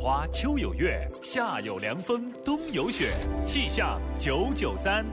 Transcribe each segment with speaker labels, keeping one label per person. Speaker 1: 花秋有月，夏有凉风，冬有雪。气象九九三。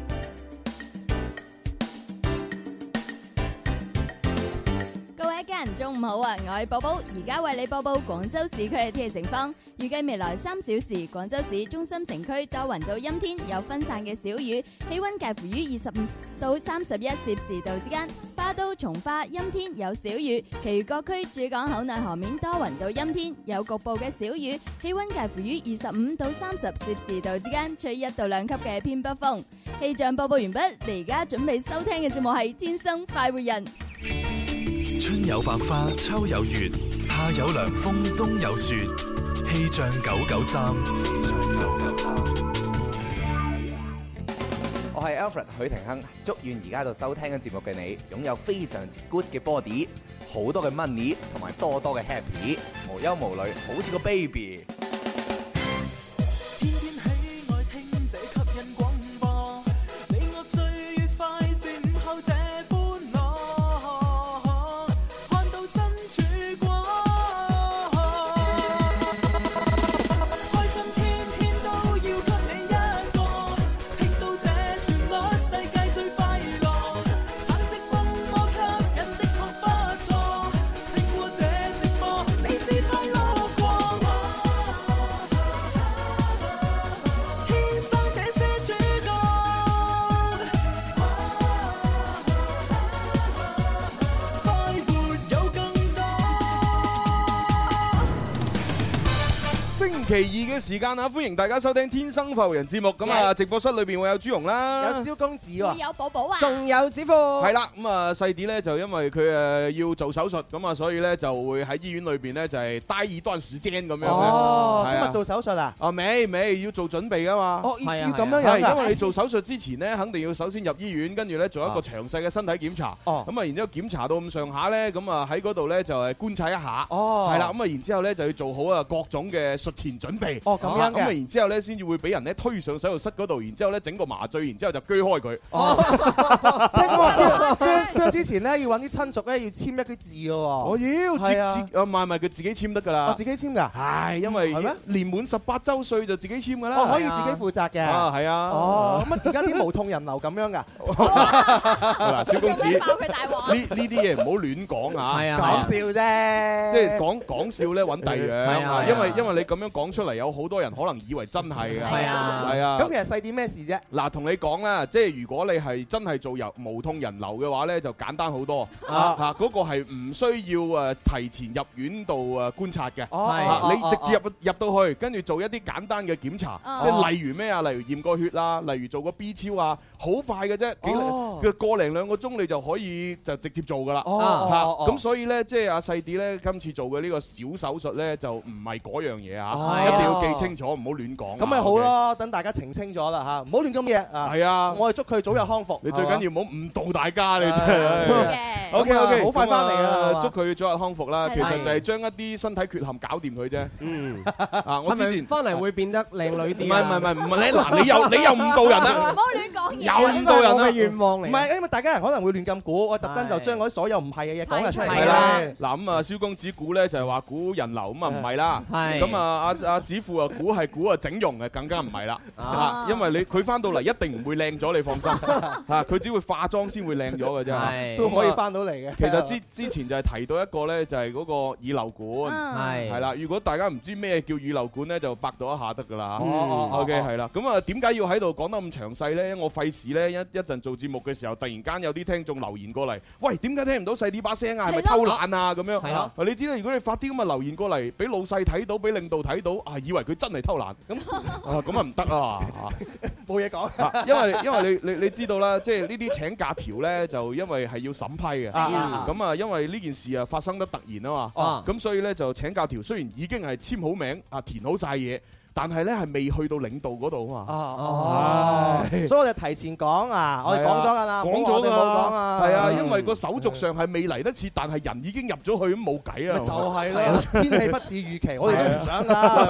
Speaker 2: 各位一家人中午好啊！我係寶寶，而家為你播報廣州市區嘅天氣情況。預計未來三小時，廣州市中心城區多雲到陰天，有分散嘅小雨，氣温介乎於二十五到三十一攝氏度之間。花都、從化陰天有小雨，其餘各區主港口內河面多雲到陰天，有局部嘅小雨，氣温介乎於二十五到三十攝氏度之間，吹一到兩級嘅偏北風。氣象播報完畢，你而家準備收聽嘅節目係《天生快活人》。
Speaker 3: 春有百花，秋有月，夏有涼風，冬有雪。氣象九九三，
Speaker 4: 我係 Alfred 許廷鏗，祝願而家度收聽緊節目嘅你，擁有非常之 good 嘅 body，好多嘅 money，同埋多多嘅 happy，無憂無慮，好似個 baby。
Speaker 5: 天天喜愛聽這吸引廣播，你我最愉快是午後這歡樂，看到身曙光，開心天天都要給你一個，聽到這旋律世界最快樂，橙色風波吸引的確不錯，聽過這直播你是快樂過。天生這些主角，快活有更多。
Speaker 6: 星期二嘅時間啊，歡迎大家收聽《天生浮人》節目。咁啊，直播室裏邊會有朱容啦，
Speaker 7: 有蕭公子
Speaker 2: 會
Speaker 7: 喎，
Speaker 2: 有寶寶啊！
Speaker 7: 仲有子富，
Speaker 6: 係
Speaker 7: 係
Speaker 6: 啦。咁啊，細啲咧就因為佢誒要做手術，咁啊，所以咧就會喺醫院裏邊咧就係待一段時間咁樣嘅。
Speaker 7: 哦，
Speaker 6: 係啊
Speaker 7: 今日做手術啊？
Speaker 6: 啊，未未要做準備噶嘛。
Speaker 7: 哦，要
Speaker 8: 係
Speaker 7: 要
Speaker 8: 啊
Speaker 7: 咁樣
Speaker 6: 係，
Speaker 7: 樣
Speaker 6: 因
Speaker 7: 㗎。
Speaker 6: 為你做手術之前咧，肯定要首先入醫院，跟住咧做一個
Speaker 7: 啊
Speaker 6: 詳細嘅身體檢查。
Speaker 7: 哦
Speaker 6: 咁啊，然之後檢查到咁上下咧，咁啊喺嗰度咧就係觀察一下。
Speaker 7: 哦，
Speaker 6: 係啦，，咁啊，然之後咧就要做好啊各種嘅術前準備。
Speaker 7: 哦咁樣嘅
Speaker 6: 咁啊，然之後咧先至會俾人咧推上手術室嗰度，然之後咧整個麻醉，然之後就鋸開佢。
Speaker 7: 哦，聽講話哦佢佢佢之前咧要揾啲親屬咧要簽一啲字嘅
Speaker 6: 我
Speaker 7: 喎，
Speaker 6: 妖，自
Speaker 7: 係啊
Speaker 6: 自啊，唔係唔係，佢自己簽得㗎
Speaker 7: 我
Speaker 6: 啦
Speaker 7: 自。己簽㗎，
Speaker 6: 係，因
Speaker 7: 係
Speaker 6: 為
Speaker 7: 咩
Speaker 6: 年滿十八週歲就自己簽㗎啦。
Speaker 7: 我哦可以自己負責
Speaker 6: 啊，
Speaker 7: 嘅。
Speaker 6: 係啊。
Speaker 7: 哦，咁啊，而家啲無痛人流咁樣㗎，
Speaker 6: 嗱，小公子，
Speaker 2: 做咩
Speaker 6: 呢
Speaker 2: 爆佢大鑊？
Speaker 6: 呢啲嘢唔好亂講啊。
Speaker 8: 係啊，啊
Speaker 7: 講笑啫。
Speaker 6: 即係講講笑咧，揾第
Speaker 8: 係啊係
Speaker 6: 二
Speaker 8: 啊
Speaker 6: 樣，因為因為你咁樣講出嚟，有好多人可能以為真係㗎。
Speaker 2: 係啊
Speaker 6: 係啊。
Speaker 7: 咁其實細啲咩事啫？
Speaker 6: 嗱，同你講啦，即係如果你係真係做遊無痛人流嘅話呢，就簡單好多嚇。
Speaker 7: 啊
Speaker 6: 嗰、個係唔需要誒、呃提前入院度誒、呃、觀察嘅。
Speaker 7: 哦
Speaker 8: 係
Speaker 6: 啊
Speaker 7: 哦
Speaker 6: 你直接入入到去，跟住做一啲簡單嘅檢查，
Speaker 2: 哦
Speaker 6: 即係例如咩啊？例如驗個血啦，例如做個 B 超啊，好快嘅啫，幾
Speaker 7: 哦
Speaker 6: 佢個零兩個鐘你就可以就直接做噶啦。
Speaker 7: 哦
Speaker 6: 嚇
Speaker 7: 哦哦
Speaker 6: 咁所以呢，即係阿細啲呢，今次做嘅呢個小手術呢，就唔係嗰樣嘢啊，
Speaker 7: 哦
Speaker 6: 一定要記清楚，唔好亂講啊。
Speaker 7: 咁咪好
Speaker 6: OK。
Speaker 7: 咯，等大家澄清咗啦嚇，唔好亂咁嘢啊！
Speaker 6: 係啊，
Speaker 7: 我哋祝佢早日康復。哦
Speaker 6: 你最緊要唔好誤導大家，你
Speaker 2: 好
Speaker 6: 真係。
Speaker 2: 嘅。
Speaker 6: O K O K，
Speaker 7: 好快返嚟啦係嘛
Speaker 6: 祝佢早日康復啦。
Speaker 2: 係
Speaker 6: 其
Speaker 2: 啦
Speaker 6: 實就係將一啲身體缺陷搞掂佢啫。
Speaker 8: 嗯，
Speaker 6: 啊，我
Speaker 8: 係
Speaker 6: 之
Speaker 8: 咪
Speaker 6: 前
Speaker 8: 翻嚟會變得靚女
Speaker 6: 唔係唔
Speaker 8: 啲啊？
Speaker 6: 係唔係唔係你嗱，你 又你又誤導人啊
Speaker 2: 唔
Speaker 6: 啦。
Speaker 2: 好亂講嘢。
Speaker 6: 有
Speaker 8: 呢
Speaker 6: 咁
Speaker 8: 個
Speaker 6: 多
Speaker 8: 係
Speaker 6: 人
Speaker 8: 我
Speaker 6: 啦
Speaker 8: 嘅願望
Speaker 7: 唔
Speaker 8: 嚟。
Speaker 7: 係，因為大家人可能會亂咁估，我特登就
Speaker 8: 係
Speaker 7: 將嗰啲所有唔係嘅嘢講咗出嚟。
Speaker 8: 排除係
Speaker 2: 啦
Speaker 6: 嗱咁啊，蕭公子估咧就係話估人流咁啊，唔係啦。
Speaker 8: 係
Speaker 6: 咁啊，阿阿子富啊，估係估啊整容嘅，更加唔係啦。
Speaker 8: 啊
Speaker 6: 啊，因為你佢翻到嚟一定唔會靚咗，你放心。啊，佢只會化妝先會靚咗嘅啫。
Speaker 8: 係
Speaker 7: 都可以翻到嚟嘅。
Speaker 6: 其實之之前就係提到一個咧，就係嗰個耳流管。
Speaker 2: 嗯，
Speaker 8: 係
Speaker 6: 係啦，如果大家唔知咩叫乳流管咧，就百度一下得噶啦。
Speaker 7: 哦哦哦
Speaker 6: OK 係啦。咁啊，點解要喺度講得咁詳細咧？我費事咧，一一陣做節目嘅時候，突然間有啲聽眾留言過嚟，喂，點解聽唔到細啲把聲啊？係咪
Speaker 2: 係咯
Speaker 6: 偷懶啊？咁樣
Speaker 8: 係咯
Speaker 6: 啊你知啦，如果你發啲咁嘅留言過嚟，俾老細睇到，俾領導睇到，啊，以為佢真係偷懶，咁啊，咁啊唔得啊！啊
Speaker 7: 冇嘢講。
Speaker 6: 啊因為因為你你你知道啦，即係呢啲請假條咧，就因為係要審批嘅。
Speaker 2: 啊
Speaker 6: 咁啊，因為呢件事啊發生得突然啊嘛。
Speaker 8: 啊
Speaker 6: 咁所以咧就請假條雖然已經係簽好名啊填好晒嘢，但係咧係未去到領導嗰度啊嘛。
Speaker 7: 哦，
Speaker 6: 唉
Speaker 7: 所以我就提前講啊，我哋講咗㗎啦，
Speaker 6: 講
Speaker 7: 我
Speaker 6: 咗
Speaker 7: 哋
Speaker 6: 㗎
Speaker 7: 冇講啊，
Speaker 6: 係啊，因為個手續上係未嚟得切，但係人已經入咗去，咁冇計
Speaker 7: 咪
Speaker 6: 啊。
Speaker 7: 就係 啦，天氣不似預期，我哋都唔想㗎，
Speaker 6: 啊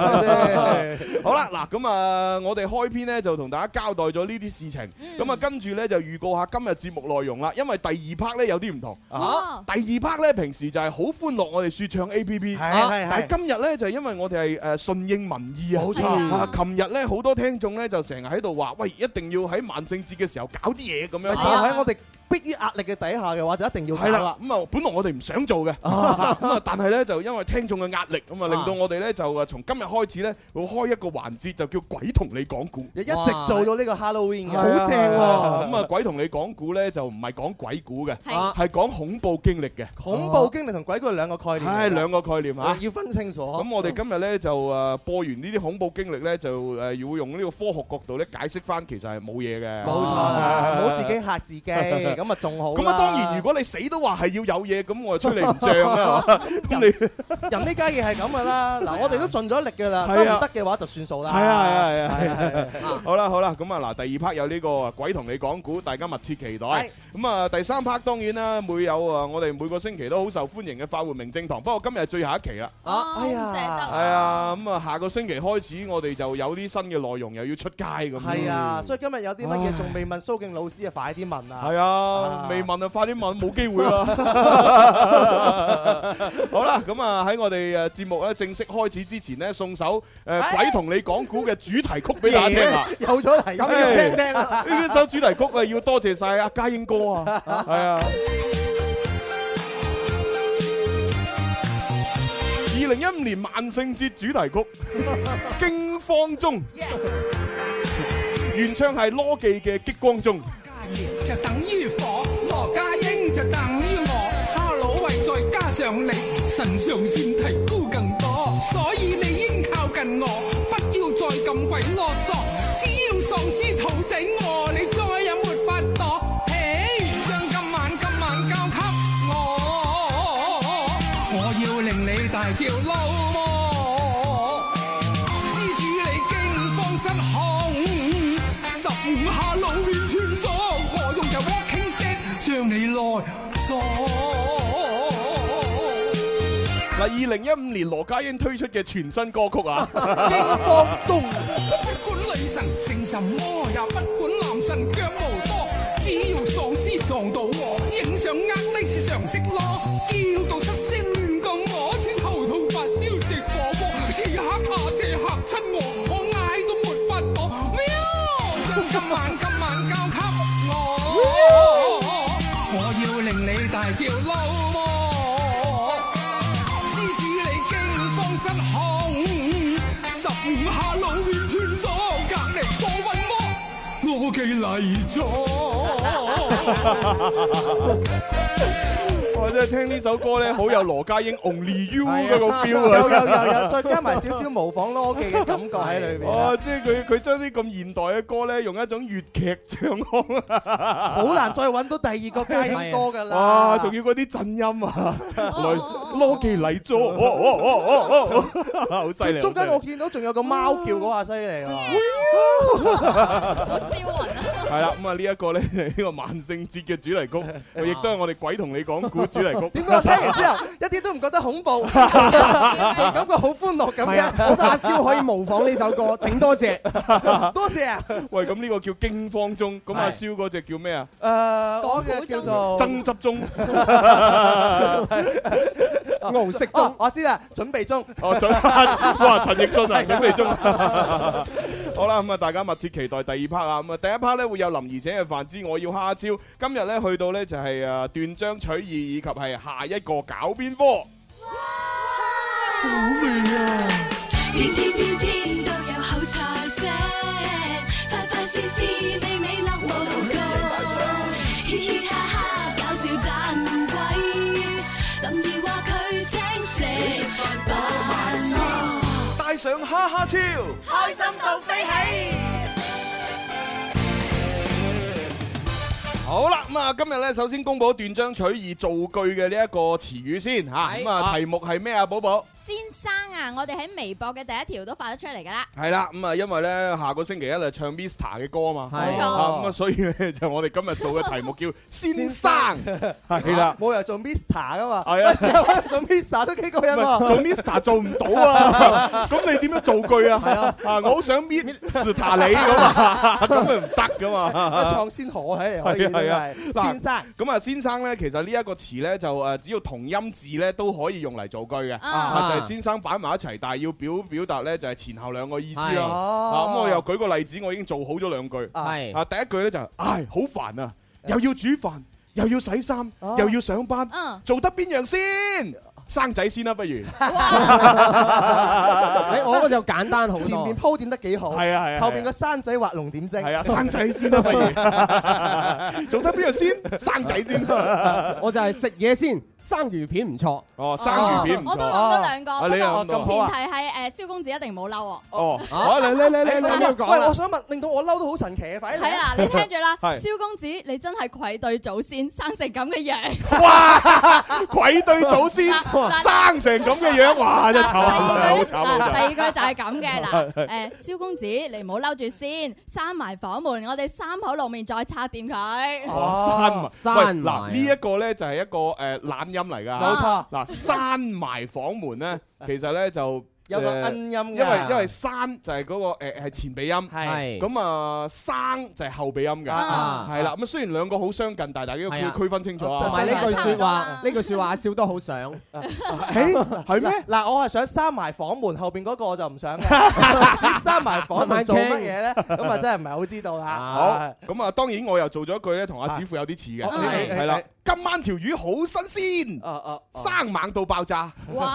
Speaker 7: 係咪先
Speaker 6: 好啦，嗱咁啊，我哋開篇呢就同大家交代咗呢啲事情，咁啊跟住呢就預告下今日節目內容啦，因為第二 part 呢有啲唔同。
Speaker 4: 哦，
Speaker 6: 第二 part 呢平時就係好歡樂，我哋説唱 A P P，
Speaker 7: 係
Speaker 6: 啊
Speaker 7: 係係
Speaker 6: 但係今日呢就係因為我哋係誒順應民意啊，
Speaker 7: 冇
Speaker 4: 錯
Speaker 6: 啊，琴日呢好多聽眾呢就成日喺度話，喂，一定要喺萬聖節嘅時候搞啲嘢咁
Speaker 7: 咪就
Speaker 6: 樣。啊
Speaker 7: 喺我哋迫於壓力嘅底下嘅話，就一定要搞
Speaker 6: 係啦，，咁啊，本來我哋唔想做嘅，啊咁啊，但係呢就因為聽眾嘅壓力，咁啊，令到我哋呢就誒從今日開始呢，會開一個環節，就叫鬼同你講故。
Speaker 7: 一直做到呢個 Halloween 嘅，
Speaker 6: 係啊係啊
Speaker 7: 咁
Speaker 6: 咁啊，鬼同你講古咧就唔係講鬼故嘅，
Speaker 4: 係
Speaker 6: 係講恐怖經歷嘅，
Speaker 7: 恐怖經歷同鬼故係兩個概念嚟㗎，
Speaker 6: 係兩個概念嚇。
Speaker 7: 要分清楚。
Speaker 6: 咁我哋今日咧就誒播完呢啲恐怖經歷咧，就誒要用呢個科學角度咧解釋翻，其實係冇嘢嘅。
Speaker 7: 冇錯啦，唔好自己嚇自己， 咁啊仲好啦。
Speaker 6: 咁啊，當然如果你死都話係要有嘢，咁我就吹你唔漲 啦。係嘛咁你
Speaker 7: 人呢家嘢係咁噶啦，嗱我哋都盡咗力噶啦，
Speaker 6: 係
Speaker 7: 得
Speaker 6: 啊
Speaker 7: 唔得嘅話就算數啦。
Speaker 6: 係啊係啊係啊
Speaker 7: 係啊，
Speaker 6: 好啦好啦，咁啊嗱，第二 part 有呢個鬼同你講古，大家密切期待。
Speaker 7: 係
Speaker 6: 咁啊，第三 part 當然啦，會有啊，我哋每個星期都好受歡迎嘅法援明正堂，不過今日係最後一期啦。
Speaker 4: 哦，
Speaker 7: 哎呀
Speaker 4: 唔捨得
Speaker 6: 係啊，咁啊，下個星期開始，我哋就有啲新嘅內容，又要出街咁。
Speaker 7: 係啊，所以今日有啲乜嘢仲未問蘇敬老師啊，快啲問啊。
Speaker 6: 係啊，
Speaker 7: 啊
Speaker 6: 未問啊，快啲問，冇機會 啦。好啦，咁啊喺我哋誒節目咧正式開始之前呢，送首誒《鬼同你講古》嘅主題曲俾大家 聽啊！
Speaker 7: 有咗題咁
Speaker 6: 哎
Speaker 7: 要聽聽啊。
Speaker 6: 呢首主題曲啊，要多謝晒阿嘉 英哥啊，係啊。二零一五年萬聖節主題 曲《驚慌中》，原唱係羅技嘅《激光中》。
Speaker 9: 就等於火，羅家英就等於我，哈魯維再加上你，腎上腺提高更多，所以你應靠近我，不要再咁鬼囉嗦，只要喪屍肚整我，你再也沒法躲。嘿，將今晚今晚交給我，我要令你大叫撈魔。施主你驚慌失控，十五下老亂穿梭，我用油 walking dead 將你內鎖。
Speaker 6: 嗱，二零一五年羅家英推出嘅全新歌曲啊，
Speaker 7: 驚慌中，
Speaker 9: 不管女神姓什麼，也不管男神腳毛多，只要喪屍撞到我，影相呃呢是常識咯。叫到出聲亂咁我，先頭痛發燒直火鍋，此刻阿姐嚇親我，我嗌都沒法躲。喵！將今晚今晚交給我，我要令你大叫撈魔。施主你驚慌失控，十五下老亂穿梭，隔離個瘟魔，我既嚟咗。
Speaker 6: 我真係聽呢首歌咧，好有羅家英 Only You 嗰個 feel
Speaker 7: 有
Speaker 6: 啊！
Speaker 7: 有有有，再加埋少少模仿 l o 嘅感覺喺 裏邊啊，
Speaker 6: 哦，即係佢佢將啲咁現代嘅歌咧，用一種粵劇唱腔啊！
Speaker 7: 好難再揾到第二個嘉英歌噶啦。
Speaker 6: 哇，仲要嗰啲震音啊，來
Speaker 4: 哦
Speaker 6: 羅技啊嚟咗， 哦哦哦哦哦，好犀利！
Speaker 7: 中間
Speaker 6: 好
Speaker 7: 我
Speaker 6: 犀利
Speaker 7: 見到仲有個貓叫嗰下犀利啊喎。
Speaker 4: 好消魂啊！
Speaker 6: 係啦，咁啊呢一個咧就係呢個萬聖節嘅主 題曲，亦都係我哋鬼同你講古主題曲。
Speaker 7: 點解我啊聽完之後一啲都唔覺得恐 怖，仲感覺好歡樂咁嘅？
Speaker 6: 啊
Speaker 7: 好多阿蕭可以模仿呢首歌，整多 謝，多謝啊！
Speaker 6: 喂，咁呢個叫驚慌中，咁阿蕭嗰只叫咩啊？
Speaker 7: 誒，我呃嘅叫 做
Speaker 6: 爭執 中。
Speaker 7: 敖色中，哦我知啦，準備中。
Speaker 6: 哦，準 哇！陳奕迅啊，準備中。 好啦，咁啊，大家密切期待第二 part 啊。咁啊，第一 part 咧會有林怡請嘅飯之我要蝦超。今日咧去到咧就係誒斷章取義，以及係下一個搞邊科。
Speaker 10: 啊
Speaker 5: 天天天天都有好菜色，快快事事美美樂無窮，嘻嘻哈哈搞笑盞鬼，林兒話佢請食飯咯。
Speaker 11: 帶上哈哈超，
Speaker 5: 開心到飛起。
Speaker 6: 好啦，咁啊，今日咧首先公佈斷章取義造句嘅呢一個詞語先嚇。咁啊，題目係咩啊，寶寶？
Speaker 4: 先生
Speaker 2: 但係
Speaker 4: 啊，
Speaker 2: 我哋喺微博嘅第一條都發得出嚟㗎啦。
Speaker 6: 系啦，咁啊，因為咧下個星期一就唱 Mr 嘅歌啊嘛，
Speaker 7: 冇錯
Speaker 6: 啊咁啊，所以咧就我哋今日做嘅題目叫先生，係啦，
Speaker 7: 冇理由做 Mr 噶嘛，
Speaker 6: 係啊
Speaker 7: 喂做 Mr 都幾過癮
Speaker 6: 唔 係啊做
Speaker 7: 喎。
Speaker 6: Mr 做唔到 啊，咁你點樣造句啊？啊，我好想 Mr 你咁啊，咁咪唔得噶 嘛。
Speaker 7: 創先河喺可以真
Speaker 6: 係啊
Speaker 7: 係
Speaker 6: 嗱
Speaker 7: 先生
Speaker 6: 咁啊，先生咧，其實呢一個詞咧，就誒只要同音字咧都可以用嚟造句嘅，
Speaker 2: 啊
Speaker 6: 啊就係先生擺埋一齊，但係要表表達咧就係前後兩個意思
Speaker 8: 係
Speaker 6: 咯。啊
Speaker 7: 哦
Speaker 6: 咁我又舉個例子，我已經做好咗兩句。
Speaker 7: 啊
Speaker 8: 係
Speaker 6: 啊，第一句咧就係唉，好煩啊，又要煮飯，又要洗衫，
Speaker 7: 啊
Speaker 6: 又要 上班，
Speaker 2: 嗯，
Speaker 6: 做得邊樣先？生仔先啦，不如。係
Speaker 7: 哎
Speaker 8: 誒我嗰個就簡單好
Speaker 7: 前面鋪
Speaker 8: 多。
Speaker 7: 墊得幾好，
Speaker 6: 啊係啊。
Speaker 7: 後邊個山仔畫龍點睛，
Speaker 6: 係啊，生仔 先 啦，不如。做得邊樣先？生仔先。
Speaker 8: 我就係食嘢先，生魚片唔錯。
Speaker 6: 哦，生魚片唔
Speaker 2: 我都
Speaker 6: 錯。
Speaker 2: 諗咗兩個，
Speaker 6: 啊
Speaker 2: 不
Speaker 6: 你又
Speaker 2: 過
Speaker 6: 諗到
Speaker 2: 前
Speaker 7: 好啊
Speaker 2: 提係誒蕭公子一定冇嬲我。
Speaker 6: 哦，好嚟嚟嚟嚟
Speaker 8: 你
Speaker 6: 嚟。
Speaker 8: 咁樣講啦
Speaker 7: 喂，我想問，令到我嬲到好神奇啊！快啲
Speaker 2: 係
Speaker 7: 嚟啊！
Speaker 2: 啦，你聽住啦，
Speaker 6: 係
Speaker 2: 蕭公子你真係愧對祖先，生成咁嘅 樣。
Speaker 6: 哇！愧對祖先，
Speaker 2: 嗱
Speaker 6: 生成咁嘅樣，哇！真係慘啊，好
Speaker 2: 嗱
Speaker 6: 慘好
Speaker 2: 第二句嗱，
Speaker 6: 慘。
Speaker 2: 第二句就係咁嘅 嗱，誒，蕭公子你唔好嬲住先，閂埋房門，我哋三口露面再拆掂佢。
Speaker 6: 哦，閂埋，喂
Speaker 8: 閂埋
Speaker 6: 嗱
Speaker 8: 啊
Speaker 6: 呢一個咧就係一個誒懶音嚟㗎。
Speaker 7: 冇錯，
Speaker 6: 嗱，閂埋房門 咧，其實咧就
Speaker 7: 有個
Speaker 6: 呃
Speaker 7: 恩音㗎
Speaker 6: 因為因為閂就係嗰個誒係前鼻音，
Speaker 7: 係
Speaker 8: 咁
Speaker 6: 咁啊生就係後鼻音㗎，
Speaker 2: 啊
Speaker 8: 啊，
Speaker 6: 係啦。咁雖然兩個好相近，但係大家
Speaker 8: 係
Speaker 6: 要
Speaker 8: 啊
Speaker 6: 區分清楚
Speaker 8: 同
Speaker 6: 啊。
Speaker 8: 埋呢句
Speaker 2: 差唔
Speaker 8: 説
Speaker 2: 多啦
Speaker 8: 話，呢句説話 笑得好想。
Speaker 6: 誒係咩？
Speaker 7: 嗱嗱，我係想閂埋房門，後邊嗰個我就唔想 嘅。至於閂埋房門做乜嘢咧？咁啊真係唔係好知道啦。
Speaker 6: 好，咁啊，當然我又做咗一句咧，同阿子富有啲似嘅，
Speaker 7: 哦
Speaker 2: 係
Speaker 6: 係啦
Speaker 7: 係。
Speaker 6: 今晚條魚好新鮮，
Speaker 7: 啊啊，啊
Speaker 6: 生猛到爆炸，
Speaker 2: 哇！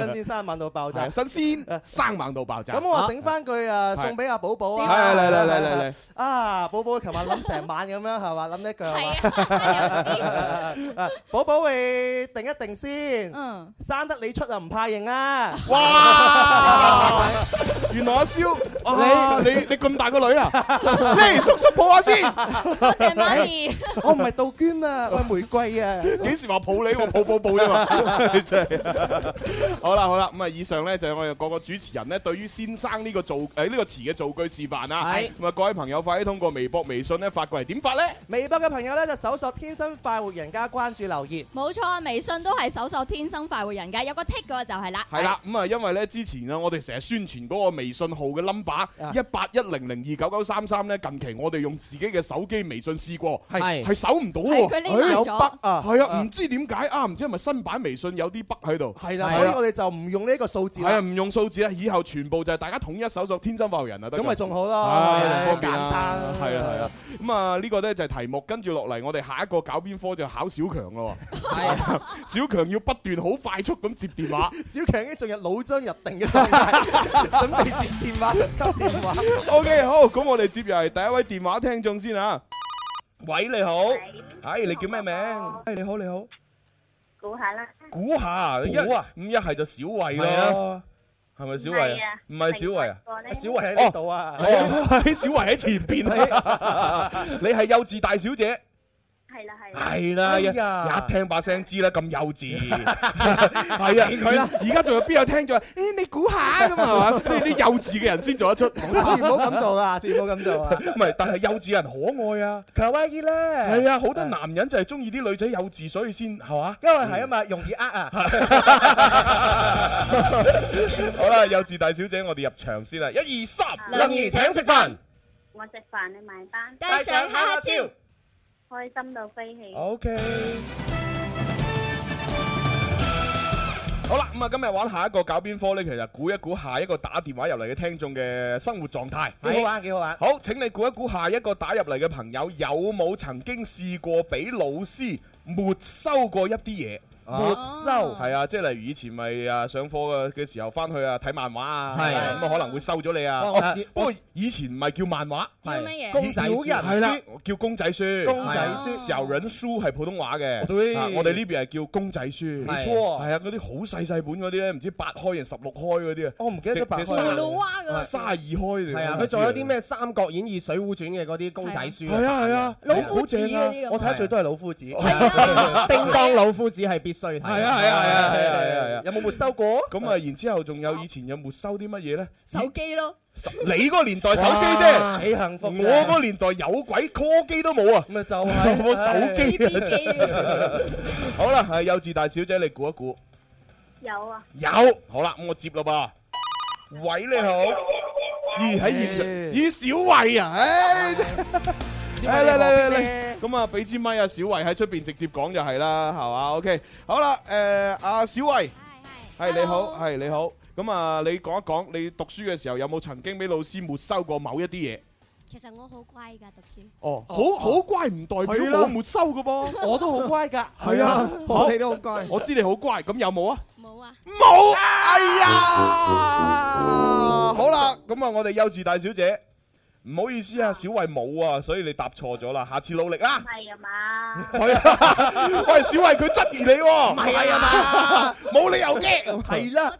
Speaker 7: 真先生猛到爆
Speaker 6: 係
Speaker 7: 炸
Speaker 6: 啊。新鮮生猛到爆炸。
Speaker 7: 咁我話整翻句誒送俾阿寶寶
Speaker 6: 係
Speaker 7: 啊！
Speaker 6: 係嚟嚟嚟嚟嚟。
Speaker 7: 啊！寶寶琴晚諗成晚咁樣係嘛？諗一句係嘛
Speaker 2: 係啊，
Speaker 7: 啊寶寶你定一定先，
Speaker 2: 嗯，
Speaker 7: 生得你出啊唔怕型啊！
Speaker 6: 哇！原來阿蕭，哇啊你你咁大個女 啦，嚟叔叔抱下先。
Speaker 2: 多謝媽咪。
Speaker 7: 我唔係杜娟啊，我係玫瑰啊！
Speaker 6: 幾時話抱你？我抱抱抱啫嘛。你 真啊係。 好啦好啦，咁啊，以上咧就係我哋各個主持人咧對於先生呢個造誒呢個詞嘅造句示範啊。
Speaker 8: 係
Speaker 6: 咁啊，各位朋友快啲通過微博、微信咧發過嚟，點發咧？
Speaker 7: 微博嘅朋友咧就搜索天生快活人家關注留言。
Speaker 2: 冇錯，微信都係搜索天生快活人㗎，有個 tick 嗰個就係啦。
Speaker 6: 係啦，咁啊，因為咧之前啊，我哋成日宣傳嗰個微信號嘅 number
Speaker 7: 啊
Speaker 6: 一八一零零二九九三三咧，近期我哋用自己嘅手機微信試過，
Speaker 8: 係
Speaker 6: 係搜唔到
Speaker 2: 係
Speaker 6: 喎。
Speaker 2: 佢匿埋
Speaker 7: 有
Speaker 2: 咗
Speaker 7: 北。啊，
Speaker 6: 係啊，唔知點解啊，唔知係咪新版微信有啲北喺度。
Speaker 7: 係啦，
Speaker 8: 係啊
Speaker 7: 所以我哋就唔用呢個數字
Speaker 6: 係啊，
Speaker 7: 啦，
Speaker 6: 唔用數字啊，以後全部就係大家統一搜索天生快活人啊，得㗎
Speaker 7: 咁咪仲好咯，
Speaker 6: 唉
Speaker 7: 係
Speaker 6: 方便
Speaker 7: 簡
Speaker 6: 啊
Speaker 7: 單，
Speaker 6: 係啊係啊。，咁啊呢個咧就係題目，跟住落嚟我哋下一個搞邊科就考小強咯。 小強要不斷好快速咁接電話。
Speaker 7: 小強已經進入腦漿入定嘅狀態，準備接電話接電話。
Speaker 6: OK，好，咁我哋接入嚟第一位電話聽眾先啊。喂，你好，係你叫咩名？係你好，你好，
Speaker 12: 估下啦，
Speaker 6: 估下，一
Speaker 7: 估啊
Speaker 6: 咁一係就小慧
Speaker 8: 係
Speaker 6: 啦，係咪小慧啊？唔係小慧啊？
Speaker 12: 小
Speaker 7: 慧喺呢度啊，
Speaker 6: 哦，小慧喺前邊啊！ 你係幼稚大小姐，
Speaker 12: 係啦係啦，
Speaker 6: 係啦，
Speaker 7: 哎
Speaker 6: 一
Speaker 7: 呀
Speaker 6: 一聽把聲知啦，咁幼 稚，係啊，佢啦，而家仲有邊有聽咗？誒，你估下咁啊 係嘛？呢啲幼稚嘅人先做得出，
Speaker 7: 下次唔好咁做 啦，下次唔好咁做啊。
Speaker 6: 唔係，但係幼稚人可愛啊！
Speaker 7: 求威姨咧，
Speaker 6: 係
Speaker 7: 係。
Speaker 6: 啊，好多男人就係中意啲女仔幼稚，所以先係嘛
Speaker 7: 因為係啊嘛，容易呃啊。
Speaker 6: 好啦，幼稚大小姐，我哋入場先啦，一二三，
Speaker 7: 林兒請食飯，
Speaker 12: 我食飯你埋單，
Speaker 2: 帶上哈哈超，
Speaker 12: 開心到飛起。
Speaker 6: ，OK。好啦，咁啊，今日玩下一個搞邊科呢？其實估一估下一個打電話入嚟嘅聽眾嘅生活狀態。
Speaker 7: 幾好玩，幾好玩。
Speaker 6: 好，請你估一估下一個打入嚟嘅朋友有冇曾經試過俾老師沒收過一啲嘢？
Speaker 7: 沒收
Speaker 6: 係啊，即係例如以前咪啊上課嘅嘅時候翻去啊睇漫畫啊，
Speaker 8: 係
Speaker 6: 咁啊可能會收咗你啊。
Speaker 8: 哇我
Speaker 6: 哦
Speaker 8: 試
Speaker 6: 不過
Speaker 8: 我
Speaker 6: 以前唔係叫漫畫，
Speaker 2: 要乜嘢？
Speaker 7: 公小人
Speaker 6: 係啦
Speaker 7: 書，，
Speaker 6: 叫公仔書。
Speaker 7: 公仔
Speaker 6: 係啊
Speaker 7: 書。
Speaker 6: 小人書係普通話嘅，
Speaker 7: 對
Speaker 6: 啊我哋呢邊係叫公仔書，
Speaker 8: 係
Speaker 6: 係啊，嗰啲好細細本嗰啲咧，唔知八開定十六開嗰啲啊，
Speaker 7: 我哦唔記得咗白
Speaker 6: 直
Speaker 2: 葫
Speaker 6: 直
Speaker 7: 開。
Speaker 2: 蘆
Speaker 8: 啊
Speaker 2: 娃嗰個
Speaker 6: 卅二開定
Speaker 8: 係啊，佢仲有啲咩《三國演義》《水滸傳》嘅嗰啲公仔書
Speaker 6: 係啊係啊
Speaker 2: 老夫子嗰啲咁。
Speaker 7: 我睇得最多係老夫子。
Speaker 2: 係啊，
Speaker 8: 叮當老夫子係必
Speaker 7: 須睇。
Speaker 6: 係啊係啊係啊係啊係啊！
Speaker 7: 有冇沒收過？
Speaker 6: 咁啊，然之後仲有以前有沒收啲乜嘢咧？
Speaker 2: 手機咯，
Speaker 6: 你嗰個年代手機
Speaker 7: 哇
Speaker 6: 啫，
Speaker 7: 幾幸福啫
Speaker 6: 我嗰個年代有鬼 call 機都冇啊，
Speaker 7: 咪就
Speaker 6: 係我手啊機。
Speaker 7: BB 機
Speaker 6: 好啦，係幼稚大小姐，你估一估。
Speaker 13: 有啊，
Speaker 6: 有，好啦，咁我接啦噃。喂，你好。咦，喺現場，咦，小慧啊，唉，
Speaker 7: 小慧
Speaker 6: 唉
Speaker 7: 你旁邊
Speaker 6: 嚟嚟嚟
Speaker 7: 咧
Speaker 6: 嚟，咁啊，俾支咪啊，小慧喺出邊直接講就係啦，係嘛？OK，好啦，誒，阿小慧，係你好，係你好，咁啊，你講一講你讀書嘅時候有冇曾經俾老師沒收過某一啲嘢？
Speaker 4: 其實我好乖㗎讀書。
Speaker 6: 哦，好好乖唔代
Speaker 4: 係
Speaker 6: 表
Speaker 4: 啦
Speaker 6: 我沒收嘅噃，
Speaker 14: 我都好乖㗎
Speaker 6: 係啊，
Speaker 14: 我
Speaker 6: 好
Speaker 14: 哋都好乖
Speaker 6: 我知你好乖，咁有冇啊？
Speaker 4: 冇啊，
Speaker 6: 冇，哎呀，好啦，咁啊，我哋幼稚大小姐，唔好意思啊，小慧冇啊，所以你答錯咗啦，下次努力啊。
Speaker 13: 係啊嘛，
Speaker 6: 系啊， 喂，小慧佢質疑你喎，
Speaker 13: 唔係啊
Speaker 6: à.
Speaker 13: 嘛，
Speaker 6: 冇理由嘅，
Speaker 4: 我。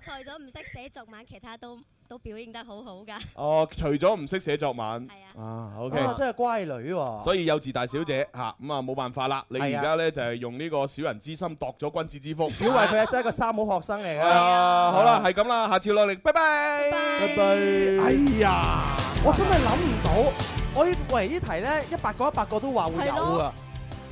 Speaker 4: 除咗唔識寫作文，其他都都表現得好好㗎。
Speaker 6: 哦，除咗唔識寫作文，啊，OK，
Speaker 7: 啊，真係乖女喎。
Speaker 6: 所以幼稚大小姐吓，咁啊冇辦法啦，你而家咧就係用呢個小人之心度咗君子之腹。
Speaker 7: 小慧佢係真係一個三好學生嚟㗎。
Speaker 6: 係啊，好啦，係咁啦，下次努力，拜拜，拜拜，哎呀，
Speaker 14: 我真係諗唔到，我呢喂呢題咧一百個一百個都話會有
Speaker 7: 係
Speaker 14: 啊
Speaker 7: 咯。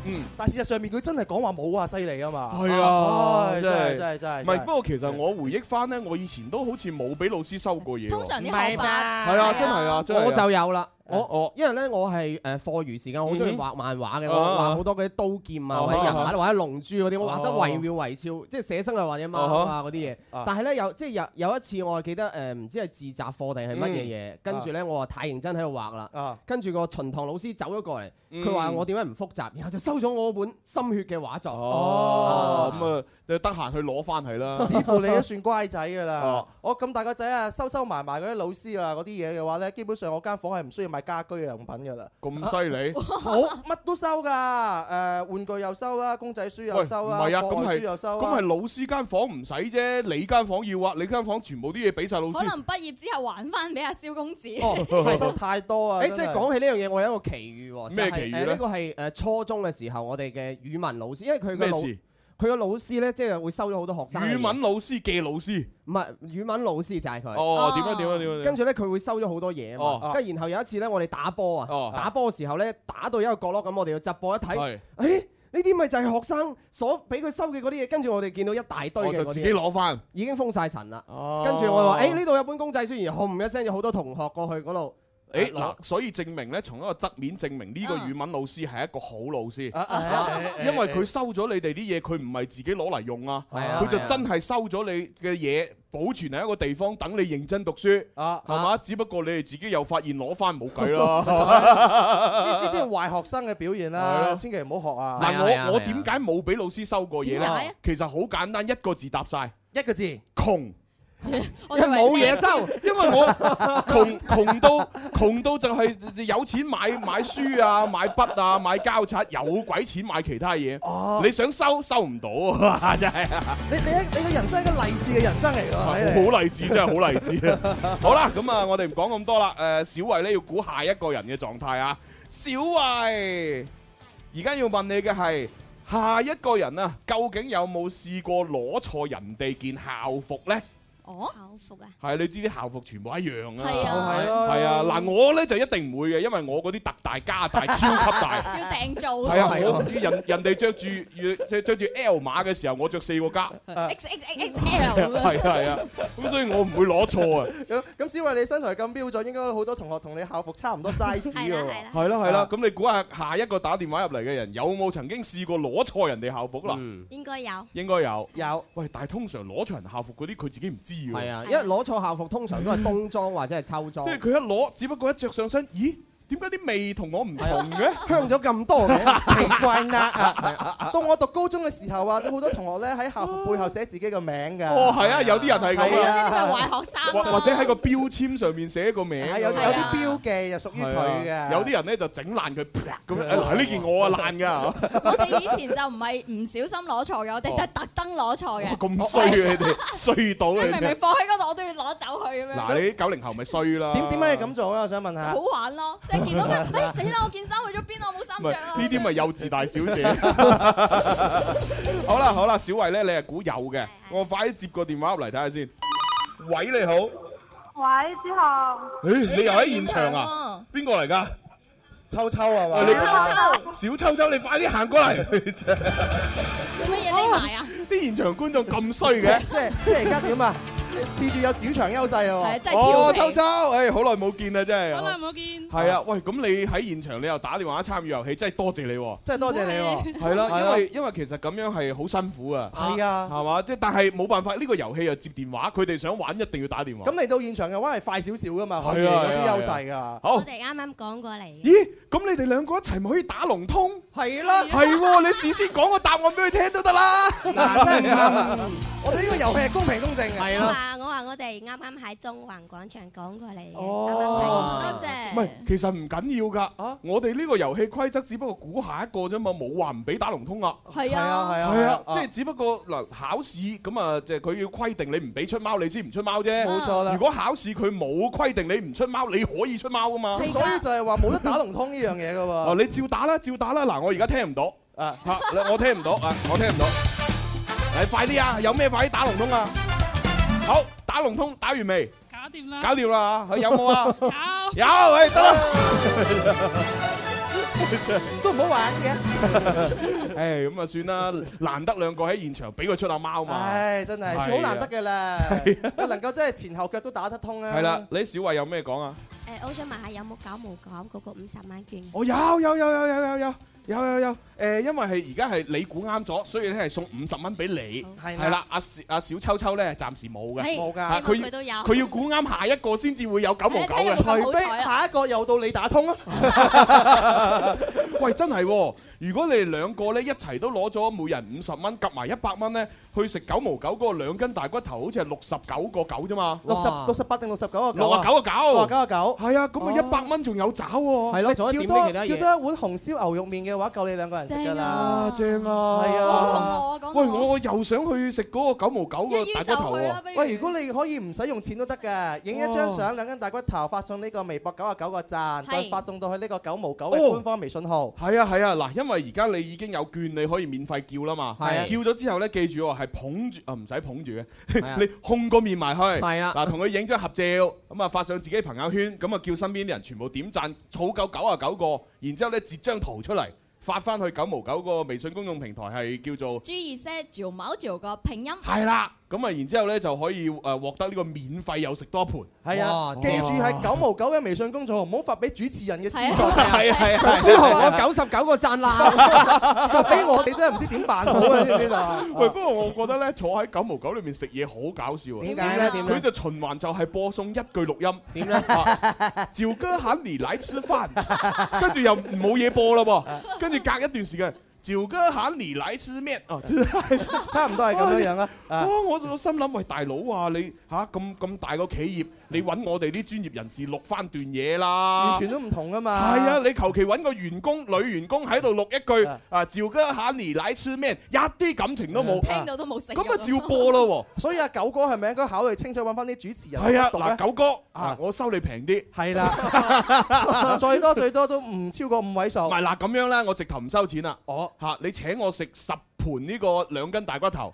Speaker 6: 嗯，
Speaker 14: 但事實上面佢真係講話冇啊，犀利啊嘛！
Speaker 6: 係啊，
Speaker 14: 唉真係真係真係。
Speaker 6: 唔係，不過其實我回憶翻咧，我以前都好似冇俾老師收過嘢喎。
Speaker 2: 通常啲
Speaker 8: 係
Speaker 2: 學霸
Speaker 6: 係啊真係啊真係啊
Speaker 8: 我就有啦。我
Speaker 6: 我
Speaker 8: 因為咧，我係誒課餘時間好中意畫漫畫嘅，我
Speaker 6: 啊啊
Speaker 8: 畫好多嗰啲刀劍啊，
Speaker 6: 啊
Speaker 8: 或者人
Speaker 6: 啊啊
Speaker 8: 物或者龍珠嗰啲，我畫得
Speaker 6: 啊啊
Speaker 8: 惟妙惟肖，即係寫生啊或者貓啊嗰啲嘢
Speaker 7: 啊。
Speaker 8: 但係咧有即係有有一次我係記得誒唔知係自習課定係乜嘢嘢
Speaker 7: 嗯，
Speaker 8: 跟住咧我話太認真喺度畫啦，跟住個秦堂老師走咗過嚟，
Speaker 6: 嗯
Speaker 8: 佢話我點解唔複習，然後就收咗我本心血嘅畫作。
Speaker 6: 哦，
Speaker 8: 啊
Speaker 6: 咁啊，就得閒去攞翻嚟啦。
Speaker 14: 似乎你都算乖仔㗎啦
Speaker 6: 哦。
Speaker 14: 我咁大個仔啊，收收埋埋嗰啲老師啊嗰啲嘢嘅話咧，基本上我間房係唔需要買家居用品㗎啦。
Speaker 6: 咁犀利
Speaker 14: 好，乜都收㗎。誒，玩具又收啦，公仔書
Speaker 6: 喂，
Speaker 14: 又
Speaker 6: 唔
Speaker 14: 收啦，
Speaker 6: 係啊，
Speaker 14: 課
Speaker 6: 咁
Speaker 14: 外書
Speaker 6: 係
Speaker 14: 又收
Speaker 6: 咁
Speaker 14: 啦。
Speaker 6: 係老師間房唔使啫，你間房要啊，你間房全部啲嘢俾晒老
Speaker 2: 可
Speaker 6: 師。
Speaker 2: 能畢業之後還翻俾阿蕭公子。
Speaker 8: 係
Speaker 14: 收太多啊
Speaker 8: 誒，
Speaker 14: 真
Speaker 8: 即係
Speaker 14: 係
Speaker 8: 講起呢樣嘢，我有一個奇遇喎。
Speaker 6: 咩
Speaker 8: 哦就係
Speaker 6: 奇遇
Speaker 8: 誒
Speaker 6: 呢
Speaker 8: 呢個係誒初中嘅時候，我哋嘅語文老師，因為佢個
Speaker 6: 咩
Speaker 8: 老
Speaker 6: 事
Speaker 8: 佢個老師咧，即係會收咗好多學生。
Speaker 6: 語文老師嘅老師，
Speaker 8: 唔係語文老師就係佢。
Speaker 6: 哦點啊點啊點啊點啊
Speaker 8: 跟住咧，佢會收咗好多嘢啊
Speaker 6: 哦
Speaker 8: 嘛。跟住然後有一次咧，我哋打波啊
Speaker 6: 哦，
Speaker 8: 打波嘅時候咧，打到一個角落咁，我哋要執波一睇，
Speaker 6: 係
Speaker 8: 誒呢啲咪就係學生所俾佢收嘅嗰啲嘢，跟住我哋見到一大堆嘅
Speaker 6: 我
Speaker 8: 嗰啲嘢
Speaker 6: 哦就自己攞翻。
Speaker 8: 已經封晒塵啦。
Speaker 6: 哦
Speaker 8: 跟住我話：誒呢度有本公仔書，然後轟一聲有好多同學過去嗰度。
Speaker 6: 誒嗱，所以證明咧，從一個側面證明呢個語文老師係一個好老師
Speaker 14: 啊啊，
Speaker 6: 因為佢收咗你哋啲嘢，佢唔係自己攞嚟用啊，
Speaker 8: 係啊
Speaker 6: 佢就
Speaker 8: 係啊
Speaker 6: 真係收咗你嘅嘢，保存喺一個地方等你認真讀書，
Speaker 14: 啊
Speaker 6: 係嘛？只不過你哋自己有發現攞翻冇計 啦。
Speaker 14: 呢呢啲係壞學生嘅表現
Speaker 6: 係
Speaker 14: 啦，
Speaker 6: 咯
Speaker 14: 千祈唔好學啊！
Speaker 6: 嗱，我我點解冇俾 老師收過嘢
Speaker 14: 點解啊
Speaker 6: 咧？其實好簡單，一個字答晒，
Speaker 14: 一個字
Speaker 6: 窮。
Speaker 2: 我以為
Speaker 6: 冇 嘢
Speaker 8: 收，
Speaker 6: 因為我窮窮到窮到就係有錢買買書啊、買筆啊、買膠擦，有鬼錢買其他嘢。你想收收唔到啊！ 真係啊，
Speaker 14: 你你你嘅人生係一個勵志嘅人生嚟㗎，睇嚟
Speaker 6: 好勵志，真係好勵志 啊！好啦，咁啊，我哋唔講咁多啦。誒，小慧咧要估下一個人嘅狀態啊。小慧，而家要問你嘅係下一個人啊，究竟有冇試過攞錯人哋件校服呢？
Speaker 2: 哦，
Speaker 4: 校服
Speaker 5: à.
Speaker 4: 啊，
Speaker 6: 係，你知啲校服全部一樣啊，
Speaker 2: 係啊
Speaker 6: 係
Speaker 2: 就係咯
Speaker 6: 係啊，嗱我咧就一定唔會嘅，因為我嗰啲特大、加 大、超級大，
Speaker 2: 要訂做。
Speaker 6: 係啊， 我人人哋着住着着住 L 碼嘅時候，我着四個 加，
Speaker 2: X X X L 咁樣
Speaker 6: 係啊係啊，咁所以我唔會攞錯啊，
Speaker 14: 咁咁，小慧你身材咁標準，應該好多同學同你校服差唔多 size 㗎喎。
Speaker 6: 係啦係啦，咁你估下下一個打電話入嚟嘅人有冇曾經試過攞錯人哋校服啦？
Speaker 14: 嗯
Speaker 7: 嗯
Speaker 4: 應該有。
Speaker 6: 應該有
Speaker 14: 有，
Speaker 6: 喂，但係通常攞錯人校服嗰啲，佢自己唔知㗎。
Speaker 8: 係啊，因為攞錯校服通常都係冬裝或者係秋裝。
Speaker 6: 即係佢一攞，只不過一着上身，咦？點解啲味同我唔同嘅？
Speaker 8: 香咗咁多嘅，
Speaker 14: 奇怪啦！啊到我讀高中嘅時候啊，都好多同學咧喺校服背後寫自己個名㗎。
Speaker 6: 哦，係啊，有啲人係咁
Speaker 14: 係
Speaker 6: 啊，啊
Speaker 14: 啊呢啲咪
Speaker 2: 壞學生
Speaker 6: 或
Speaker 2: 啊
Speaker 6: 或者喺個標籤上面寫個名，
Speaker 14: 係啊有有啲標記就屬於
Speaker 6: 係
Speaker 14: 佢
Speaker 6: 啊
Speaker 14: 嘅。
Speaker 6: 有啲人咧就整爛佢，啪咁樣嗱呢件我啊爛 㗎，
Speaker 2: 我哋以前就唔係唔小心攞錯嘅，我哋得特登攞錯嘅。
Speaker 6: 咁衰啊你哋，衰到
Speaker 2: 即係
Speaker 6: 你
Speaker 2: 明明
Speaker 6: 哋。
Speaker 2: 放喺嗰度，我都要攞走佢咁樣。
Speaker 6: 嗱你啲九零後咪衰啦。
Speaker 14: 點點解你咁做咧？啊我想問下
Speaker 2: 好。玩咯，即係見 到佢，哎死啦！我件衫去咗邊啊？我冇衫
Speaker 6: 唔
Speaker 2: 着
Speaker 6: 係
Speaker 2: 啊！
Speaker 6: 呢啲咪幼稚大小姐。好啦好啦，小慧咧，你係估有嘅，我快啲接個電話入嚟睇下先。喂，你好，
Speaker 13: 喂，之後
Speaker 6: 誒你又喺現場啊？邊個嚟㗎？
Speaker 7: 秋秋係
Speaker 6: 嘛
Speaker 13: 小
Speaker 6: 小秋秋，你快啲行過嚟！
Speaker 2: 做乜嘢匿埋啊？
Speaker 6: 啲現場觀眾咁 衰嘅，
Speaker 7: 即係即係而家點啊？試住有主場優勢咯喎，
Speaker 6: 哦，秋秋，誒，好耐冇見啦，真係。
Speaker 15: 好耐冇見。
Speaker 6: 係啊，喂，咁你喺現場你又打電話參與遊戲，真係多謝你喎。
Speaker 7: 真係多謝你喎，啊
Speaker 6: 係啦，因為因為其實咁樣係好辛苦啊。
Speaker 7: 係啊
Speaker 6: 係嘛？即係但係冇辦法，呢個遊戲又接電話，佢哋想玩一定要打電話。
Speaker 7: 咁嚟到現場嘅話係快少少噶嘛，可以
Speaker 6: 係
Speaker 7: 有
Speaker 6: 啊係
Speaker 7: 啲
Speaker 6: 啊
Speaker 7: 優勢㗎。
Speaker 6: 好
Speaker 4: 我。哋啱啱講過嚟，
Speaker 6: 咦？咁你哋兩個一齊咪可以打龍通？
Speaker 7: 係啦
Speaker 6: 係啊喎，你事先講個答案俾佢聽都得啦。
Speaker 7: 嗱，真係唔啱。啊我哋呢個遊戲係公平公正嘅。
Speaker 4: 我
Speaker 5: à,
Speaker 4: 話我話我哋啱啱喺中環廣場講過嚟嘅，
Speaker 6: 哦
Speaker 4: 啱啱睇過多謝。
Speaker 6: 唔係，其實唔緊要㗎。我哋呢個遊戲規則只不過估下一個啫嘛，冇話唔俾打龍通啊。
Speaker 2: 係啊係啊
Speaker 6: 係
Speaker 2: 係啊
Speaker 6: 啊，即係只不過嗱考試咁啊，即係佢要規定你唔俾出貓，你先唔出貓啫。
Speaker 7: 冇錯啦
Speaker 6: 如果考試佢冇規定你唔出貓，你可以出貓㗎嘛。
Speaker 7: 所以就係話冇得打龍通呢樣嘢㗎喎。
Speaker 6: 哦，你照打啦，照打啦！嗱，我而家聽唔到啊，嚇，我聽唔到啊，我聽唔到。嚟快啲啊！有咩快啲打龍通啊！好，打龍通打完未？
Speaker 15: 搞掂啦，
Speaker 6: 搞掂啦啊佢有冇啊？
Speaker 15: 有
Speaker 6: 有，誒得啦。
Speaker 7: 都唔好玩嘅。
Speaker 6: 誒咁啊算啦，難得兩個喺現場俾佢出下貓嘛。
Speaker 7: 唉，真係好難得嘅啦，能夠真係前後腳都打得通咧。
Speaker 6: 係啦，你小慧有咩講啊？
Speaker 4: 誒，我想問下有冇搞冇搞嗰個五十萬券？
Speaker 6: 我哦有有有有有有有有有有誒，因為係而家係你估啱咗，所以咧係送五十蚊俾你。
Speaker 7: 係啦
Speaker 6: 係啦，阿小阿小秋秋咧暫時冇嘅，
Speaker 7: 係冇㗎
Speaker 6: 啊
Speaker 7: 希望佢
Speaker 6: 要
Speaker 7: 都有啊
Speaker 6: 佢要估啱下一個先至會有九毛九 嘅。
Speaker 7: 除非下一個又到你打通啊！
Speaker 6: 喂，真係喎！如果你哋兩個咧一齊都攞咗每人五十蚊，夾埋一百蚊咧，去食九毛九嗰個兩斤大骨頭，好似係六十九個九啫嘛。
Speaker 7: 六十六十八定六十九個九
Speaker 6: 六啊九個九，
Speaker 7: 六啊九個九。
Speaker 6: 係啊，咁啊一百蚊仲有找喎。
Speaker 7: 喂叫多叫多一碗紅燒牛肉麵嘅話，夠你兩個人食㗎啦。
Speaker 6: 正啊！
Speaker 7: 係啊，
Speaker 6: 喂，我我又想去食嗰個九毛九個大骨頭喎。
Speaker 7: 喂，如果你可以唔使用錢都得嘅，影一張
Speaker 6: 哦
Speaker 7: 相兩斤大骨頭，發送呢個微博九啊九個贊，再發動到去呢個九毛九
Speaker 6: 哦
Speaker 7: 嘅官方微信號。
Speaker 6: 係啊係啊，嗱，因為而家你已經有券，你可以免費叫啦嘛。
Speaker 7: 係啊
Speaker 6: 叫咗之後咧，記住喎，係 捧住啊，唔使捧住
Speaker 7: 啊
Speaker 6: 嘅， 你控個面埋去。
Speaker 7: 係啊啦
Speaker 6: 嗱，同佢影張合照，咁啊發上自己朋友圈，咁啊叫身邊啲人全部點讚，儲夠九啊九個，然之後咧截張圖出嚟，發翻去九毛啊九個微信公眾平台係叫做。
Speaker 2: G 二 set 九毛九個拼音
Speaker 6: 係啦，咁啊，然之後咧就可以誒獲得呢個免費又食多盤。
Speaker 7: 係啊，記住係九毛九嘅微信公眾號，唔好發俾主持人嘅私信。
Speaker 6: 係啊係啊係啊
Speaker 7: 之後
Speaker 6: 係
Speaker 7: 我
Speaker 6: 啊
Speaker 7: 九十九個贊啦， 發俾我哋真係唔知點 辦好啊！知唔知道啊？
Speaker 6: 喂，不過我覺得咧，坐喺九毛九裏面食嘢好搞笑啊！
Speaker 7: 點解咧點咧
Speaker 6: 佢就循環就係播送一句錄音。點咧？
Speaker 7: 啊
Speaker 6: 趙哥喊你嚟吃飯， 跟住又冇嘢播啦喎，跟住隔一段時間。趙哥喊你嚟吃麵啊，
Speaker 7: 差唔多係咁樣啊樣啦
Speaker 6: 哇！我我心諗，喂，大佬啊，你嚇咁咁大個企業，你揾我哋啲專業人士錄翻段嘢啦，
Speaker 7: 完全都唔同噶嘛。
Speaker 6: 係啊，你求其揾個員工、女員工喺度錄一句啊，趙哥喊你奶吃咩，一啲感情都冇，
Speaker 7: 嗯
Speaker 2: 聽到都冇食慾。
Speaker 6: 咁啊照播咯
Speaker 7: 所以阿九哥係咪應該考慮清楚揾翻啲主持
Speaker 6: 喎。
Speaker 7: 人
Speaker 6: 係啊，
Speaker 7: 讀咧
Speaker 6: 嗱，九哥啊，我收你平啲。
Speaker 7: 係啦， 最多最多都唔超過五位數。
Speaker 6: 唔係嗱，咁樣啦，我直頭唔收錢啦。哦，嚇你請我食十盤呢個兩斤大 骨頭，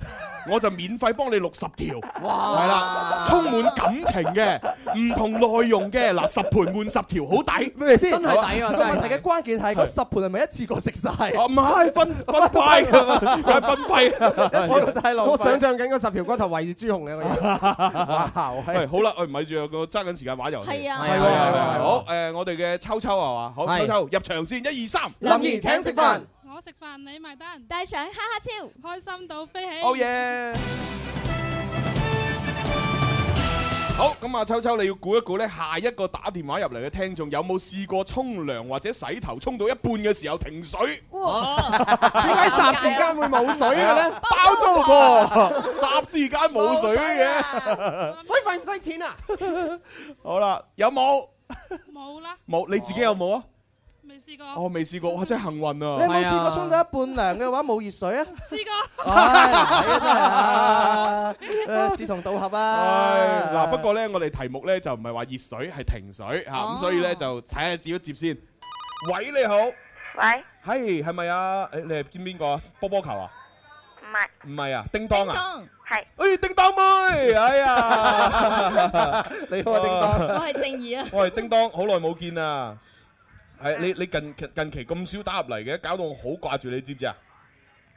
Speaker 6: 我就免費幫你錄十條。
Speaker 7: 哇
Speaker 6: 係啦，充滿感情嘅，唔同內容嘅，嗱十盤換十條，好抵。
Speaker 7: 明唔明先？個
Speaker 6: 係嘛
Speaker 7: 問題嘅關鍵啊係嗰十盤係咪一次過食晒？
Speaker 6: 哦唔係分分派㗎 啊嘛梗係分派㗎
Speaker 7: 啊一次過太浪費
Speaker 14: 我想象緊嗰十條骨頭圍住朱紅你個
Speaker 6: 哇
Speaker 7: 係
Speaker 6: 喂，好啦，喂，唔係住我揸緊時間玩遊戲。
Speaker 14: 係啊
Speaker 6: 係
Speaker 14: 係啊係啊
Speaker 6: 喎，好誒，我哋嘅秋秋啊係嘛？好，
Speaker 14: 係
Speaker 6: 秋秋入場先，一二三，
Speaker 14: 林怡請食飯。
Speaker 15: 我食飯你埋單，
Speaker 2: 帶上哈哈超，
Speaker 15: 開心到飛起。
Speaker 6: 好嘢！好咁啊，秋秋你要估一估咧，下一個打電話入嚟嘅聽眾有冇試過沖涼或者洗頭沖到一半嘅時候停水？
Speaker 14: 點解霎時間會冇水嘅咧？
Speaker 6: 包租婆，啊霎時間冇水
Speaker 14: 啊
Speaker 6: 嘅。
Speaker 14: 水費唔使錢啊！
Speaker 6: 好啦，有冇？
Speaker 15: 冇啦，
Speaker 6: 冇，你自己有冇啊？
Speaker 15: 未試
Speaker 6: 我
Speaker 15: 過。
Speaker 6: 未試過，哇！真係幸運啊！
Speaker 7: 你有冇試過沖到一半涼嘅話冇熱 水啊？
Speaker 15: 試過。
Speaker 7: Ờ. à, 唉真係啊誒志同道合啊！
Speaker 6: 唉，嗱，不過咧，我哋題目咧就唔係話熱水，係停水嚇，
Speaker 7: 哦
Speaker 6: 咁所以咧就睇下接一接先。喂，你好。
Speaker 13: 喂。
Speaker 6: 係係咪啊？誒，你係邊邊個啊？波波球啊？
Speaker 13: 唔
Speaker 6: 唔係啊，叮當啊，
Speaker 13: 係。
Speaker 6: 哎，叮當 妹，哎呀，
Speaker 7: 你
Speaker 6: 好啊，叮當，
Speaker 2: 我係正義啊！
Speaker 6: 我係叮當，好耐冇見
Speaker 7: 啊
Speaker 6: 啦。係你你近期近期咁少打入嚟嘅，搞到我好掛住你，知唔 知啊？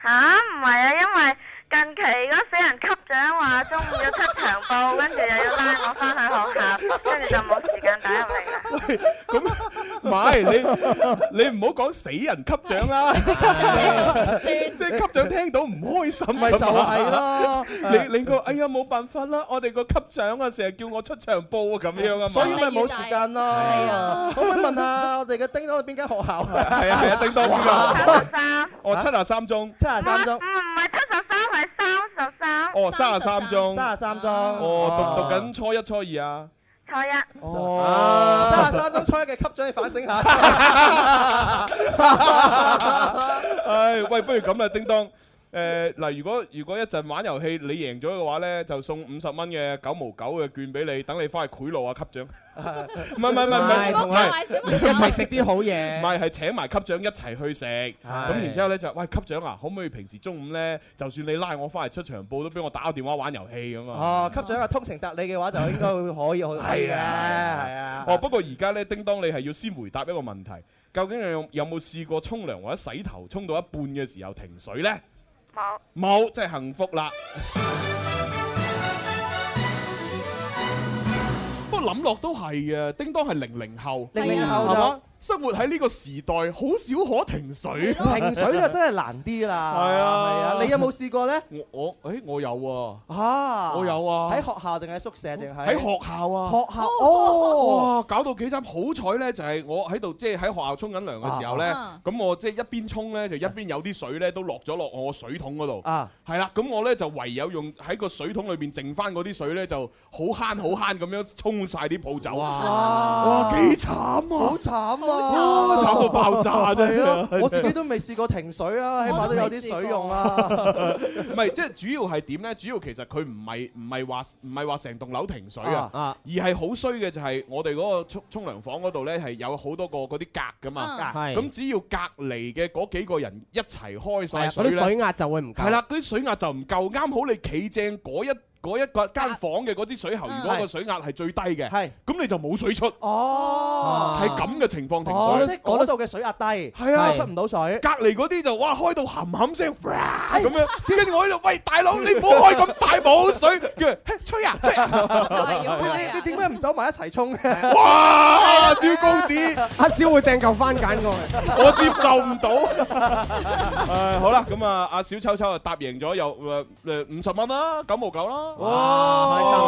Speaker 13: 吓，唔係啊，因為近期嗰死人級獎話中午要出場報，跟住又要拉我翻去學校，跟住就冇時間打入嚟啦。
Speaker 6: 唔係你你唔好講死人級 獎啦，即係級獎聽到唔開心，啊
Speaker 7: 咪就係咯
Speaker 6: 你你個哎呀冇辦法啦，我哋個級獎啊，成日叫我出場報啊咁樣啊嘛，
Speaker 7: 所以咪冇時間咯。
Speaker 6: 係啊
Speaker 7: 可唔可以問下我哋嘅叮當係邊間學校啊？
Speaker 6: 係啊係啊，叮當邊個？哦，七啊三中，
Speaker 7: 七啊三中。
Speaker 6: 哦，三啊三中，
Speaker 7: 三十三中。
Speaker 6: 哦，讀讀緊初一初二啊。
Speaker 13: 初一。
Speaker 6: 哦，
Speaker 7: 三十三中初一嘅級獎，你反省 下。
Speaker 6: 唉，喂，不如咁啦，叮當。誒嗱、如果如果一陣玩遊戲你贏咗嘅話咧，就送五十蚊嘅九毛九嘅券俾你，等你翻去賄賂啊級獎。唔係唔係唔係唔係，
Speaker 14: 一齊食啲好嘢。
Speaker 6: 唔係係請埋級獎一齊去食。咁然之後咧就喂級獎啊，可唔可以平時中午咧，就算你拉我翻嚟出場報，都俾我打個電話玩遊戲咁
Speaker 7: 哦，
Speaker 6: 啊？
Speaker 7: 級獎啊，通情達理嘅話就應該會可以好啲嘅，
Speaker 6: 係
Speaker 7: 啊係啊。
Speaker 6: 哦，不過而家咧，叮當你係要先回答一個問題，究竟你有有冇試過沖涼或者洗頭沖到一半嘅時候停水呢？
Speaker 13: 冇。
Speaker 6: 冇，真係幸福啦！不過諗落都係嘅，叮當係零零後，
Speaker 7: 零零後
Speaker 6: 係嘛
Speaker 7: 就？
Speaker 6: 生活喺呢個時代，好少可停水。
Speaker 7: 停水就真係難啲啦。
Speaker 6: 係啊
Speaker 7: 係啊，你有冇試過咧？
Speaker 6: 我我誒我有喎，
Speaker 7: 啊，
Speaker 6: 我有啊
Speaker 7: 喺學校定係宿舍定係？
Speaker 6: 喺學校啊，
Speaker 7: 學校哦。
Speaker 6: 哇，搞到幾慘！好彩咧，就係我喺度即係喺學校沖緊涼嘅時候咧
Speaker 7: 啊，
Speaker 6: 咁我即係一邊沖咧，就一邊有啲水咧都落咗落我水桶嗰度。
Speaker 7: 啊，
Speaker 6: 係啦，咁我咧就唯有用喺個水桶裏邊剩翻嗰啲水咧，就好慳好慳咁樣沖晒啲鋪走啊！哇，幾慘啊！
Speaker 7: 好慘啊！
Speaker 6: 哇慘到爆炸真係
Speaker 7: 係啊我自己都未試過停水 啊，起碼都有啲水用啦。
Speaker 6: 唔係，即係主要係點呢？主要其實佢唔係唔係話唔係話成棟樓停水啊，
Speaker 7: 啊
Speaker 6: 而係好衰嘅就係我哋嗰個沖沖涼房嗰度呢，係有好多個嗰啲格㗎嘛，
Speaker 14: 啊係
Speaker 6: 咁只要隔離嘅嗰幾個人一齊開
Speaker 14: 係啊
Speaker 6: 晒
Speaker 14: 嗰啲
Speaker 6: 水呢
Speaker 14: 水壓就會唔夠。
Speaker 6: 係啦，嗰啲水壓就唔夠，啱好你企正嗰一嗰一個間房嘅嗰支水喉，如果個水壓係最低嘅，
Speaker 7: 係
Speaker 6: 咁你就冇水出，
Speaker 7: 哦，
Speaker 6: 係咁嘅情況
Speaker 7: 哦，
Speaker 6: 停
Speaker 7: 即
Speaker 6: 水
Speaker 7: 係。嗰度嘅水壓低，係
Speaker 6: 啊
Speaker 7: 出唔到水。
Speaker 6: 隔離嗰啲就哇開到冚冚聲，咁樣，跟住我喺度喂大佬，你唔好開咁大冇水，跟住嘿吹啊吹
Speaker 7: 你你點解唔走埋一齊沖嘅？
Speaker 6: 哇！阿蕭公子，
Speaker 14: 啊阿蕭會掟嚿番梘過嚟。
Speaker 6: 我接受唔到。誒好啦，咁啊，阿小秋秋啊答贏咗又誒誒五十蚊啦，九毛九啦。哇！開心。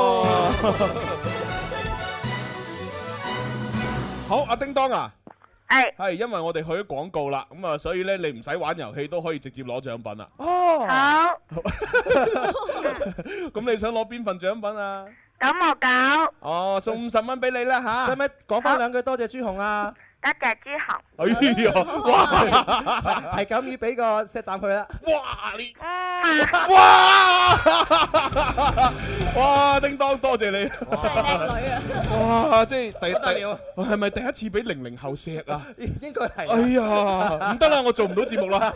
Speaker 6: 好，阿叮當啊，
Speaker 13: 係
Speaker 6: 係，因為我哋去咗廣告啦，咁啊，所以咧你唔使玩遊戲都可以直接攞獎品啊啦。
Speaker 7: 哦，
Speaker 13: 好，
Speaker 6: 咁你想攞邊份獎品啊？
Speaker 13: 九毛九，
Speaker 6: 哦，送五十蚊俾你啦吓。
Speaker 7: 使唔使講翻兩句多謝朱紅啊？
Speaker 13: 多謝朱紅。
Speaker 6: 哎 呀，哇！
Speaker 7: 係咁要俾個石啖佢啦。
Speaker 6: 哇！你哇！ 哇！叮當，多謝你。
Speaker 2: 真係叻女啊！
Speaker 6: 哇！即係第
Speaker 7: 不得了
Speaker 6: 第係咪第一次俾零零後錫 啊？
Speaker 7: 應該係。
Speaker 6: 哎呀，唔得啦，我做唔到節目 啦，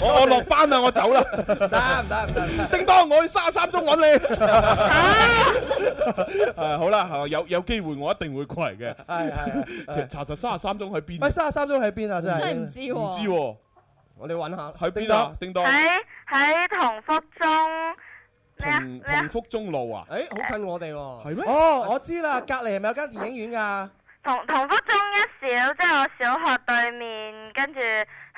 Speaker 6: 我我落班啊啦，我走啦。
Speaker 7: 得唔得唔得唔得？
Speaker 6: 叮當，我去沙三中揾你。誒好啦，係有有機會我一定會過嚟嘅。
Speaker 7: 係係
Speaker 6: 查查實三十三中喺邊？
Speaker 7: 喂，三十三中喺邊啊？真係
Speaker 2: 真係唔知喎
Speaker 6: 唔知喎，
Speaker 7: 我哋揾下
Speaker 6: 喺邊啊？叮當，
Speaker 5: 哎
Speaker 13: 喺喺同福中
Speaker 6: 同同福中路
Speaker 7: 哎
Speaker 6: 啊？
Speaker 14: 誒，好近我哋喎。
Speaker 6: 係咩？
Speaker 7: 哦，我知啦，隔離係咪有間電影院㗎？
Speaker 13: 同同福中一小，即係我小學對面，跟住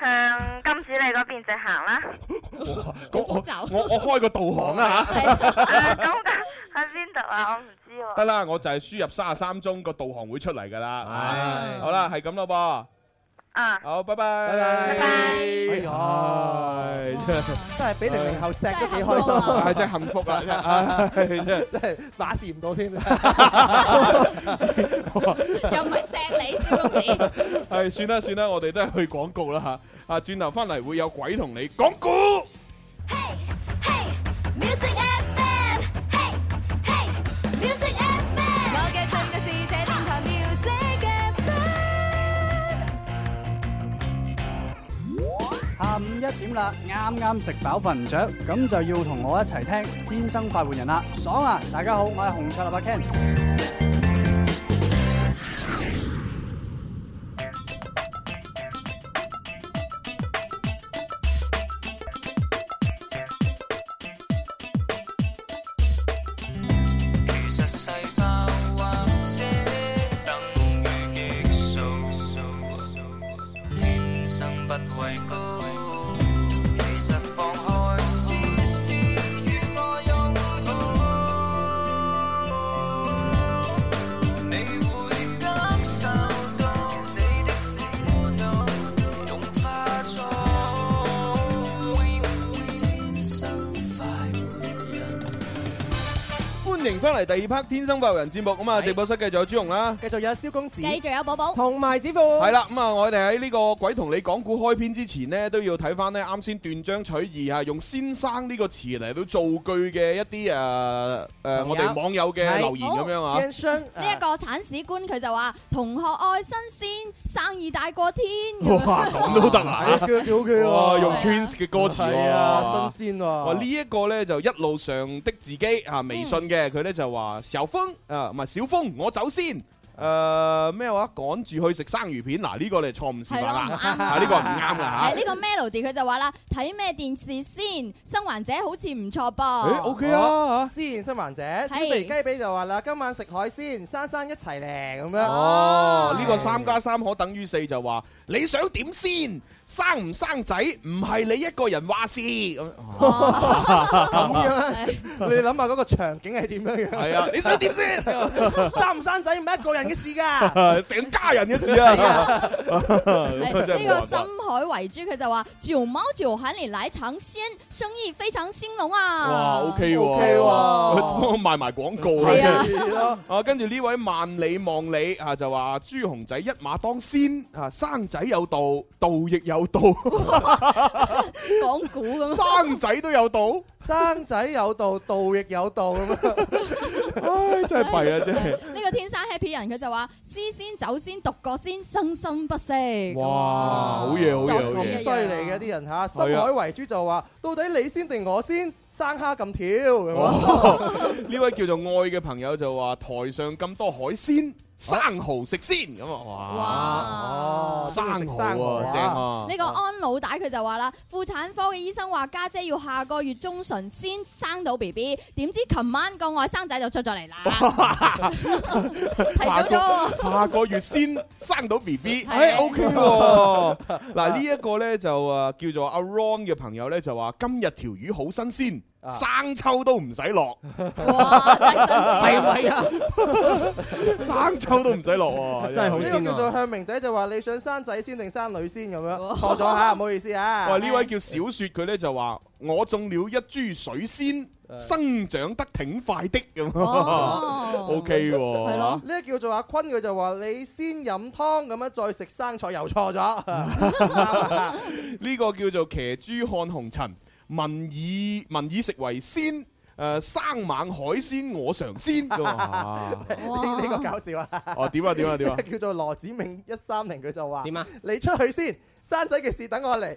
Speaker 13: 向金子利嗰邊直行啦。
Speaker 6: 我我我我開個導航啊 啦嚇。
Speaker 5: À,
Speaker 13: 喺邊度啊？我唔知喎。
Speaker 6: 得啦，我就係輸入三十三中個導航會出嚟㗎啦。唉好啦，係咁咯噃。
Speaker 13: 啊，
Speaker 6: 好，拜拜，拜拜，
Speaker 7: 哎呀，真係俾零零後錫都
Speaker 2: 哎
Speaker 7: 幾開心啊！
Speaker 6: 唉真係幸 福啊！真係唉
Speaker 7: 真係把持唔到添。
Speaker 2: 又唔係錫你，小公子。
Speaker 6: 係算啦算啦，我哋都係去廣告啦嚇。啊，轉頭翻嚟會有鬼同你講故。
Speaker 16: Music FM，嘿嘿，Music FM，我嘅最愛是這電台 Music FM。
Speaker 12: 下午一一點啦，啱啱食飽瞓唔着，咁就要同我一齊聽《天生快活人》啦，爽啊！大家好，我係紅菜蘿蔔 Ken。
Speaker 10: 實世化或者等於極數，天生不畏高。其實放開試試，與我擁抱，你會感受到你的苦惱融化咗。天生快活人。
Speaker 6: 欢迎翻嚟第二 part《天生快活人》節目咁啊！直播室繼續有朱紅啦。
Speaker 7: 繼續有蕭公子，
Speaker 2: 繼續有寶寶，
Speaker 14: 同埋子富，
Speaker 6: 系 啦，咁啊，我哋喺呢個鬼同你講故開篇之前呢，都要睇翻呢啱先斷章取義啊，用先生呢個詞嚟到造句嘅一啲诶诶，
Speaker 7: 啊
Speaker 6: 我哋網友嘅留言咁樣啊。
Speaker 2: 呢一個鏟屎官佢就話：同學愛新鮮，生意大過天。
Speaker 6: 哇，咁都得啊！
Speaker 7: 幾 OK 喎
Speaker 6: 哇用 Twins 嘅歌詞喎
Speaker 7: 係啊新鮮喎
Speaker 6: 哇呢一個咧就一路上的自己啊，微信嘅佢咧就話：小峰啊，唔係小峰，我走先。誒咩話？趕住去食生魚片，嗱呢個你係錯誤示範啦，
Speaker 2: 係咯唔啱啊
Speaker 6: 啊呢個唔啱啊啦
Speaker 2: 誒
Speaker 6: 嚇
Speaker 2: 呢。個 Melody 佢就話啦：睇咩電視先？生還者好似唔錯
Speaker 6: 誒
Speaker 2: 噃。
Speaker 6: ，OK
Speaker 7: 哦
Speaker 6: 啊
Speaker 7: 先生還者，小
Speaker 2: 係
Speaker 7: 肥雞髀就話啦，今晚食海鮮，珊珊一齊咧咁樣。
Speaker 6: 哦，呢個三加三可等於四就話你想點先？生唔生仔唔係你一個人話事咁。哦
Speaker 7: 咁樣，你諗下嗰個場景係點樣樣？
Speaker 6: 係啊你想點 先？
Speaker 7: 生唔生仔唔係一個人嘅事 㗎。
Speaker 6: 成家人嘅事啊！ 哎
Speaker 2: 呢
Speaker 6: 呢
Speaker 2: 個深海圍珠佢就話：九毛九喊你奶橙鮮，生意非常興隆啊！
Speaker 6: 哇，OK 喎，OK 啊喎，賣埋廣告
Speaker 2: 係啊
Speaker 6: 啊！啊，跟住呢位萬里望你啊，就話朱紅仔一馬當先啊，生仔有道，道亦有道，
Speaker 2: 講古咁。
Speaker 6: 生仔都有道，
Speaker 7: 生仔有道，道亦有道咁樣。
Speaker 6: 唉，真係弊啊，真係。
Speaker 2: 呢個天生 happy 人佢就話：詩先走先，獨角先，生生不息。
Speaker 6: 哇，好嘢，好嘢，好
Speaker 7: 咁
Speaker 6: 嘢
Speaker 7: 犀！利嘅啲人嚇，深
Speaker 6: 係啊
Speaker 7: 海為珠就話：到底你先定我先？生蝦咁跳咁樣。
Speaker 6: 哦呢位叫做愛嘅朋友就話：台上咁多海鮮，生蠔食先咁啊！哇，生蠔啊，正啊！
Speaker 2: 呢個安老大佢就話啦，婦產科嘅醫生話家姐要下個月中旬先生到 B B，點知琴晚個外甥仔就出咗嚟啦。
Speaker 6: 提
Speaker 2: 早咗
Speaker 6: 下個月先生到 B B，
Speaker 2: 係
Speaker 6: 哎 OK 喎。嗱呢一個咧就啊叫做阿 Ron 嘅朋友咧就話今日條魚好新鮮，生抽都唔使落。
Speaker 2: 哇，真係
Speaker 7: 係咪啊？
Speaker 6: 生抽都唔使 落喎，
Speaker 7: 呢個叫做向明仔就話：你想生仔先定生女先咁樣？錯咗嚇，唔好意思啊。
Speaker 6: 哇！呢位叫小雪，佢咧就話：我種了一株水仙，生長得挺快的咁。
Speaker 7: 哦
Speaker 6: OK 喎，
Speaker 7: 係咯，呢個叫做阿坤，佢就話你先飲湯咁樣，再食生菜又錯咗。
Speaker 6: 呢個叫做騎豬看紅塵，民以民以食為先。誒、生猛海鮮我嘗鮮咁啊！
Speaker 7: 呢呢個搞笑啊！
Speaker 6: 哦點啊 點啊點啊
Speaker 7: 呢個叫做羅子明一三零，佢就話
Speaker 6: 點啊？
Speaker 7: 你出去先，生仔嘅事等我 嚟。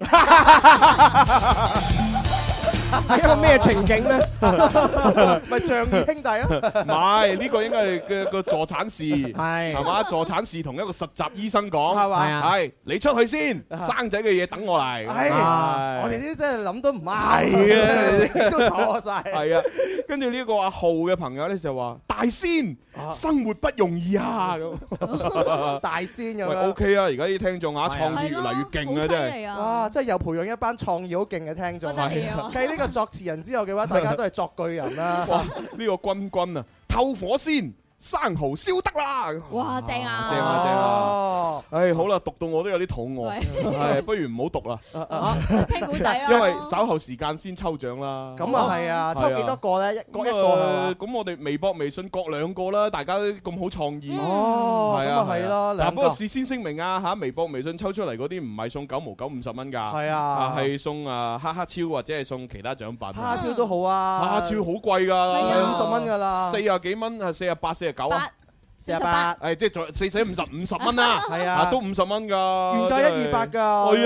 Speaker 14: 係一個咩情景咧？
Speaker 7: 咪仗義兄弟啊！
Speaker 6: 唔係呢個應該係嘅個助產士係係嘛？助產士同一個實習醫生講係
Speaker 7: 嘛係啊
Speaker 6: 係你出去先，生仔嘅嘢等我嚟。
Speaker 7: 唉，
Speaker 6: 係
Speaker 7: 我哋呢啲真係諗都唔啱，
Speaker 6: 係啊，
Speaker 7: 自己都錯晒。
Speaker 6: 係啊，跟住呢個阿浩嘅朋友咧就話：大仙，生活不容易啊！咁
Speaker 7: 啊 大仙咁
Speaker 6: 喂
Speaker 7: 樣
Speaker 6: OK 啊！而家啲聽眾啊，創意越嚟越勁啊，真係。
Speaker 7: 哇！真係又培養一班創意好勁嘅聽眾，
Speaker 6: 不得 了啊
Speaker 7: 繼呢個作詞人之後嘅話，大家都係作 句人啦。
Speaker 6: 哇！呢個君君啊，透火先，生蠔燒得啦！
Speaker 2: 哇，正啊！哦
Speaker 6: 正啊正啊！唉，好啦，讀到我都有啲肚餓，
Speaker 2: 喂啊
Speaker 6: 係不如唔好讀
Speaker 7: 啊
Speaker 6: 啦，
Speaker 2: 聽古仔啦哦
Speaker 6: 因為稍後時間先抽獎啦。
Speaker 7: 咁啊係啊，抽幾多個咧？一
Speaker 6: 咁
Speaker 7: 各一個係嘛
Speaker 6: 啊？咁我哋微博、微信各兩個啦，大家都咁好創意。
Speaker 7: 哦
Speaker 6: 係
Speaker 7: 咁啊係咯
Speaker 6: 係
Speaker 7: 兩
Speaker 6: 嗱，
Speaker 7: 個
Speaker 6: 不過事先聲明啊，嚇微博、微信抽出嚟嗰啲唔係送九毛九五十蚊㗎，係
Speaker 7: 啊
Speaker 6: 係送啊黑黑超或者係送其他獎品。
Speaker 7: 蝦超都好啊，
Speaker 6: 蝦超好貴㗎，
Speaker 7: 啊五十蚊㗎啦
Speaker 6: 四啊幾蚊啊，四啊八、四啊九啊。
Speaker 7: 48
Speaker 6: 係即係仲四捨五十五十蚊 啦，
Speaker 7: 係啊
Speaker 6: 都五十蚊㗎，
Speaker 7: 原價
Speaker 6: 真係
Speaker 7: 128㗎
Speaker 6: 係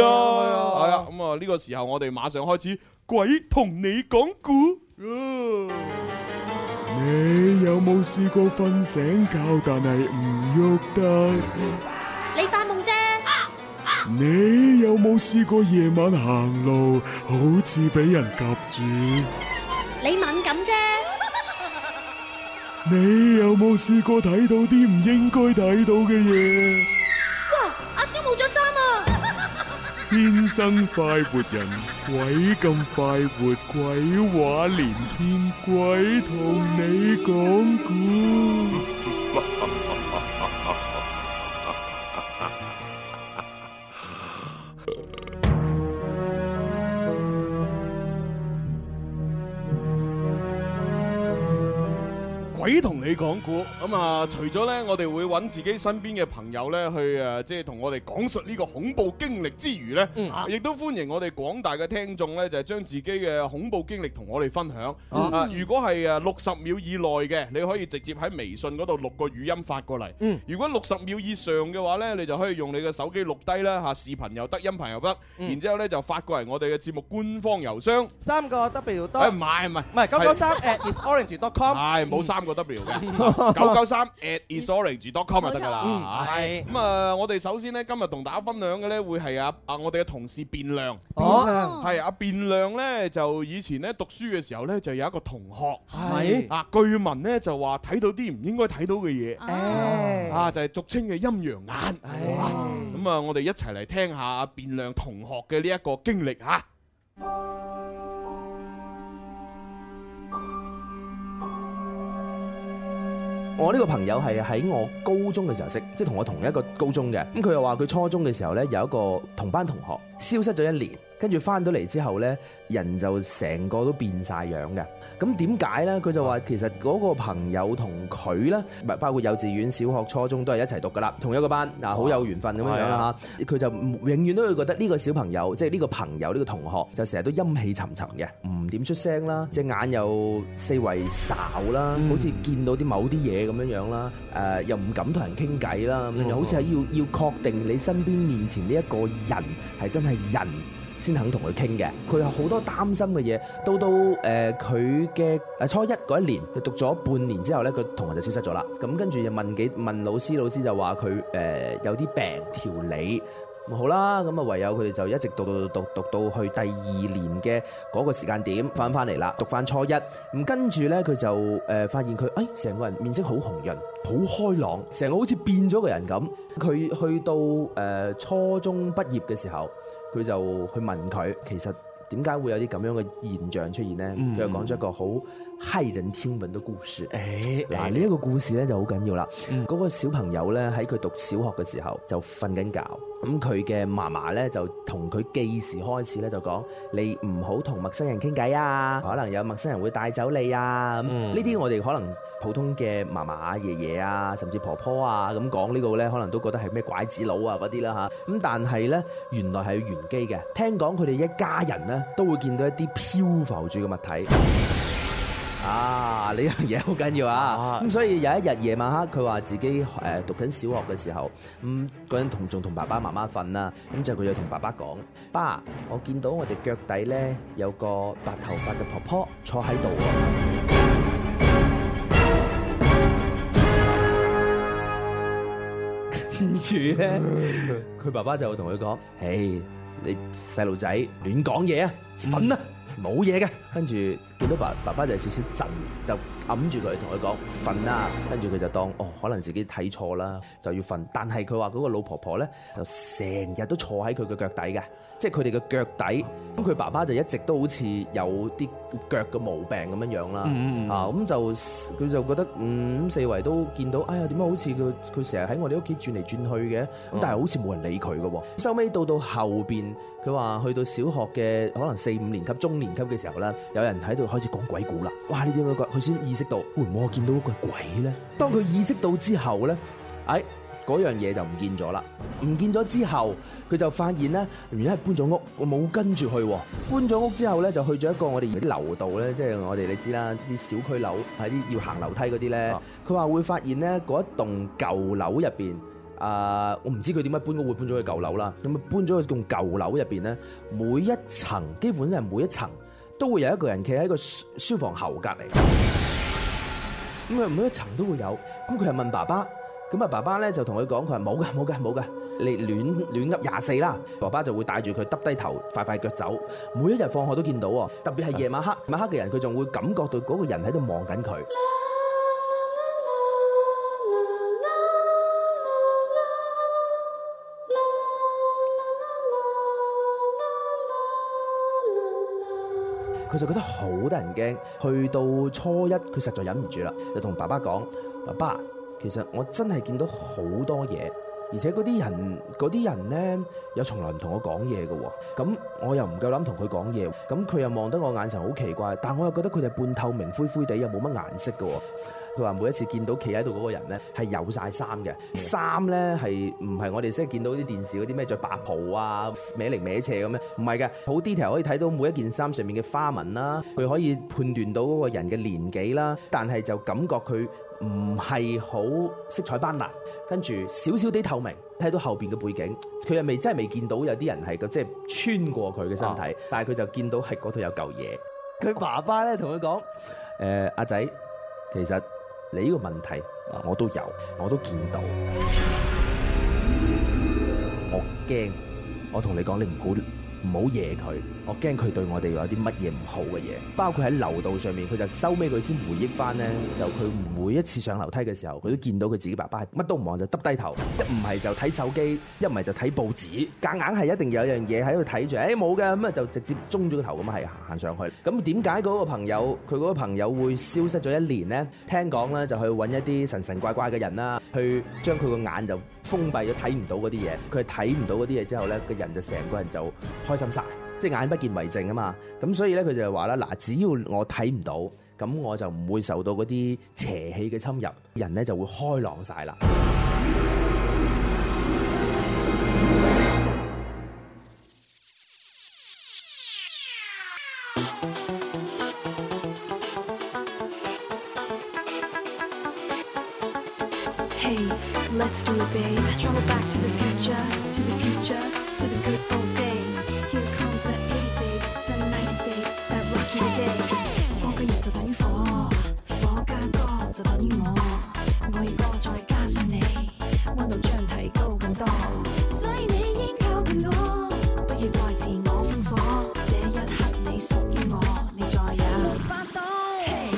Speaker 7: 係
Speaker 6: 啊
Speaker 7: 啊，
Speaker 6: 係啊，咁啊呢個時候我哋馬上開始鬼同你講故。
Speaker 17: 你有冇試過瞓醒覺但係唔喐得？
Speaker 18: 你發夢啫，
Speaker 17: 你有冇試過夜晚行路好似俾人夾住？
Speaker 18: 你敏感啫，
Speaker 17: 你有冇試過睇到啲唔應該睇到嘅嘢？
Speaker 18: 哇！阿蕭冇咗衫啊！
Speaker 17: 天生快活人，鬼咁快活，鬼話連篇，鬼同你講
Speaker 6: 鬼同你講故咁啊！除咗呢，我哋會揾自己身邊嘅朋友呢去誒，呃即係同我哋講述呢個恐怖經歷之餘呢，亦都歡迎我哋廣大嘅聽眾呢，就係將自己嘅恐怖經歷同我哋分享。
Speaker 7: 嗯
Speaker 6: 啊，如果係誒六十秒以內嘅，你可以直接喺微信嗰度錄個語音發過嚟。
Speaker 7: 嗯
Speaker 6: 如果六十秒以上嘅話呢，你就可以用你嘅手機錄低啦嚇，視頻又得，音頻又得，然之後呢，就發過嚟我哋嘅節目官方郵箱。
Speaker 7: 三個 W 多，
Speaker 6: 哎唔係唔係
Speaker 7: 唔係九九三 at isorange.com，
Speaker 6: 係冇三個 W 嘅， 九九三 at isorange.com 就得㗎
Speaker 7: 嗯
Speaker 6: 啦。係咁啊，我哋首先咧今日同大家分享嘅咧，會係啊啊我哋嘅同事卞亮。
Speaker 7: 哦
Speaker 6: 係啊，卞亮咧就以前咧讀書嘅時候咧，就有一個同學
Speaker 7: 係
Speaker 6: 啊，據聞咧就話睇到啲唔應該睇到嘅嘢，啊就係俗稱嘅陰陽眼。哇咁啊，我哋一齊嚟聽下阿卞亮同學嘅呢一個經歷嚇。
Speaker 19: 我呢個朋友係喺我高中嘅時候識，即係同我同一個高中嘅。咁佢又話佢初中嘅時候呢，有一個同班同學消失咗一年，跟住翻到嚟之後呢，人就成個都變晒樣嘅。咁點解呢？佢就話其實嗰個朋友同佢呢，唔係包括幼稚園、小學、初中都係一齊讀噶啦，同一個班嗱，好有緣分咁樣樣啦嚇。佢就永遠都會覺得呢個小朋友，即係呢個朋友呢個同學，就成日都陰氣沉沉嘅，唔點出聲啦，隻眼又四圍睄啦，好似見到啲某啲嘢咁樣樣啦，誒、又唔敢同人傾偈啦，咁樣樣，好似係要要確定你身邊面前呢一個人係真係人。先肯同佢傾嘅，佢有好多擔心嘅嘢。到到誒佢嘅誒初一嗰一年，佢讀咗半年之後咧，佢同學就消失咗啦。咁跟住就問幾問老師，老師就話佢誒有啲病調理。咁好啦，咁啊唯有佢哋就一直讀讀讀讀讀到去第二年嘅嗰個時間點翻翻嚟啦，讀翻初一。咁跟住呢，佢就誒、呃、發現佢，誒、成個人面色好紅潤，好開朗，成個好似變咗個人咁。佢去到誒、呃初中畢業嘅時候，佢就去問佢，其實點解會有啲咁樣嘅現象出現呢？
Speaker 5: 嗯
Speaker 19: 佢又講咗一個好駭人聽聞嘅故事。誒，嗱呢一個故事咧就好緊要啦。嗰個小朋友咧喺佢讀小學嘅時候就瞓緊覺，咁佢嘅嫲嫲咧就同佢記事開始咧就講：你唔好同陌生人傾偈啊，可能有陌生人會帶走你啊。咁
Speaker 5: 嗯
Speaker 19: 呢啲我哋可能普通嘅嫲嫲啊、爺爺啊，甚至婆婆啊咁講呢個咧，可能都覺得係咩拐子佬啊嗰啲啦嚇。咁但係咧，原來係有玄機嘅。聽講佢哋一家人咧都會見到一啲漂浮住嘅物體。啊！呢樣嘢好緊要啊！咁所以有一日夜晚黑，佢話自己誒讀緊小學嘅時候，咁嗰陣同仲同爸爸媽媽瞓啦，咁就佢就同爸爸講：爸，我見到我哋腳底咧有個白頭髮嘅婆婆坐喺度喎。跟住咧，佢爸爸就同佢講：，誒，你細路仔亂講嘢啊，瞓啦！
Speaker 5: 嗯
Speaker 19: 冇嘢嘅，跟住見到爸爸爸就有少少震，就揞住佢同佢講瞓啦，跟住佢就當哦可能自己睇錯啦，就要瞓。但係佢話嗰個老婆婆咧就成日都坐喺佢嘅腳底嘅，即係佢哋嘅腳
Speaker 5: 嗯
Speaker 19: 底。咁佢爸爸就一直都好似有啲腳嘅毛病咁樣樣啦，
Speaker 5: 嗯嗯嗯
Speaker 19: 啊咁就佢就覺得嗯四圍都見到，哎呀點解好似佢佢成日喺我哋屋企轉嚟轉去嘅，咁但係好似冇人理佢嘅喎。收尾到到後邊，佢話去到小學嘅可能四五年級、中年級嘅時候啦，有人喺度開始講鬼故啦。哇！呢啲咁嘅鬼，佢先意識到會唔會我見到個鬼呢？當佢意識到之後呢，哎。嗰樣嘢就唔見咗啦。唔見咗之後，佢就發現呢，原來係搬咗屋，我冇跟住去喎。搬咗屋之後呢，就去咗一個我哋啲樓道呢，即係我哋你知啦，啲小區樓喺啲要行樓梯嗰啲呢。佢話會發現呢，嗰一棟舊樓入邊。啊、我唔知佢點解搬屋會搬咗去舊樓啦。咁啊，搬咗去棟舊樓入邊呢，每一層基本上係每一層都會有一個人企喺個消消防喉隔離。咁佢每一層都會有。咁佢係問爸爸，咁啊爸爸咧就同佢講，佢話冇㗎，冇㗎，冇㗎，你亂亂噏廿四啦。爸爸就會帶住佢耷低頭，快快腳走。每一日放學都見到喎，特別係夜晚黑，晚黑嘅人佢仲會感覺到嗰個人喺度望緊佢。佢就覺得好得人驚。去到初一，佢實在忍唔住啦，就同爸爸講：爸爸，其實我真係見到好多嘢，而且嗰啲人嗰啲人呢，又從來唔同我講嘢嘅喎。咁我又唔夠膽同佢講嘢，咁佢又望得我眼神好奇怪，但我又覺得佢哋半透明灰灰地，又冇乜顏色嘅喎。佢話每一次見到企喺度嗰個人咧，係有晒衫嘅，衫咧係唔係我哋即係見到啲電視嗰啲咩着白袍啊、歪嚟歪斜咁樣？唔係嘅，好 detail 可以睇到每一件衫上面嘅花紋啦，佢可以判斷到嗰個人嘅年紀啦，但係就感覺佢唔係好色彩斑斕，跟住少少啲透明。睇到後邊嘅背景，佢又未真係未見到有啲人係個即係穿過佢嘅身體，但係佢就見到係嗰度有嚿嘢。啊佢爸爸咧同佢講：誒、阿仔，其實你呢個問題啊我都有，我都見到。我驚，我同你講，你唔好唔好惹佢。我驚佢對我哋有啲乜嘢唔好嘅嘢，包括喺樓道上面，佢就收尾佢先回憶翻呢。就佢每一次上樓梯嘅時候，佢都見到佢自己爸爸係乜都唔望就耷低頭，一唔係就睇手機，一唔係就睇報紙，夾硬係一定有樣嘢喺度睇住，誒冇嘅咁啊就直接中咗個頭咁啊係行上去。咁點解嗰個朋友佢嗰個朋友會消失咗一年呢？聽講咧就去揾一啲神神怪怪嘅人啦，去將佢個眼就封閉咗睇唔到嗰啲嘢，佢係睇唔到嗰啲嘢之後呢，個人就成個人就開心晒。即係眼不見為淨啊嘛。咁所以咧，佢就話啦，嗱，只要我睇唔到，咁我就唔會受到嗰啲邪氣嘅侵入，人咧就會開朗晒啦。
Speaker 5: Hey, let's do it, babe. Travel back to the future, to the future, to the good old days. Here comes the 80s, babe, the 90s, babe, that rocky day. 我嘅人就等於火，火加歌就等於我，我要歌再加上你，温度將提高更多。所以你應靠近我，不要再自我封鎖。這一刻你屬於我，你再也沒法擋。Hey，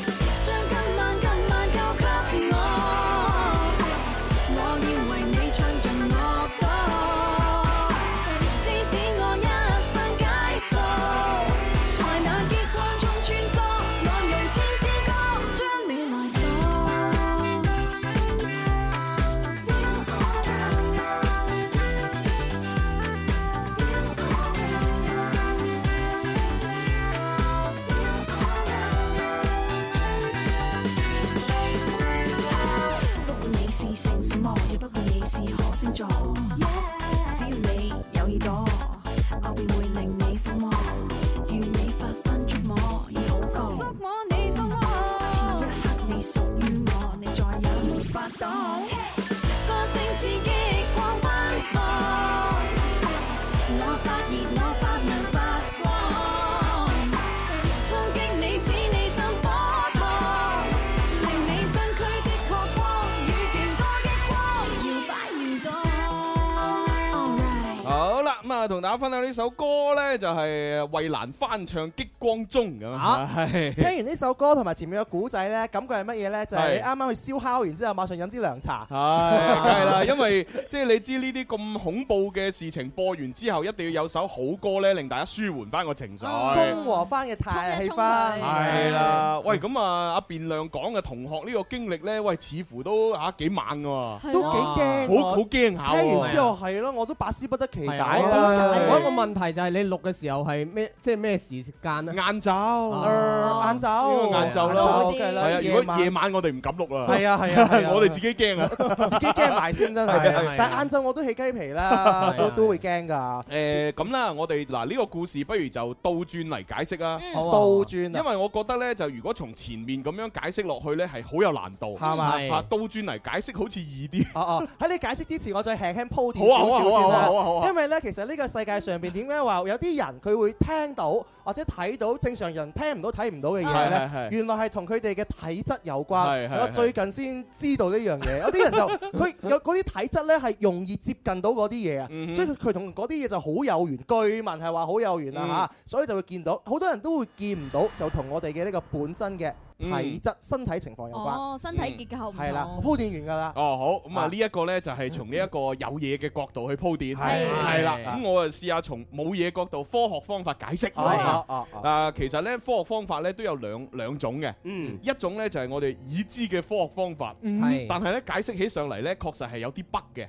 Speaker 5: 將今晚今晚交給我。我要為你唱盡我歌，施展我一生解數，在那極光中穿梭，我用千支歌將你來鎖。不管你是姓什麼，亦不管你是何星座，只要你有耳朵，我便會令你瘋魔，與你發生觸摸，以好歌觸摸你心窩。此一刻你屬於我，你再也沒法擋。歌聲刺激光奔放，我發熱我發亮發光，衝擊你使你心火燙。令你身軀的確光，與電波的光搖擺搖動。All right。
Speaker 6: 好啦，咁啊，同大家分享呢首歌咧，就係衛蘭翻唱《激光中》咁啊， 係
Speaker 7: 聽完呢首歌同埋前面嘅古仔咧，感覺係乜嘢咧？就係、
Speaker 6: 係
Speaker 7: 你啱啱去燒烤完之後，馬上飲支涼茶。
Speaker 6: 係，梗係啦，因為即係你知呢啲咁恐怖嘅事情播完之後，一定要有首好歌咧，令大家舒緩翻個情緒。
Speaker 7: 中和翻嘅太氣氛，
Speaker 6: 係啦，喂，咁啊，阿卞亮講嘅同學呢個經歷咧，喂，似乎都嚇幾猛㗎喎，
Speaker 7: 都幾驚喎
Speaker 6: 好好驚下喎。
Speaker 7: 聽完之後係咯，我都百思不得其解
Speaker 6: 係啊
Speaker 2: 係
Speaker 8: 我一個問題就係你錄嘅時候係咩，即係咩時間咧？
Speaker 6: 晏晝，
Speaker 8: Ờ.
Speaker 7: 晏晝，
Speaker 6: 晏
Speaker 7: 都
Speaker 6: 晝啦
Speaker 7: 好，啲
Speaker 6: 係啊！
Speaker 7: 夜
Speaker 6: 如果
Speaker 7: 晚
Speaker 6: 夜晚我哋唔敢錄啦，
Speaker 7: 係啊係啊係啊
Speaker 6: 我哋自己驚啊，
Speaker 7: 自己驚埋先真
Speaker 6: 係啊係啊
Speaker 7: 係，但晏晝我都起雞皮啦，都都會驚㗎。
Speaker 6: 誒咁啦，我哋嗱呢個故事不如就倒轉嚟解釋啦。
Speaker 7: 好啊倒轉
Speaker 6: 因為我覺得咧，就如果從前面咁樣解釋落去咧，係好有難度，
Speaker 7: 係嘛
Speaker 6: 啊倒轉嚟解釋好似易啲。
Speaker 7: 哦哦，喺你解釋之前，我再輕輕鋪墊
Speaker 6: 好啊
Speaker 7: 少
Speaker 6: 好啊
Speaker 7: 少先
Speaker 6: 好啊好啊好
Speaker 7: 啦
Speaker 6: 啊。
Speaker 7: 因為咧，其實呢個世界上邊點解話有啲人佢會聽到或者睇到正常人聽唔到睇唔到嘅嘢
Speaker 6: 係係
Speaker 7: 咧
Speaker 6: 係，
Speaker 7: 原來係同佢哋嘅體質有
Speaker 6: 係
Speaker 7: 關。
Speaker 6: 係係
Speaker 7: 我最近先知道呢樣嘢，有啲人就佢有嗰啲體質咧係容易接近到嗰啲嘢啊，
Speaker 6: 嗯哼
Speaker 7: 所以佢同嗰啲嘢就好有緣。據聞係話好有
Speaker 6: 嗯
Speaker 7: 緣啊嚇，所以就會見到好多人都會見唔到，就同我哋嘅呢個本身嘅體
Speaker 6: 嗯
Speaker 7: 質、身體情況有關。
Speaker 2: 哦，身體結構唔
Speaker 7: 係啦
Speaker 2: 同。，
Speaker 7: 鋪墊完㗎啦。
Speaker 6: 哦，好，咁啊呢一個呢，就係從呢一個有嘢嘅角度去鋪墊，
Speaker 7: 係
Speaker 6: 係啦，
Speaker 7: 係
Speaker 6: 咁我啊試下從冇嘢角度科學方法解釋。
Speaker 7: 哦哦哦
Speaker 6: 啊，其實呢，科學方法呢都有兩兩種嘅，
Speaker 7: 嗯
Speaker 6: 一種呢就係我哋已知嘅科學方法，
Speaker 7: 嗯係
Speaker 6: 但係呢解釋起上嚟呢，確實係有啲北嘅，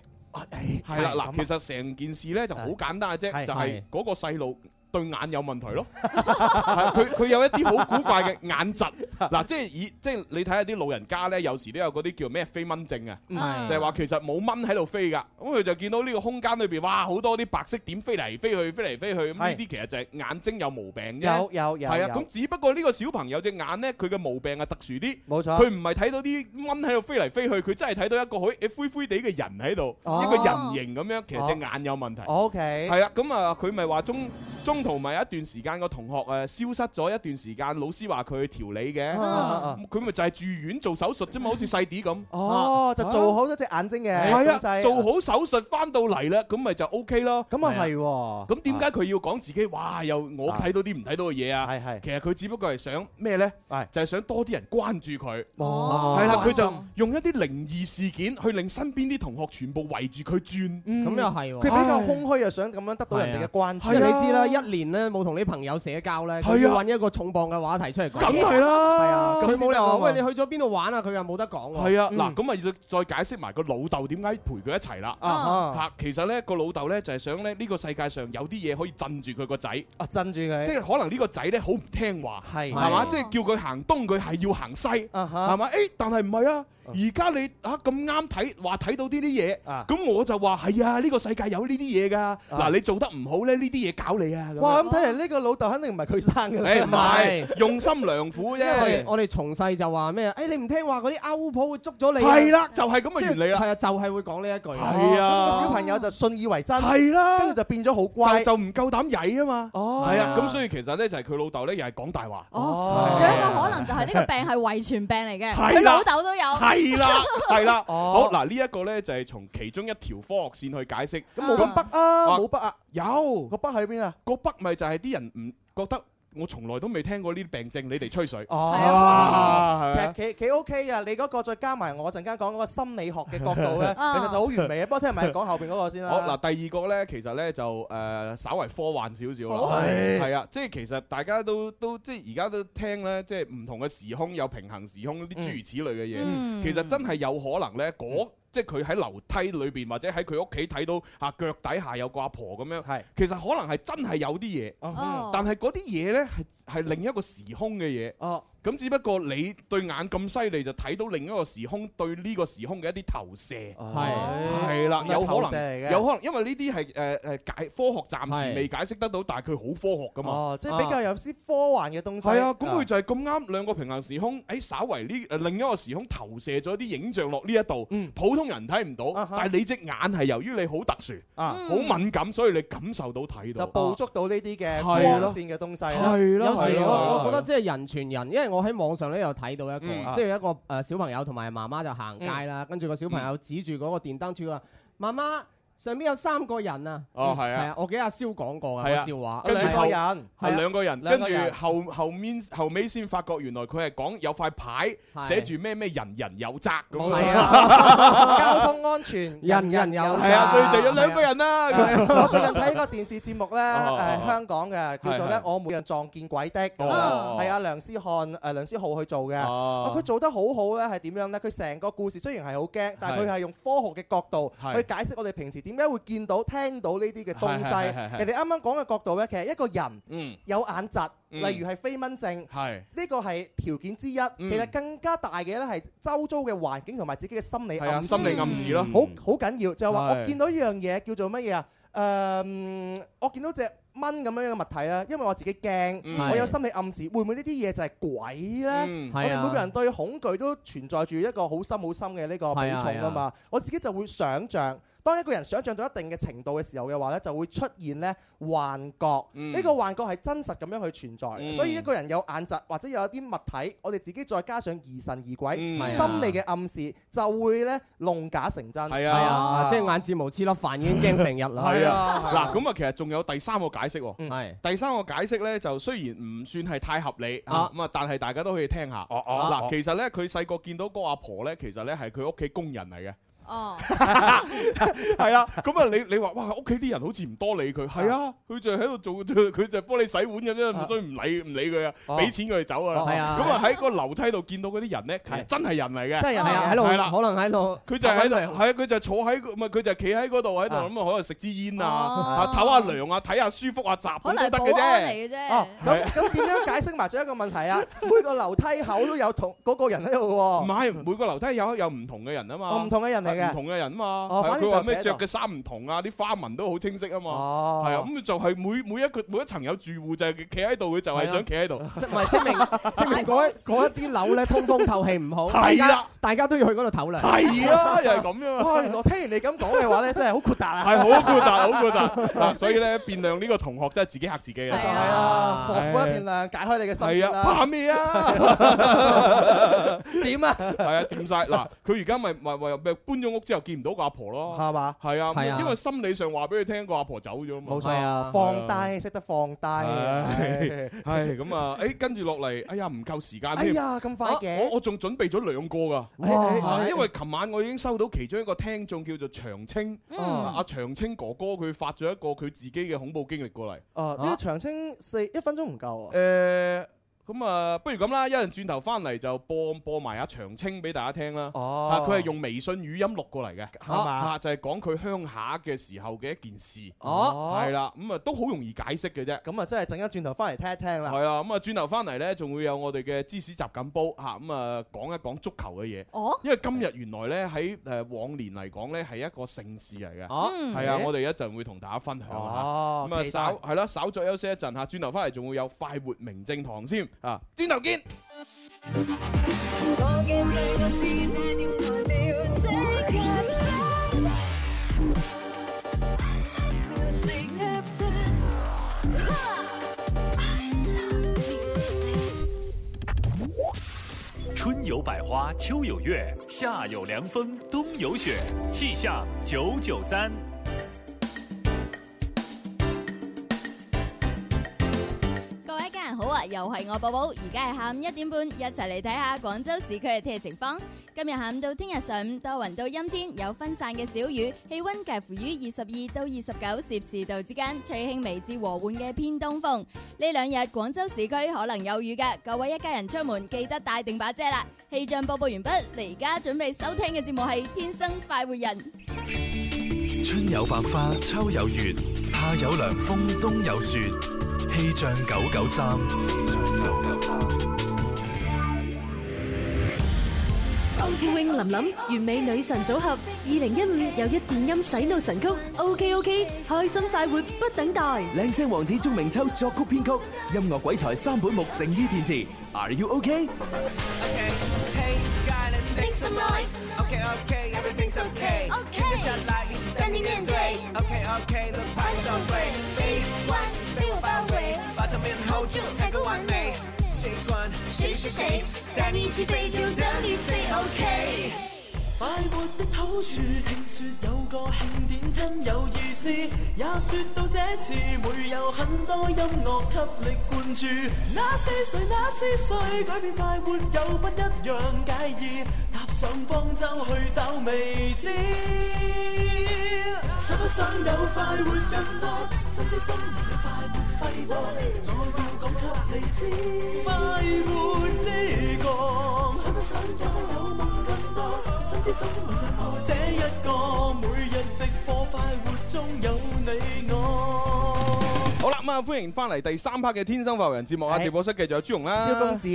Speaker 6: 係啦，
Speaker 7: 係咁啊
Speaker 6: 嗱，其實成件事呢就好簡單嘅啫，
Speaker 7: 係
Speaker 6: 就
Speaker 7: 係
Speaker 6: 係嗰個細路。對眼有問題 咯，係佢佢有一啲好古怪嘅眼疾，嗱即係以即係你睇下啲老人家呢，有時都有嗰啲叫咩飛蚊症啊，
Speaker 7: 嗯係
Speaker 6: 就係話其實冇蚊喺度飛㗎，咁佢就見到呢個空間裏邊，哇好多啲白色點飛嚟飛去，飛嚟飛去，咁呢啲其實就係眼睛有毛病啫。
Speaker 7: 有有有
Speaker 6: 係啊，
Speaker 7: 有
Speaker 6: 咁只不過呢個小朋友隻眼呢，佢嘅毛病係特殊啲，
Speaker 7: 冇錯
Speaker 6: 佢唔係睇到啲蚊喺度飛嚟飛去，佢真係睇到一個好誒灰灰地嘅人喺度，
Speaker 7: 哦
Speaker 6: 一個人形咁樣，其實隻眼有問題。
Speaker 7: OK
Speaker 6: 係啦，咁啊，佢咪話中中途咪有一段時間個同學誒消失咗一段時間，老師話佢調理嘅，
Speaker 7: 啊啊啊
Speaker 6: 咁佢咪就係住院做手術啫嘛，好似細啲咁。
Speaker 7: 哦，就
Speaker 6: 啊
Speaker 7: 做好咗隻眼睛嘅
Speaker 6: 係
Speaker 7: 東
Speaker 6: 啊，
Speaker 7: 西
Speaker 6: 做好手術翻到嚟啦，咁咪就 O K 咯。
Speaker 7: 咁啊係喎
Speaker 6: 咁點解佢要講自己？哇！又我睇到啲唔睇到嘅嘢啊！係係。其實佢只不過係想咩呢？就係想多啲人關注佢。
Speaker 7: 哦
Speaker 6: 係啦，
Speaker 7: 關
Speaker 6: 佢
Speaker 7: 心
Speaker 6: 就用一啲靈異事件去令身邊啲同學全部圍住佢轉。
Speaker 8: 嗯咁又係喎
Speaker 7: 佢比較空虛，又想咁樣得到
Speaker 8: à.
Speaker 7: 人哋嘅關注。
Speaker 8: 係啊你知啦，一年咧冇同你朋友社交咧，佢
Speaker 7: 係啊
Speaker 8: 要揾一個重磅嘅話題出嚟講。
Speaker 6: 梗係啦
Speaker 8: 係啊，
Speaker 6: 咁先
Speaker 8: 佢
Speaker 6: 得
Speaker 8: 冇理由話
Speaker 6: 㗎嘛
Speaker 8: 喂你去咗邊度玩啊？佢又冇得講喎。
Speaker 6: 係啊，
Speaker 8: 嗯
Speaker 6: 嗱，咁啊要再解釋埋個老豆點解陪佢一齊啦。
Speaker 8: 啊啊
Speaker 6: 嚇，其實呢個老豆呢，就係想咧呢個世界上有啲嘢可以鎮住佢個仔。
Speaker 7: 啊，鎮住佢。
Speaker 6: 即係可能呢個仔咧好唔聽話，係係嘛？
Speaker 7: 係啊
Speaker 6: 即係叫佢行東，佢係要行西，
Speaker 7: 哈
Speaker 6: 係嘛？誒，但係唔係啊？而家你啊咁啱睇話睇到呢啲
Speaker 7: 啊
Speaker 6: 嘢，咁我就話係啊，呢個世界有呢啲嘢㗎。嗱，你做得唔好咧，呢啲嘢搞你啊！咁樣
Speaker 7: 哇，咁睇嚟呢個老豆肯定唔係佢生嘅。
Speaker 6: 誒唔
Speaker 8: Ừ.
Speaker 6: 係用心良苦
Speaker 8: 因為我哋
Speaker 6: 啫。
Speaker 8: 我哋從細就話咩？誒你唔聽話嗰啲歐普會捉咗你啊。
Speaker 6: 係啦，就係咁嘅
Speaker 8: 即係
Speaker 6: 原理啦。
Speaker 8: 係啊，就係會講呢一句。
Speaker 6: 係啊
Speaker 7: 個小朋友就信以為真。
Speaker 6: 係啦，
Speaker 7: 跟住就變咗好乖。
Speaker 6: 就就唔夠膽曳啊嘛。
Speaker 7: 哦，
Speaker 6: 係啊，咁所以其實咧就係佢老豆咧又係講大話。
Speaker 2: 哦，仲有一個可能就係呢 個病係遺傳病嚟嘅，
Speaker 6: 係啦
Speaker 2: 佢老豆都有。
Speaker 6: 係啦，係 啦。
Speaker 7: 哦
Speaker 6: 好嗱，呢一個咧就係從其中一條科學線去解釋。
Speaker 7: 咁冇咁北啊，冇北啊。
Speaker 6: 有
Speaker 7: 個北喺邊啊？
Speaker 6: 個北咪就係啲人唔覺得。我從來都未聽過呢啲病症，你哋吹水。
Speaker 7: 哦
Speaker 6: 啊，係啊
Speaker 7: 其實幾幾 OK 啊！你嗰個再加埋我陣間講嗰個心理學嘅角度 咧，其
Speaker 6: 啊
Speaker 7: 實就好完美啊！不過聽埋你講後邊嗰個先啦。
Speaker 6: 好嗱，第二個咧，其實咧就誒、呃稍為科幻少少
Speaker 7: 哦
Speaker 6: 啦，
Speaker 7: 係
Speaker 6: 係啊，即係其實大家都都即係而家都聽咧，即係唔同嘅時空有平行時空啲諸如此類嘅嘢，
Speaker 7: 嗯
Speaker 6: 其實真係有可能咧，嗰即係佢喺樓梯裏邊或者喺佢屋企睇到啊腳底下有個阿婆咁樣，係其實可能係真係有啲嘢，
Speaker 7: 哦
Speaker 6: 但係嗰啲嘢咧係係另一個時空嘅嘢。
Speaker 7: 哦
Speaker 6: 咁只不過你對眼咁犀利，就睇到另一個時空對呢個時空嘅一啲投射，係係啦，
Speaker 7: 咁係
Speaker 6: 有可
Speaker 7: 投射嚟
Speaker 6: 能
Speaker 7: 嘅
Speaker 6: 有可能，因為呢啲係呃誒誒解科學暫時
Speaker 7: 係
Speaker 6: 未解釋得到，但係佢好科學噶嘛，
Speaker 7: 哦，即係比較有啲科幻嘅東西。
Speaker 6: 係啊，咁佢就係咁啱兩個平行時空，誒稍為呢呃誒另一個時空投射咗啲影像落呢一度，
Speaker 7: 嗯
Speaker 6: 普通人睇唔到，但係你隻眼係由於你好特殊，
Speaker 7: 啊
Speaker 6: 好敏感，所以你感受到睇到，
Speaker 7: 就捕捉到呢啲嘅光
Speaker 6: 啊係咯
Speaker 7: 線嘅東西啦。
Speaker 6: 係
Speaker 8: 有
Speaker 6: 啦，
Speaker 8: 時
Speaker 6: 係啦係
Speaker 8: 我我覺
Speaker 6: 啦
Speaker 8: 得即係人傳人，因為我喺網上咧有睇到一個
Speaker 6: 嗯，
Speaker 8: 即係一個誒小朋友同埋媽媽就行街啦，跟住個小朋友指住嗰個電燈柱啊話：媽媽。上邊有三個人啊！
Speaker 6: 嗯哦係啊
Speaker 8: 係啊，我記得阿蕭講過嘅
Speaker 6: 係
Speaker 8: 個
Speaker 6: 啊
Speaker 8: 笑話，
Speaker 6: 跟住
Speaker 8: 然後
Speaker 6: 後
Speaker 8: 係啊
Speaker 6: 係兩個人，
Speaker 8: 兩
Speaker 6: 跟
Speaker 8: 個人
Speaker 6: 住後後面後尾先發覺原來佢係講有塊牌
Speaker 8: 係
Speaker 6: 寫住咩咩人人有責咁
Speaker 7: 冇
Speaker 6: 樣
Speaker 7: 錯 啊 交通安全，人人有責。
Speaker 6: 係啊，所以就有兩個人啦。咁 樣
Speaker 7: 我最近睇個電視節目咧，
Speaker 6: 哦哦
Speaker 7: 誒香港嘅叫做
Speaker 6: 係
Speaker 7: 咧
Speaker 6: 係，
Speaker 7: 我每日撞見鬼的咁樣，
Speaker 6: 哦
Speaker 7: 係啊梁思漢誒梁思浩去做嘅，
Speaker 6: 哦
Speaker 7: 啊佢做得好好咧，係點樣咧？佢成個故事雖然係好驚，但係
Speaker 6: 係
Speaker 7: 佢係用科學嘅角度
Speaker 6: 係
Speaker 7: 去解釋我哋平時點解會見到聽到呢啲嘅東
Speaker 4: 係係係
Speaker 7: 西？
Speaker 4: 係
Speaker 7: 人哋啱啱講嘅角度咧，其實一個人
Speaker 6: 嗯
Speaker 7: 有眼疾，
Speaker 4: 嗯
Speaker 7: 例如係飛蚊症。
Speaker 6: 係嗯
Speaker 7: 呢個係條件之一，其實更加大嘅咧係周遭嘅環境同埋自己嘅心理
Speaker 6: 係啊
Speaker 7: 暗示，
Speaker 6: 心理暗示咯
Speaker 4: 嗯
Speaker 7: 好好緊要。就係話
Speaker 6: 係
Speaker 7: 我見到一樣嘢叫做乜嘢啊？誒、嗯我見到隻蚊咁樣嘅物體啦，因為我自己驚，
Speaker 4: 嗯
Speaker 7: 我有心理暗示，會唔會呢啲嘢就係鬼呢？
Speaker 4: 嗯
Speaker 7: 我
Speaker 4: 係
Speaker 7: 哋
Speaker 4: 啊
Speaker 7: 每個人對恐懼都存在住一個好深好深嘅呢個比重
Speaker 4: 係啊
Speaker 7: 啊
Speaker 4: 係
Speaker 7: 嘛
Speaker 4: 啊。
Speaker 7: 我自己就會想像，當一個人想像到一定嘅程度嘅時候嘅話呢，就會出現呢幻覺。呢、
Speaker 4: 嗯
Speaker 7: 個幻覺係真實咁樣去存在嘅，
Speaker 4: 嗯
Speaker 7: 所以一個人有眼疾或者有一啲物體，我哋自己再加上疑神疑鬼、
Speaker 6: 嗯
Speaker 8: 係啊
Speaker 7: 心理嘅暗示，就會呢弄假成真。
Speaker 6: 係
Speaker 8: 係啊，即係
Speaker 7: 係
Speaker 8: 眼睫毛黐粒飯已經驚成日啦。
Speaker 6: 係 啊，嗱咁啊，其實仲有第三個解釋喎。
Speaker 8: 係
Speaker 6: 第三個解釋咧，就雖然唔算係太合理
Speaker 8: 啊
Speaker 6: 咁啊，但係大家都可以聽下。
Speaker 8: 哦哦
Speaker 6: 嗱，
Speaker 8: 哦
Speaker 6: 其實咧，佢細個見到個阿婆咧，其實咧係佢屋企工人嚟嘅。
Speaker 2: 哦，
Speaker 6: 係啦，咁啊，你你話哇，屋企啲人好似唔多理佢，係啊，佢就喺度做， 佢就幫你洗碗咁啫，所以唔理唔理佢啊，
Speaker 8: 哦
Speaker 6: 俾錢佢就走啊。
Speaker 8: 哦係啊
Speaker 6: 咁啊喺個樓梯度見到嗰啲人咧，其實真係人嚟嘅，
Speaker 8: 真係人嚟嘅喺度
Speaker 6: 係啦，
Speaker 8: 可能喺度
Speaker 6: 佢就喺度， 係啊，佢就坐喺個，唔係佢就企喺嗰度喺度咁啊，可能食支煙啊，啊唞下涼啊，睇下舒服啊，集咁都得嘅啫。
Speaker 2: 啫。
Speaker 7: 哦，咁咁點樣解釋埋最後一個問題 啊？每個樓梯口都有同嗰個人喺度喎。
Speaker 6: 唔係，每個樓梯有有唔同嘅人啊嘛，
Speaker 7: 哦唔同嘅人嚟嘅
Speaker 6: 係唔同嘅人啊嘛，
Speaker 7: 哦
Speaker 6: 係啊
Speaker 7: 反正
Speaker 6: 佢話
Speaker 7: 就
Speaker 6: 咩
Speaker 7: 企喺
Speaker 6: 着
Speaker 7: 度
Speaker 6: 嘅衫唔同啊，啲花紋都好清晰啊嘛，
Speaker 7: 哦
Speaker 6: 係啊，咁就係每每一個每一層有住戶就係企喺度，佢就係
Speaker 7: 啊
Speaker 6: 想企 喺度，
Speaker 8: 即唔係證明證明嗰一嗰一啲樓咧通風透氣唔好，
Speaker 6: 係啦
Speaker 8: 大家，大家都要去嗰度唞涼。
Speaker 6: 係 啊又係咁樣啊
Speaker 7: 哇！原來聽完你咁講嘅話咧，真係好豁達啊！
Speaker 6: 係好豁達，好 豁達嗱，所以咧變量呢個同學真係自己嚇自己啊，
Speaker 7: 係啊，何苦一邊亮，解開你嘅心結
Speaker 6: 係
Speaker 7: 啦
Speaker 6: 啊怕咩啊？
Speaker 7: 點啊？
Speaker 6: 係啊，掂晒嗱，佢而家咪咪咪咪搬咗屋之後見唔到個阿婆咯，
Speaker 7: 係嘛？
Speaker 6: 係
Speaker 7: 係
Speaker 6: 啊，
Speaker 7: 啊
Speaker 6: 因為心理上話俾佢聽個阿婆走咗嘛，
Speaker 7: 冇錯，放低，識得放低。
Speaker 6: 唉，唉，咁啊，誒，跟住落嚟，哎呀，唔夠時間
Speaker 7: 哎
Speaker 6: 添。
Speaker 7: 呀，咁快
Speaker 6: 我
Speaker 7: 嘅！
Speaker 6: 我仲準備咗兩個㗎，
Speaker 7: 哇
Speaker 6: 啊因為琴晚我已經收到其中一個聽眾叫做長青，
Speaker 7: 嗯
Speaker 6: 啊阿長青哥哥佢發咗一個佢自己嘅恐怖經歷過嚟。
Speaker 7: 哦，呢個長青四一分鐘唔夠啊！
Speaker 6: 啊誒，咁啊，不如咁啦，一陣轉頭翻嚟就播播埋阿長青俾大家聽啦。
Speaker 7: 哦
Speaker 6: 啊佢係用微信語音錄過嚟嘅，
Speaker 7: 係嘛
Speaker 6: 啊就係講佢鄉下嘅時候嘅一件事。
Speaker 7: 哦
Speaker 6: 係啦，咁啊都好容易解釋嘅啫。
Speaker 7: 咁啊，真係陣間轉頭翻嚟聽一聽啦。
Speaker 6: 係啦，咁啊轉頭翻嚟呢，仲會有我哋嘅芝士雜錦煲嚇，咁啊講一講足球嘅嘢。
Speaker 2: 哦
Speaker 6: 因為今日原來呢，喺誒往年嚟講呢，係一個盛事嚟嘅。
Speaker 8: 哦嗯
Speaker 6: 係啊，我哋一陣會同大家分享嚇。
Speaker 7: 哦
Speaker 6: 咁啊
Speaker 7: 期待
Speaker 6: 稍係啦，稍作休息一陣嚇，轉頭翻嚟仲會有快活名正堂先啊，轉頭見。
Speaker 17: 我見這個世界點會渺小緊？Music FM，
Speaker 1: 春有百花，秋有月，夏有凉风，冬有雪。气象九九三，
Speaker 2: 各位家人好啊，又係我寶寶，而家係下午一點半，一齊嚟睇下廣州市區嘅天氣情況。今日下午到聽日上午多雲到陰天，有分散嘅小雨，氣温介乎於二十二到二十九攝氏度之間，吹輕微至和緩嘅偏東風。呢兩日廣州市區可能有雨㗎，各位一家人出門記得帶定把遮啦。氣象播報完畢，你而家準備收聽嘅節目係《天生快活人》。
Speaker 3: 春有百花，秋有月，夏有涼風，冬有雪。氣象九九三，
Speaker 20: 歐志穎、林琳完美女神組合，二零一五又一電音洗腦神曲，OK OK，開心快活不等待。
Speaker 19: 靚聲王子鐘明秋作曲編曲，音樂鬼才三本木誠意填詞。Are you OK？
Speaker 17: Make some noise. Okay, okay, everything's okay. Okay. Just shut like it's standing in day. Okay, okay, the fire's on way. Big one, big one way. 把照面后就才够完美。谁管谁是谁？带你一起飞，就等你 say okay。
Speaker 5: 快活的好處，聽說有個慶典真有意思，也說到這次會有很多音樂給力灌注。那是誰？那是誰？改變快活有不一樣介意，踏上方舟去找未知。想不想有快活更多？心知心明嘅快活揮霍，我要講給你知。快活之歌，想不想有有夢更多？心知中每日我這一個，每日直播快活。
Speaker 21: 中有你我。
Speaker 6: 好啦，咁啊，歡迎翻嚟第三 part 嘅《天生發人》節目啊！直播室繼續有朱容啦，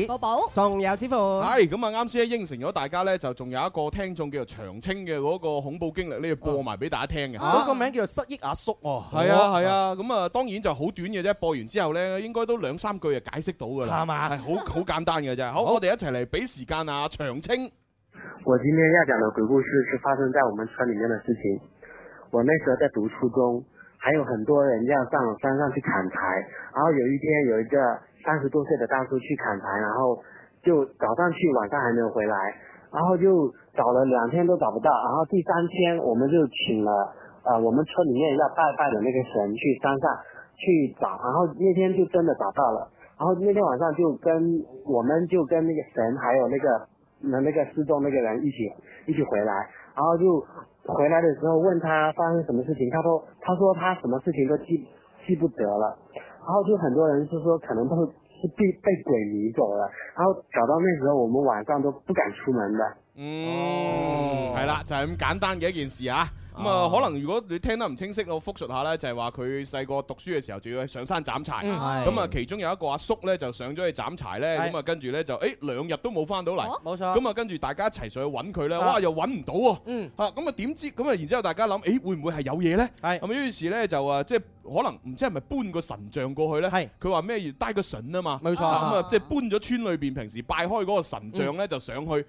Speaker 14: 寶寶，仲有子富，
Speaker 6: 係咁啊！啱先咧應承咗大家咧，就仲有一個聽眾叫做長青嘅嗰個恐怖經歷呢，要播埋俾大家聽嘅。
Speaker 7: 嗰個名叫做失憶阿叔喎。
Speaker 6: 係啊係啊，咁啊當然就好短嘅啫，播完之後咧應該都兩三句就解釋到㗎
Speaker 7: 係
Speaker 6: 啦。
Speaker 7: 嘛
Speaker 6: 係好好簡單嘅啫。好，我哋一齊嚟俾時間啊，長青。
Speaker 22: 我今天要讲的鬼故事是发生在我们村里面的事情。我那时候在读初中，还有很多人要上山上去砍柴。然后有一天，有一个三十多岁的大叔去砍柴，然后就早上去，晚上还没有回来，然后就找了两天都找不到。然后第三天，我们就请了呃我们村里面要拜拜的那个神去山上去找，然后那天就真的找到了。然后那天晚上就跟我们就跟那个神还有那个那那个失踪那个人一起一起回来，然后就回来的时候问他发生什么事情，他说他说他什么事情都记记不得了，然后就很多人就说可能都是被被鬼迷走了，然后搞到那时候我们晚上都不敢出门的。
Speaker 14: 哦
Speaker 6: 嗯，係啦，就係咁簡單嘅一件事啊。咁啊，可能如果你聽得唔清晰，我復述下咧，就係話佢細個讀書嘅時候，仲要去上山斬柴。
Speaker 14: 嗯係
Speaker 6: 咁啊，其中有一個阿叔咧，就上咗去斬柴咧，
Speaker 14: 係哦
Speaker 6: 咁啊，跟住咧就誒兩日都冇翻到嚟。
Speaker 14: 冇錯
Speaker 6: 咁啊，跟住大家一齊上去揾佢咧，
Speaker 14: 啊
Speaker 6: 哇，又揾唔到喎。嗯。啊，咁啊點知咁啊？然之後大家諗，誒會唔會係有嘢咧？係。咁於是咧就啊，即係可能唔知係咪搬個神像過去咧？係。佢話咩要帶個神啊嘛。冇
Speaker 14: 錯
Speaker 6: 咁啊，即係搬咗村裏邊平時拜開嗰個神像
Speaker 14: 嗯
Speaker 6: 咧，就上去。誒，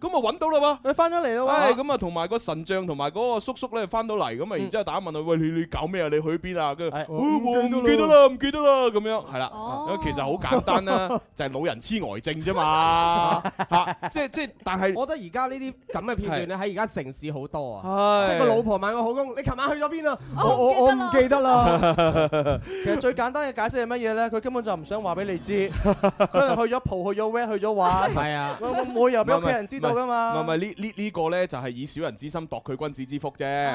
Speaker 6: 咁啊揾到啦喎。
Speaker 7: 佢翻咗嚟啦
Speaker 6: 唉
Speaker 7: 喎。
Speaker 6: 咁啊，同埋個神像同埋嗰個叔叔咧翻到嚟，咁啊，然之後大家問佢：喂，你你搞咩啊？你去邊啊？跟住哦我唔記得啦，唔記得啦，咁樣係啦。
Speaker 7: 哦
Speaker 6: 咁其實好簡單 啦，就係老人痴呆症 啫嘛。嚇，即係即係，但係
Speaker 8: 我覺得而家呢啲咁嘅片段咧，喺而家城市好多
Speaker 6: 啊，
Speaker 8: 即係個老婆問個老公：你琴晚去咗邊啊？我
Speaker 7: 我我唔記得啦。
Speaker 6: 其
Speaker 7: 實最簡單嘅解釋係乜嘢咧？佢根本就唔想話俾你 知，佢可能去咗蒲、去咗 wet、去咗玩。
Speaker 6: 係啊
Speaker 7: 我我唔會又俾屋企人知道㗎
Speaker 6: 唔係
Speaker 7: 嘛。
Speaker 6: 唔係呢呢呢個咧就係以小人之心度佢君子之腹啫。啊咁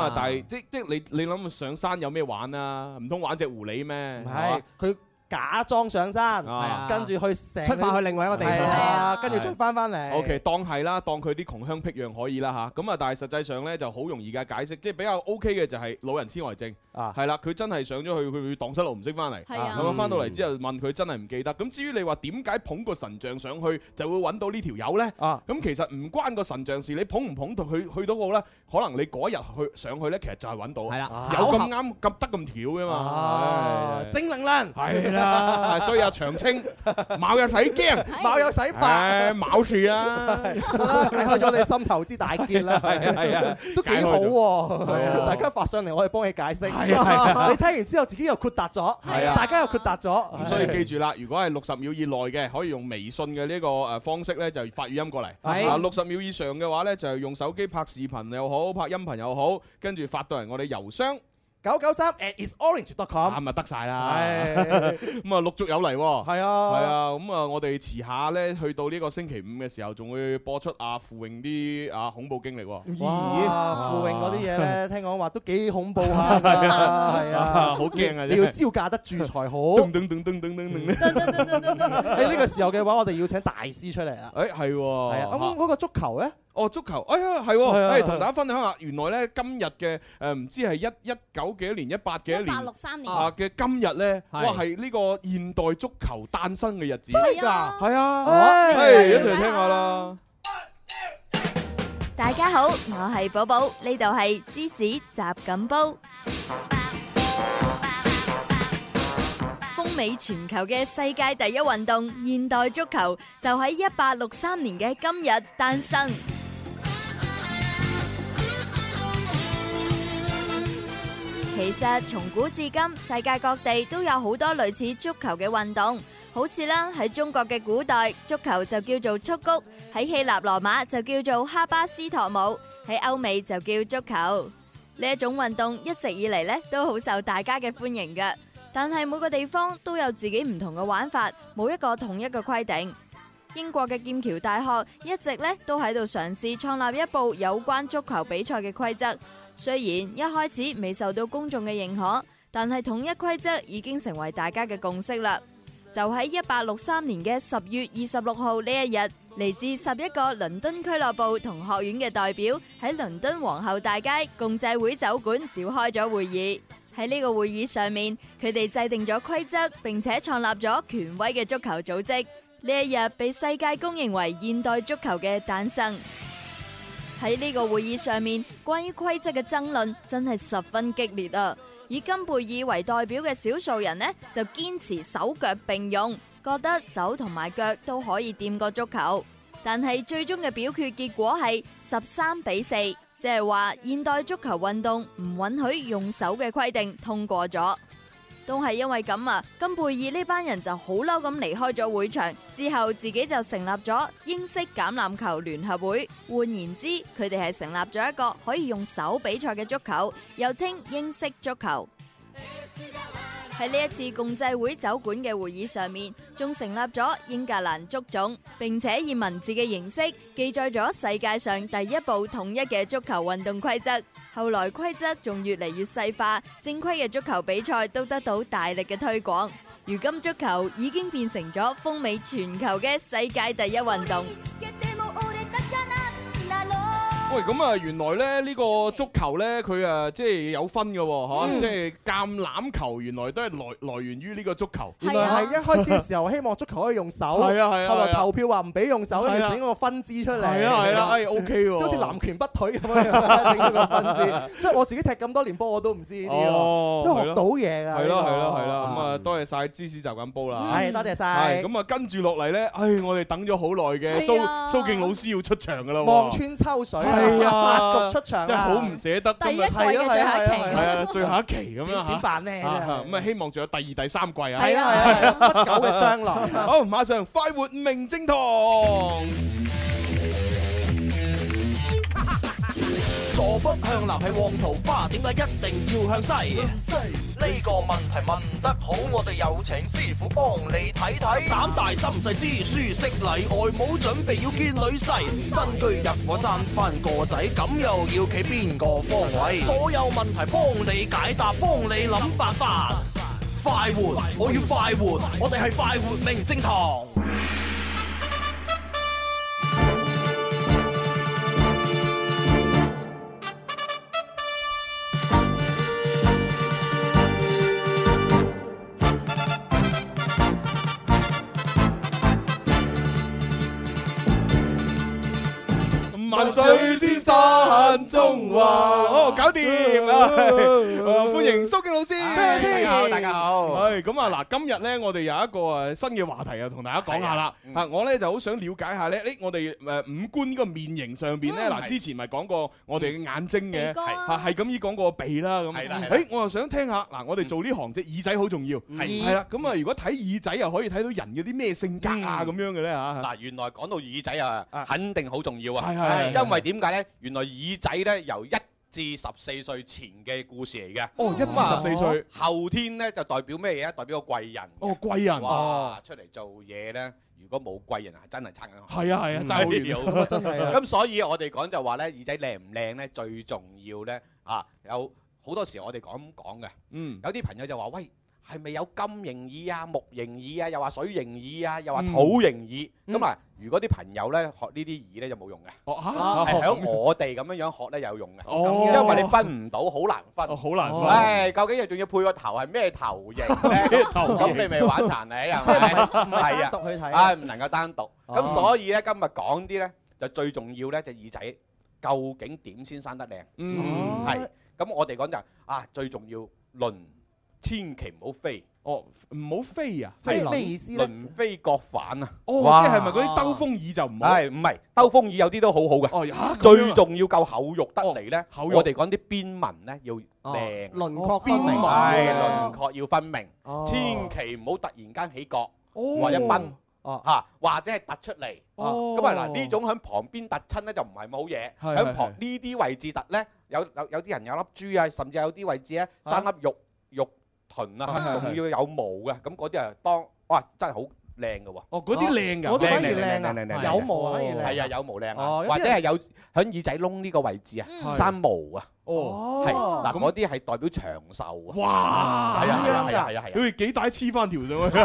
Speaker 6: 啊，但係即即你你諗上山有咩玩啊？唔通玩只狐狸咩？
Speaker 7: 唔係佢假裝上山
Speaker 6: 啊，
Speaker 7: 跟住去成
Speaker 6: 出發去另外一個地方
Speaker 7: 係啊，跟住再翻翻嚟。
Speaker 6: O K，當係啦，當佢啲窮鄉僻壤可以啦吓，咁啊，但係實際上咧就好容易嘅解釋，即係比較 O K 嘅就係老人痴呆症，係啦，佢真係上咗去，佢佢蕩失路唔識翻嚟，
Speaker 14: 係啊
Speaker 6: 咁啊翻到嚟之後問佢真係唔記得。咁至於你話點解捧個神像上去就會揾到呢條友咧？咁其實唔關個神像事，你捧唔捧到佢去到好咧，可能你嗰日去上去咧，其實就係揾到，係啦有咁啱咁得咁巧嘅嘛，唉
Speaker 7: 正能量
Speaker 6: 係啦，所以阿長青卯有使驚，
Speaker 7: 卯有使白
Speaker 6: 唉，卯住啊！
Speaker 7: 啦解開咗你心頭之大結啦，
Speaker 6: 係啊係啊
Speaker 7: 都幾好喎！ 大家發上嚟，我哋幫你解釋。係
Speaker 6: 啊係啊
Speaker 7: 你聽完之後自己又豁達咗，
Speaker 6: 係啊
Speaker 7: 大家又豁達
Speaker 6: 咁
Speaker 7: 咗，
Speaker 6: 所以記住啦，如果係六十秒以內嘅，可以用微信嘅呢個誒方式咧，就發語音過嚟。
Speaker 7: 係
Speaker 6: 啊，六十秒以上嘅話咧，就用手機拍視頻又好，拍音頻又好，跟住發到嚟我哋郵箱。
Speaker 7: 九九三 at isorange.com
Speaker 6: 咁啊得晒啦，
Speaker 7: 係
Speaker 6: 咁啊陸續有嚟喎，係
Speaker 7: 啊
Speaker 6: 係啊，咁啊我哋遲下咧去到呢個星期五嘅時候，仲會播出阿傅穎啲啊恐怖經歷喎，
Speaker 7: 哇！啊傅穎嗰啲嘢咧，聽講話都幾恐怖下㗎，
Speaker 6: 啊 係啊
Speaker 7: 係啊，
Speaker 6: 好驚啊
Speaker 7: 你
Speaker 6: 真係
Speaker 7: 要招架得住才好。啊
Speaker 6: 噔噔噔噔噔噔
Speaker 7: 喺呢個時候嘅話，我哋要請大師出嚟啦。
Speaker 6: 誒係喎，
Speaker 7: 係啊，咁嗰個足球咧？
Speaker 6: 哦，足球，哎呀，係喎，
Speaker 7: 係啊
Speaker 6: 哎
Speaker 7: 係啊
Speaker 6: 同大家分享下，原來咧今日嘅誒唔知係一一九幾多年、一八幾多年、
Speaker 2: 1863年
Speaker 6: 啊嘅今日咧，
Speaker 2: 係
Speaker 6: 哇係呢個現代足球誕生嘅日子，
Speaker 2: 真係㗎
Speaker 4: 哦
Speaker 6: 係啊，
Speaker 2: 哎
Speaker 6: 哎一齊聽下啦。
Speaker 2: 大家好，我係寶寶，呢度係芝士雜錦煲。風靡全球嘅世界第一運動現代足球，就喺一八六三年嘅今日誕生。其實從古至今，世界各地都有好多類似足球嘅運動，好似啦喺中國嘅古代，足球就叫做蹴鞠；喺希臘羅馬就叫做哈巴斯托姆；喺歐美就叫足球。呢一種運動一直以嚟呢都好受大家嘅歡迎嘅，但係每個地方都有自己唔同嘅玩法，冇一個統一嘅規定。英國嘅劍橋大學一直咧都喺度嘗試創立一部有關足球比賽嘅規則。雖然一開始未受到公眾嘅認可，但係統一規則已經成為大家嘅共識啦。就喺一八六三年嘅十月二十六號呢一日，嚟自十一個倫敦俱樂部同學院嘅代表喺倫敦皇后大街共濟會酒館召開咗會議。喺呢個會議上面，佢哋制定咗規則，並且創立咗權威嘅足球組織。呢一日被世界公認為現代足球嘅誕生。喺呢個會議上面，關於規則嘅爭論真係十分激烈啊！以金貝爾為代表嘅少數人呢，就堅持手腳並用，覺得手同埋腳都可以掂過足球。但係最終嘅表決結果係十三比四，即係話現代足球運動唔允許用手嘅規定通過咗。都係因為咁啊，金貝爾呢班人就好嬲咁離開咗會場，之後自己就成立咗英式橄欖球聯合會。換言之，佢哋係成立咗一個可以用手比賽嘅足球，又稱英式足球。喺呢一次共濟會酒館嘅會議上面，仲成立咗英格蘭足總，並且以文字嘅形式記載咗世界上第一部統一嘅足球運動規則。後來規則仲越嚟越細化，正規嘅足球比賽都得到大力嘅推廣。如今足球已經變成咗風靡全球嘅世界第一運動。
Speaker 6: 喂，咁啊，原來咧呢個足球咧，佢誒即係有分嘅喎，嚇，
Speaker 7: 嗯
Speaker 6: 即係橄欖球原來都係來來源於呢個足球。
Speaker 7: 原來係一開始嘅時候希望足球可以用手，
Speaker 6: 係啊係啊
Speaker 7: 後
Speaker 6: 係
Speaker 7: 來
Speaker 6: 啊
Speaker 7: 投票話唔俾用手，
Speaker 6: 係啊
Speaker 7: 跟住整個分支出嚟。
Speaker 6: 係啊係啊哎，OK 喎
Speaker 7: 即好似南拳北腿咁樣整咗個分 支。所以我自己踢咁多年波，我都唔知呢啲
Speaker 6: 哦
Speaker 7: 喎，都學到嘢㗎。
Speaker 6: 係咯
Speaker 7: 呢個
Speaker 6: 係咯係啦，咁啊多謝晒芝士就咁煲啦，
Speaker 7: 係多謝晒
Speaker 6: 係咁啊，跟住落嚟咧，唉，我哋等咗好耐嘅蘇
Speaker 7: 係啊
Speaker 6: 蘇敬老師要出場噶啦喎，
Speaker 7: 望穿秋水啊，
Speaker 6: 係
Speaker 7: 八
Speaker 6: 啊，
Speaker 7: 族出場啊
Speaker 6: 真係好唔捨得。
Speaker 7: 第一季嘅最後一期
Speaker 6: 係啊，最後一期咁樣嚇
Speaker 7: 點辦呢
Speaker 6: 啊
Speaker 7: 真係
Speaker 6: 咁啊，希望仲有第二、第三季啊。
Speaker 7: 係啊係啊不久嘅將來
Speaker 6: 好，馬上快活明正堂。
Speaker 9: 坐北向南係旺桃花，點解一定要向西？呢個問題問得好，我哋有請師傅幫你睇睇。膽大心細知書識禮，外母準備要見女婿，新居入伙生翻個仔，咁又要企邊個方位？所有問題幫你解答，幫你諗辦法。快活，我要快活，我哋係快活明正堂。
Speaker 6: 萬水之山中華，哦，搞掂啦！啊歡迎蘇敬老師，
Speaker 7: 大家好大家好
Speaker 6: 係咁啊，嗱，今日咧，我哋有一個誒新嘅話題啊，同大家講下啦。啊，我咧就好想了解下咧，誒，我哋誒五官呢個面型上邊咧，
Speaker 7: 嗯
Speaker 6: 嗱，之前咪講過我哋嘅眼睛嘅，
Speaker 7: 鼻哥啊
Speaker 6: 係係咁依講過鼻啦，咁。係
Speaker 7: 啦係啦
Speaker 6: 誒，我又想聽下，嗱，我哋做呢行隻耳仔好重要，
Speaker 4: 係
Speaker 6: 係啦。咁啊，如果睇耳仔又可以睇到人嘅啲咩性格啊，
Speaker 4: 嗯
Speaker 6: 咁樣嘅咧嚇。
Speaker 4: 嗱，原來講到耳仔啊，肯定好重要
Speaker 6: 係係
Speaker 4: 啊，
Speaker 6: 係
Speaker 4: 因為點解咧？原來耳仔咧由一至十四歲前嘅故事嚟嘅。
Speaker 6: 哦一至14歲
Speaker 4: 咁啊後天咧就代表咩嘢啊？代表個貴人。
Speaker 6: 哦貴人
Speaker 4: 哇！出嚟做嘢咧，如果冇貴人啊，真係撐緊行。
Speaker 6: 係啊係啊爭好遠
Speaker 4: 係啊
Speaker 6: 真係啊
Speaker 4: 咁所以我哋講就話咧，耳仔靚唔靚咧，最重要咧啊，有好多時我哋講講嘅。
Speaker 6: 嗯，
Speaker 4: 有啲朋友就話喂。係咪有金形耳啊、木形耳啊，又話水形耳啊，又話
Speaker 6: 嗯
Speaker 4: 土形耳？咁啊，如果啲朋友咧學呢啲耳咧就冇用嘅。
Speaker 6: 哦
Speaker 4: 係
Speaker 6: 嚇
Speaker 4: 喺我哋咁樣樣學咧有用嘅。
Speaker 6: 哦
Speaker 4: 因為你分唔到，好難分。
Speaker 6: 好難分
Speaker 4: 唉，究竟又仲要配個頭係咩頭型咧？咁你咪玩殘你係咪？係
Speaker 7: 單
Speaker 4: 啊，
Speaker 7: 獨去睇
Speaker 4: 唉，唔能夠單獨。咁
Speaker 7: 哦
Speaker 4: 所以咧，今日講啲咧就最重要咧，就耳仔究竟點先生得靚？
Speaker 6: 嗯，
Speaker 4: 係。咁我哋講就啊，最重要論，千祈唔好飛。
Speaker 6: 哦，唔好飛啊！
Speaker 4: 飛
Speaker 6: 飛
Speaker 4: 輪
Speaker 6: 咩意思呢
Speaker 4: 輪飛各反啊！
Speaker 6: 哦即係咪嗰啲兜風耳就唔好
Speaker 4: 係唔係兜風耳有啲都好好嘅。
Speaker 6: 嚇咁樣啊
Speaker 4: 最重要夠厚肉得嚟咧，
Speaker 6: 哦厚肉哦
Speaker 4: 我哋講啲邊紋咧要靚，
Speaker 8: 輪廓分
Speaker 4: 邊
Speaker 8: 明
Speaker 6: Ờ.
Speaker 4: 係
Speaker 8: 哦
Speaker 4: 輪廓要分明
Speaker 8: 哦，
Speaker 4: 千祈唔好突然間起角
Speaker 8: 哦
Speaker 4: 或者崩。
Speaker 6: Ờ.
Speaker 8: 哦
Speaker 4: 嚇，或者係突出嚟，
Speaker 8: 哦
Speaker 4: 咁啊嗱，呢種喺旁邊突親咧就唔係冇嘢，喺
Speaker 8: 係係
Speaker 4: 旁呢啲位置突咧，有有有啲人有粒珠啊，甚至有啲位置咧生粒肉肉。臀
Speaker 6: 係係
Speaker 4: 啊，
Speaker 6: 係
Speaker 4: 仲要有毛嘅，咁嗰啲啊當哇真係好靚嘅喎。
Speaker 6: 哦，嗰啲靚㗎
Speaker 4: 嗰啲反
Speaker 6: 嗰啲反而
Speaker 4: 而
Speaker 6: 靚啊
Speaker 4: 靚
Speaker 6: 有毛啊反而靚
Speaker 4: 係啊，有毛靚啊
Speaker 6: 哦，有啲
Speaker 4: 或者
Speaker 6: 人
Speaker 4: 係有喺耳仔窿呢個位置啊，
Speaker 6: 嗯
Speaker 4: 生毛啊。
Speaker 6: 哦
Speaker 4: 係
Speaker 6: 哦
Speaker 4: 嗱，
Speaker 6: 咁
Speaker 4: 嗰啲係代表長壽啊。
Speaker 6: 哇，
Speaker 4: 係啊，係啊
Speaker 6: 咁樣㗎
Speaker 4: 係啊，係啊，係啊。
Speaker 6: 佢幾大黐翻條上去。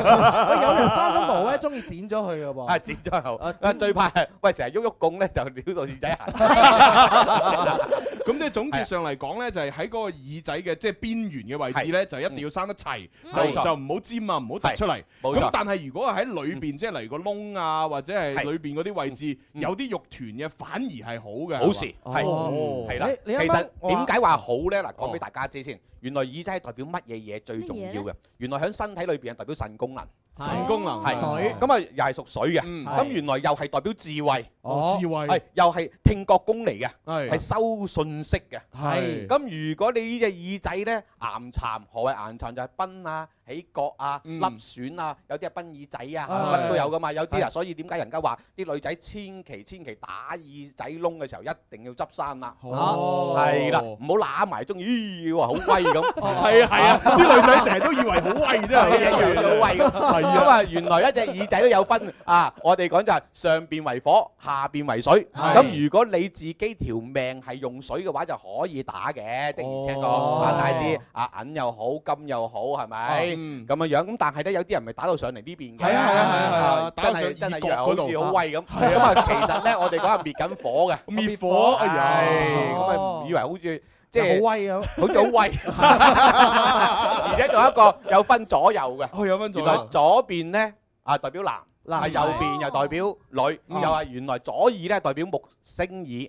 Speaker 7: 有人生咗毛咧，中意剪咗佢嘅
Speaker 4: 啊，
Speaker 7: 噃。
Speaker 4: 剪咗後，啊最怕係喂成日喐喐拱咧，就撩到耳仔痕。
Speaker 6: 咁即係總結上嚟講咧，就係喺嗰個耳仔嘅即係邊緣嘅位置咧，就一定要生得齊，就
Speaker 4: 嗯冇錯
Speaker 6: 就唔好尖啊，唔好突出嚟
Speaker 4: 係。冇錯嗯
Speaker 6: 咁但係如果係喺裏邊，即係例如個窿啊，或者係裏邊嗰啲位置有啲肉團嘅，反而係好嘅。
Speaker 4: 好嗯事
Speaker 6: 係嘛
Speaker 4: 係
Speaker 6: 哦
Speaker 4: 係啦。其實點解話好咧？嗱，講俾大家知先。原來耳仔係代表乜嘢嘢最重要嘅？原來喺身體裏邊係代表腎功能。
Speaker 6: 腎功能
Speaker 4: 係
Speaker 6: 哦水
Speaker 4: 咁啊，又係屬水嘅。咁
Speaker 6: 係
Speaker 4: 原來又係代表智慧。
Speaker 6: 哦智慧
Speaker 4: 係又係聽覺功嚟嘅，
Speaker 6: 係
Speaker 4: 係收信息嘅。
Speaker 6: 係
Speaker 4: 咁如果你呢隻耳仔咧岩殘，何謂岩殘就係崩啊、起角啊、
Speaker 6: 嗯
Speaker 4: 凹損啊，有啲係崩耳仔啊，
Speaker 6: 係
Speaker 4: 乜都有噶嘛。有啲啊，
Speaker 6: 係
Speaker 4: 所以點解人家話啲女仔千祈千祈打耳仔窿嘅時候一定要執衫啦，
Speaker 6: 哦
Speaker 4: 係啦，唔好揦埋中咦哇好威 咁，
Speaker 6: 係啊係啊，啲女仔成日都以為好威啫，
Speaker 4: 係啊以為好威咁。
Speaker 6: 係啊
Speaker 4: 咁啊，原來一隻耳仔都有分啊！我哋講就係上邊為火，下邊為水。
Speaker 6: 係
Speaker 4: 咁如果你自己條命係用水嘅話，就可以打嘅，的而且確
Speaker 6: 哦
Speaker 4: 啊，大啲啊銀又好，金又好，係咪
Speaker 6: 哦
Speaker 4: 咁樣樣？咁但係咧，有啲人咪打到上嚟呢邊嘅，
Speaker 6: 係啊係啊係啊係啊打
Speaker 4: 真
Speaker 6: 到上
Speaker 4: 係真
Speaker 6: 耳
Speaker 4: 係
Speaker 6: 角
Speaker 4: 以為好
Speaker 6: 嗰度
Speaker 4: 似好威咁。
Speaker 6: 係
Speaker 4: 咁
Speaker 6: 啊
Speaker 4: 啊，其實咧，我哋講係滅緊火嘅，
Speaker 6: 滅火哎呀
Speaker 4: 係咁啊，以為好似即係
Speaker 7: 好威咁，
Speaker 4: 好似好 威。而且仲有一個有分左右嘅，
Speaker 6: 哦有分左右
Speaker 4: 原來左邊咧啊代表男。
Speaker 7: 男
Speaker 4: 啊，右邊又代表女，
Speaker 6: 嗯
Speaker 4: 又話原來左耳咧代表木星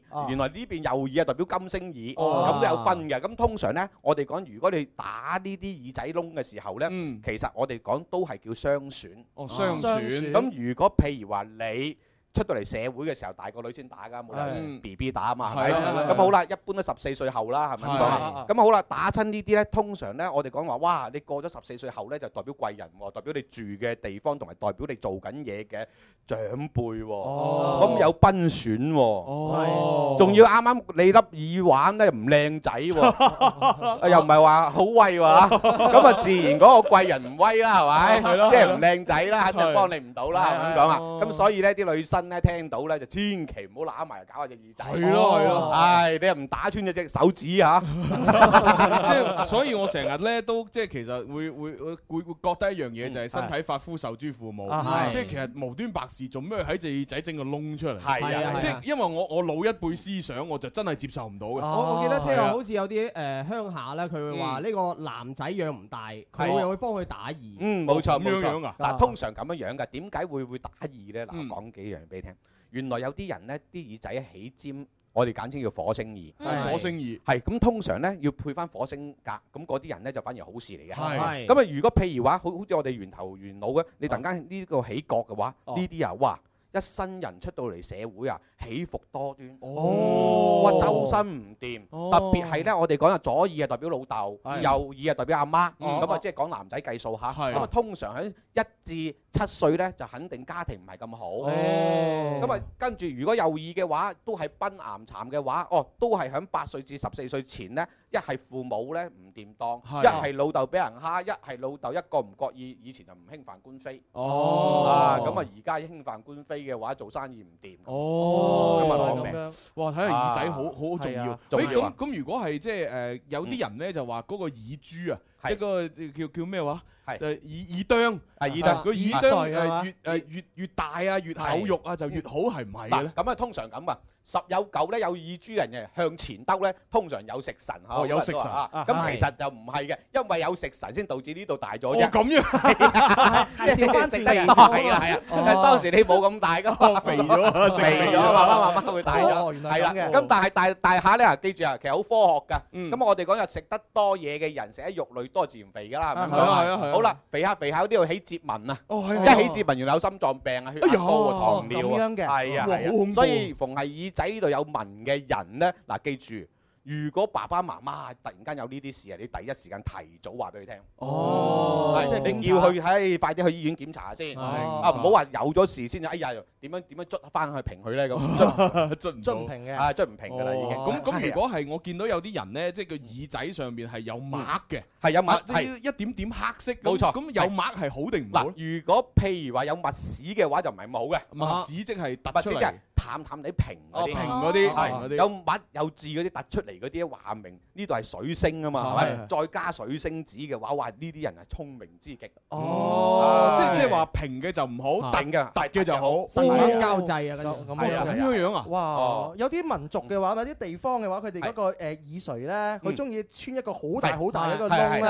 Speaker 6: 啊
Speaker 4: 耳，原來呢邊右耳啊代表金星耳，
Speaker 6: 哦
Speaker 4: 咁都有分嘅。咁通常咧，我哋講如果你打呢啲耳仔窿嘅時候咧，其實我哋講都係叫雙選。
Speaker 6: 哦雙選雙選
Speaker 4: 咁如果譬如話你出到嚟社會嘅時候，大個女先打㗎，冇理由
Speaker 6: 嗯
Speaker 4: B B 打啊嘛，係
Speaker 6: 係啊係啊
Speaker 4: 咪？咁好啦，一般都十四歲後啦，係咪咁講啊？咁好啦，打親呢啲咧，通常咧我哋講話，哇！你過咗十四歲後咧，就代表貴人喎，代表你住嘅地方同埋代表你做緊嘢嘅長輩喎。
Speaker 6: 哦
Speaker 4: 咁有賓選喎，仲要啱啱你粒耳環咧唔靚仔喎，又唔係話好威喎，咁啊自然嗰個貴人唔威啦，係
Speaker 6: 係
Speaker 4: 咪？
Speaker 6: 咯
Speaker 4: 即
Speaker 6: 係
Speaker 4: 係唔
Speaker 6: 咯
Speaker 4: 靚仔啦，肯定幫你唔到啦，係咪咁講啊？
Speaker 6: 哦
Speaker 4: 咁所以咧啲女生咧聽到咧就千祈唔好揦埋搞下隻耳仔。
Speaker 6: 係咯係咯
Speaker 4: 唉，你又唔打穿咗隻手指啊嚇。
Speaker 6: 即係所以我成日咧都即係其實會會會會覺得一樣嘢就係身體髮膚受諸父母
Speaker 4: 嗯啊，係
Speaker 6: 即係其實無端白事做咩喺隻耳仔整個窿出嚟？
Speaker 4: 係啊
Speaker 6: 即
Speaker 4: 係
Speaker 6: 係
Speaker 4: 啊
Speaker 6: 因為我我老一輩思想我就真係接受唔到
Speaker 4: 哦
Speaker 6: 嘅。
Speaker 8: 我我記得哦即係
Speaker 6: 係啊
Speaker 8: 好似有啲誒鄉下咧，佢會話呢個男仔養唔大，佢
Speaker 4: 係
Speaker 8: 又會幫佢打耳。
Speaker 4: 嗯，冇錯
Speaker 8: 咁
Speaker 4: 冇
Speaker 8: 樣
Speaker 4: 錯
Speaker 8: 樣啊。
Speaker 4: 嗱，通常咁樣樣嘅，點解會會打耳咧？嗱，講幾樣俾你聽。原來有啲人咧，啲耳仔起尖，我哋簡稱叫火星耳。
Speaker 6: 係火星耳
Speaker 4: 係咁，通常咧要配翻火星格，咁嗰啲人咧就反而好事嚟嘅。
Speaker 6: 係
Speaker 4: 咁啊，如果譬如話，好好似我哋源頭元老嘅，你突然間呢個起角嘅話，呢啲啊，哇！一新人出到嚟社會啊，起伏多端，哇，周身唔掂，特別係咧，我哋講啊，左耳啊代表老豆，
Speaker 6: 係
Speaker 4: 右耳啊代表阿媽，
Speaker 6: 哦
Speaker 4: 咁啊即係講男仔計數嚇。
Speaker 6: 係
Speaker 4: 咁啊，通常喺一至七歲咧，就肯定家庭唔係咁好。咁啊，跟住如果右耳嘅話，都係崩岩殘嘅話，哦，都係喺八歲至十四歲前咧，一係父母咧唔掂當，
Speaker 6: 係
Speaker 4: 一係老豆俾人蝦，一係老豆一個唔覺意，以前就唔興犯官非。
Speaker 6: 哦
Speaker 4: 啊，咁啊而家興犯官非嘅話，做生意唔掂。
Speaker 6: 哦，
Speaker 4: 咁啊攞命。
Speaker 6: 哇！睇下耳仔好好好重
Speaker 4: 係啊
Speaker 6: 要。
Speaker 4: 重
Speaker 6: 喂，
Speaker 4: 要啊
Speaker 6: 咁咁如果係即係誒有啲人咧就話嗰個耳珠啊，即係嗰個叫叫咩話？就係耳耳釘
Speaker 4: 啊耳釘
Speaker 6: 個耳
Speaker 4: 耳垂係嘛
Speaker 6: 釘誒越誒呃越越大啊，越厚肉啊就越好，係唔係嘅
Speaker 4: 嗱，
Speaker 6: 咧？
Speaker 4: 咁啊，通常咁啊，十有九咧有耳珠人嘅向前兜咧，通常有食神嚇。
Speaker 6: 哦有食神
Speaker 4: 好多人都話
Speaker 6: 啊
Speaker 4: 啊咁其實就唔係嘅，因為有食神先導致呢度大咗
Speaker 6: 哦
Speaker 4: 啫。
Speaker 6: 咁樣
Speaker 4: 即係調翻轉嚟多係啦，
Speaker 6: 調翻轉嚟咗
Speaker 4: 係
Speaker 6: 哦
Speaker 4: 啊。當時你冇咁大噶嘛，
Speaker 6: 肥咗啊食
Speaker 4: 肥
Speaker 6: 肥
Speaker 4: 咗，
Speaker 6: 咗
Speaker 4: 慢慢慢慢會大
Speaker 6: 哦
Speaker 4: 咗，
Speaker 6: 原來咁嘅
Speaker 4: 咁但係大大下咧，記住啊，其實好科學㗎。咁我哋講就食得多嘢嘅人，食得肉類多，自然肥㗎啦，係咪
Speaker 6: 係啊係啊係啊
Speaker 4: 好啦，肥下肥下呢度起摺紋啊，
Speaker 6: 係啊
Speaker 4: 一起摺紋原來有心臟病啊、血壓高啊、糖尿啊，
Speaker 6: 咁樣嘅
Speaker 4: 係啊，
Speaker 6: 哇
Speaker 4: 係啊
Speaker 6: 好恐怖啊
Speaker 4: 所以逢係耳仔呢度有紋嘅人咧，嗱記住。如果爸爸媽媽突然間有呢啲事啊，你第一時間提早話俾佢聽。
Speaker 7: 哦
Speaker 4: 係
Speaker 7: 即係
Speaker 4: 你
Speaker 7: 檢查
Speaker 4: 要去，唉，快啲去醫院檢查下先。
Speaker 7: 哦
Speaker 4: 啊，唔好話有咗事先，哎呀，點樣點樣捽翻去平佢咧咁， 捽
Speaker 6: 捽唔
Speaker 4: 捽唔平嘅，啊，捽唔平㗎啦已經。
Speaker 6: 哦咁咁，如
Speaker 4: 係啊
Speaker 6: 果係我見到有啲人咧，即係個耳仔上面係有癦嘅，
Speaker 4: 係有
Speaker 6: 啊
Speaker 4: 癦
Speaker 6: 即係
Speaker 4: 係
Speaker 6: 一點點黑色。咁
Speaker 4: 冇錯，
Speaker 6: 咁有癦係好定唔
Speaker 4: 嗱，
Speaker 6: 好
Speaker 4: 如果譬如話有墨屎嘅話，就唔係冇嘅。
Speaker 6: 癦屎即係突
Speaker 4: 墨
Speaker 6: 出
Speaker 4: 屎
Speaker 6: 嚟
Speaker 4: 即係淡淡地平嗰啲，
Speaker 6: 哦平嗰啲
Speaker 4: 係
Speaker 6: 平嗰啲
Speaker 4: 有墨有字嗰啲突出嚟嗰啲，話明呢度係水星啊嘛，係
Speaker 6: 哦係
Speaker 4: 咪？再加水星子嘅話，話呢啲人係聰明之極。啊
Speaker 6: 哦，即係即係話平嘅就唔好，
Speaker 4: 平嘅
Speaker 6: 突嘅就好，
Speaker 4: 平嘅
Speaker 8: 交際啊跟住
Speaker 6: 咁
Speaker 4: 係啊
Speaker 6: 咁樣樣啊，
Speaker 7: 哇！有啲民族嘅話，有啲地方嘅話，佢哋嗰個誒耳垂咧，佢中意穿一個好大好大一個窿咧，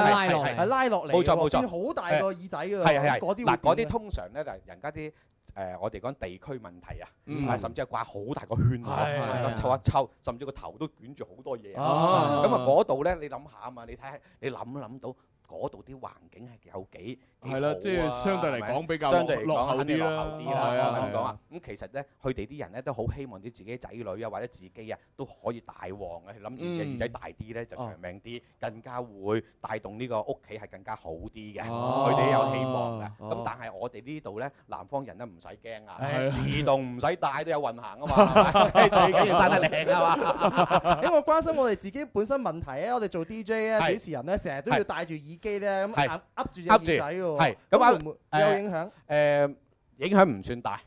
Speaker 7: 係拉落嚟，
Speaker 4: 冇錯冇錯，
Speaker 7: 好大個耳仔㗎
Speaker 4: 係係
Speaker 7: 嗰啲
Speaker 4: 嗱，嗰啲通常咧就係人家啲誒，我哋講地區問題啊，
Speaker 7: 嗯
Speaker 4: 啊甚至係掛好大個圈
Speaker 7: 係係
Speaker 4: 啊，
Speaker 7: 係
Speaker 4: 湊一湊，甚至個頭都捲住好多嘢
Speaker 7: 啊
Speaker 4: 啊。咁啊，嗰度咧你諗下啊嘛，你睇下你諗都諗到。嗰度啲環境係有幾幾
Speaker 6: 係
Speaker 4: 好
Speaker 6: 啦
Speaker 4: 啊
Speaker 6: 即係相對嚟
Speaker 4: 係
Speaker 6: 講
Speaker 4: 咪
Speaker 6: 比較
Speaker 4: 相對嚟講
Speaker 6: 落後
Speaker 4: 肯定
Speaker 6: 啲啦
Speaker 4: 落後啲
Speaker 6: 係啊
Speaker 4: 啦，係咪
Speaker 6: 係
Speaker 4: 咁講
Speaker 6: 啊
Speaker 4: 啊？咁其實咧，佢哋啲人咧都好希望啲自己仔女啊，或者自己啊，都可以大旺嘅，諗住嘅
Speaker 6: 嗯
Speaker 4: 耳仔大啲咧就長命啲，更加會帶動呢個屋企係更加好啲嘅，
Speaker 6: 哦
Speaker 4: 佢哋有希望嘅。咁
Speaker 6: 哦
Speaker 4: 但係我哋呢度咧，南方人咧唔使驚
Speaker 6: 係啊
Speaker 4: 啊，自動唔使帶都有運 行啊嘛，係咪最緊要生得靚啊嘛。
Speaker 7: 因為關心我哋自己本身問題咧，我哋做 DJ 咧、
Speaker 4: 係
Speaker 7: 主持人咧，成日都要戴住耳機咧，咁
Speaker 4: 係
Speaker 7: 硬噏住隻
Speaker 4: 噏
Speaker 7: 耳
Speaker 4: 住
Speaker 7: 仔嘅喎，
Speaker 4: 係咁啊
Speaker 7: 會唔會有影響。
Speaker 4: 誒影響唔算大，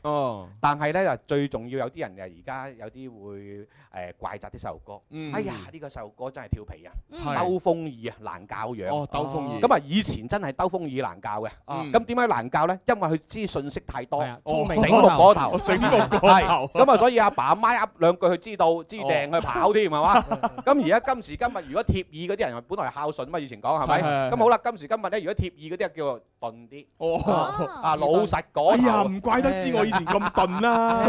Speaker 4: 但係咧就最重要有啲人誒而家有啲會誒怪責啲細路哥，
Speaker 6: 嗯
Speaker 4: 哎呀呢個細路哥真係調皮啊，
Speaker 6: 係
Speaker 4: 兜風耳啊難教養，
Speaker 6: 哦兜風耳
Speaker 4: 咁啊以前真係兜風耳難教嘅，
Speaker 6: 嗯
Speaker 4: 咁點解難教咧？因為佢知信息太多，
Speaker 6: 聰明
Speaker 4: 醒目過頭，
Speaker 6: 哦醒目過頭
Speaker 4: 係咁啊所以阿爸阿媽噏兩句佢知道知定
Speaker 6: 哦
Speaker 4: 佢跑添係嘛？咁而家今時今日如果貼耳嗰啲人本來係孝順嘛，以前講係咪？
Speaker 6: 係係係
Speaker 4: 咁好啦，今時今日咧如果貼耳嗰啲叫做鈍啲。
Speaker 6: 哦
Speaker 4: 啊老實講，
Speaker 6: 哎呀，唔怪得知我以 前咁鈍啦，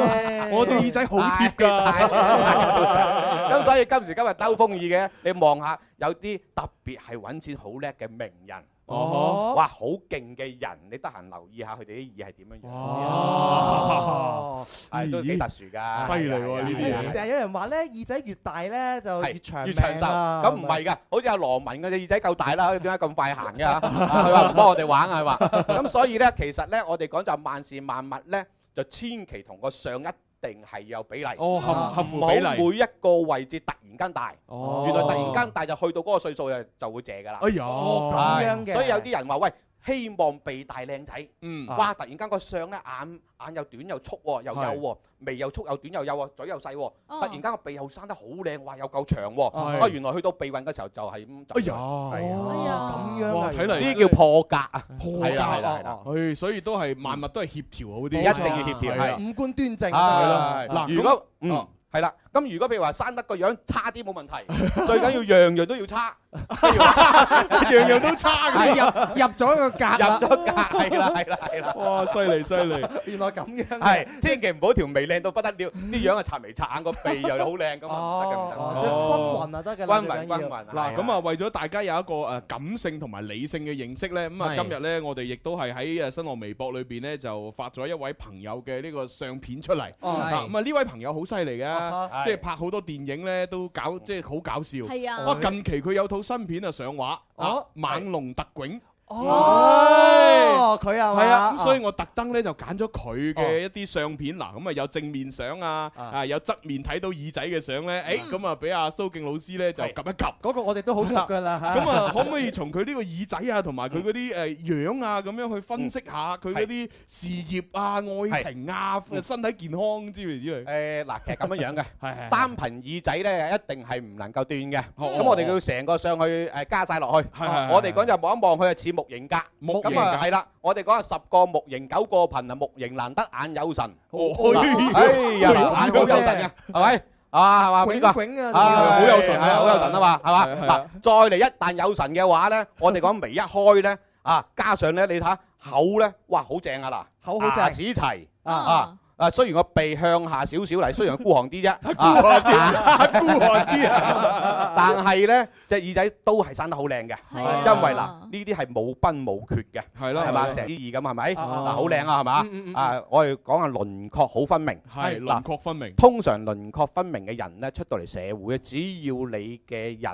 Speaker 6: 我隻耳仔好貼
Speaker 4: 咁所以今時今日兜風耳嘅，你望下有啲特別係揾錢好叻嘅名人。
Speaker 6: 哦
Speaker 4: 哇！好勁嘅人，你得閒留意下佢哋啲耳係點樣樣。
Speaker 6: 哇
Speaker 4: 係都幾特殊㗎，
Speaker 6: 犀利喎呢啲嘢
Speaker 7: 成日有人話咧，耳仔越大咧就越長
Speaker 4: 越
Speaker 7: 命
Speaker 4: 長壽。
Speaker 7: 啦
Speaker 4: 咁唔係㗎，好似阿羅文嗰隻耳仔夠大啦，點解咁快行㗎？啊佢話唔幫我哋玩啊係嘛？咁所以咧，其實咧，我哋講就萬事萬物咧，就千祈同個上一定係有比例。
Speaker 6: 哦合合乎比例
Speaker 4: 唔好每一個位置突然間大。
Speaker 6: 哦
Speaker 4: 原來突然間大就去到嗰個歲數就就會謝㗎啦。
Speaker 6: 哎呀哦
Speaker 4: 係
Speaker 6: 咁樣嘅
Speaker 4: 所以有啲人話喂。希望鼻大靚仔，
Speaker 6: 嗯
Speaker 4: 哇！突然間個相咧眼眼又短又粗喎，又幼
Speaker 6: 係
Speaker 4: 喎，眉又粗又短又幼喎，嘴又細喎，突然間個鼻又生得好靚，哇！又夠長喎，
Speaker 6: 係
Speaker 4: 啊！原來去到鼻運嘅時候就係咁走咗。
Speaker 6: 哎
Speaker 4: 呀，
Speaker 6: 咁
Speaker 4: 樣啊
Speaker 6: 睇嚟
Speaker 4: 呢叫破格啊，
Speaker 6: 破
Speaker 4: 係
Speaker 6: 格哦
Speaker 4: 啦係啦係啦，
Speaker 6: 唉，所以都係萬物都係協調好啲，
Speaker 4: 一定要協調
Speaker 6: 係啊
Speaker 7: 五官端正
Speaker 4: 啊
Speaker 6: 係啦嗱
Speaker 4: 如
Speaker 6: 咁哦
Speaker 4: 果嗯係啦，咁如果譬如話生得個樣差啲冇問題，最緊要樣樣都要差，
Speaker 6: 樣樣都差㗎
Speaker 4: 入入咗個格，入咗格係啦係啦係啦，
Speaker 6: 哇！犀利犀利，
Speaker 7: 原來咁樣
Speaker 4: 係千祈唔好條眉靚到不得了，啲樣啊擦眉擦眼，個鼻又好靚咁啊，唔得嘅唔得嘅。
Speaker 7: 即係均勻就得㗎啦，最緊
Speaker 4: 均勻均
Speaker 7: 要
Speaker 4: 勻啊
Speaker 6: 嗱，咁啊，為咗大家有一個誒感性同埋理性嘅認識咧，咁啊，
Speaker 4: 係
Speaker 6: 今日咧，我哋亦都係喺誒新浪微博裏邊咧，就發咗一位朋友嘅呢個相片出嚟。
Speaker 4: 哦
Speaker 6: 啊
Speaker 4: 係
Speaker 6: 咁啊，呢位朋友好犀利嘅，
Speaker 4: 哈
Speaker 6: 即係拍好多電影咧，都搞即係好搞笑。
Speaker 4: 係啊
Speaker 6: 哇！近期佢有套新片啊上畫，啊《猛龍特警》。
Speaker 7: 哦，佢啊嘛，
Speaker 6: 係啊，咁所以我特登咧就揀咗佢
Speaker 4: 哦
Speaker 6: 嘅一啲相片嗱，咁啊有正面相啊，啊有側面睇到耳仔嘅相咧，
Speaker 4: 嗯
Speaker 6: 誒咁啊俾阿蘇敬老師咧就及一及。
Speaker 7: 嗰個我哋都好熟㗎 啦嚇
Speaker 6: 咁啊，可唔可以從佢呢個耳仔啊，同埋佢嗰啲誒樣啊，咁樣去分析下
Speaker 4: 嗯
Speaker 6: 佢嗰啲事業啊、愛情啊、身體健康之類
Speaker 4: 類？
Speaker 6: 之誒嗱，其實
Speaker 4: 咁樣樣嘅
Speaker 6: 係
Speaker 4: 單憑耳仔咧，一定係唔能夠斷嘅。
Speaker 6: 哦
Speaker 4: 咁我哋要成個上去誒加晒落去。
Speaker 6: 係係
Speaker 4: 我哋講就望一望佢係似木形格，
Speaker 6: 木
Speaker 4: 咁
Speaker 6: 形
Speaker 4: 啊
Speaker 6: 格
Speaker 4: 係啦。我哋講係十個木形九個貧啊，木形難得眼有神。
Speaker 6: 哦
Speaker 4: 嗱
Speaker 6: 哎
Speaker 4: 哎
Speaker 6: 呀
Speaker 4: 呀，眼好有神嘅，係咪？啊，係嘛？呢個
Speaker 7: 炯炯啊
Speaker 4: 好有神
Speaker 6: 係
Speaker 4: 啊，好有神啊嘛，係
Speaker 6: 係
Speaker 4: 嘛
Speaker 6: 係？
Speaker 4: 嗱，再嚟一旦有神嘅話咧，我哋講眉一開咧，啊，加上咧，你睇下口咧，哇，好正啊嗱，
Speaker 7: 口好正
Speaker 4: 牙齒齊
Speaker 7: 啊
Speaker 4: 啊，啊，雖然個鼻向下少少嚟，雖然係孤寒 啲啫，孤
Speaker 6: 孤寒啲，孤寒啲啊！
Speaker 4: 但係咧，隻耳仔都係生得好靚嘅，因為嗱，呢啲係冇崩冇缺嘅，
Speaker 6: 係咯
Speaker 4: 係
Speaker 6: 係
Speaker 4: 嘛，
Speaker 6: 咯
Speaker 4: 石依耳咁係咪？嗱，
Speaker 6: 啊
Speaker 4: 好靚啊，係嘛
Speaker 6: 嗯嗯嗯？
Speaker 4: 啊，我哋講下輪廓好分明，
Speaker 6: 係
Speaker 4: 嗱
Speaker 6: 輪廓分明
Speaker 4: 通常輪廓分明嘅人咧，出到嚟社會，只要你嘅人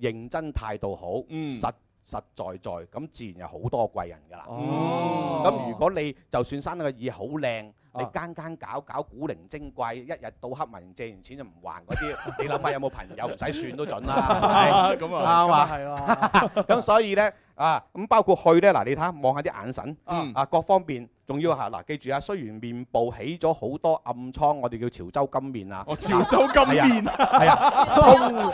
Speaker 4: 認真態度好，實實在在，咁自然有好多貴人㗎啦。咁如果你就算生得個耳好靚，你間間搞搞古靈精怪，一日到黑問人借完錢就唔還 嗰啲，你諗下有冇朋友唔使算都準啦，係咪
Speaker 6: 咁啊
Speaker 4: 啱啊，
Speaker 6: 咁
Speaker 4: 咁所以咧啊，咁包括去咧，嗱你睇下望下啲眼神，啊各方面，仲要嚇嗱，記住啊，雖然面部起咗好多暗瘡，我哋叫潮州金面啊，哦
Speaker 6: 潮州金面
Speaker 4: 係啊，通啊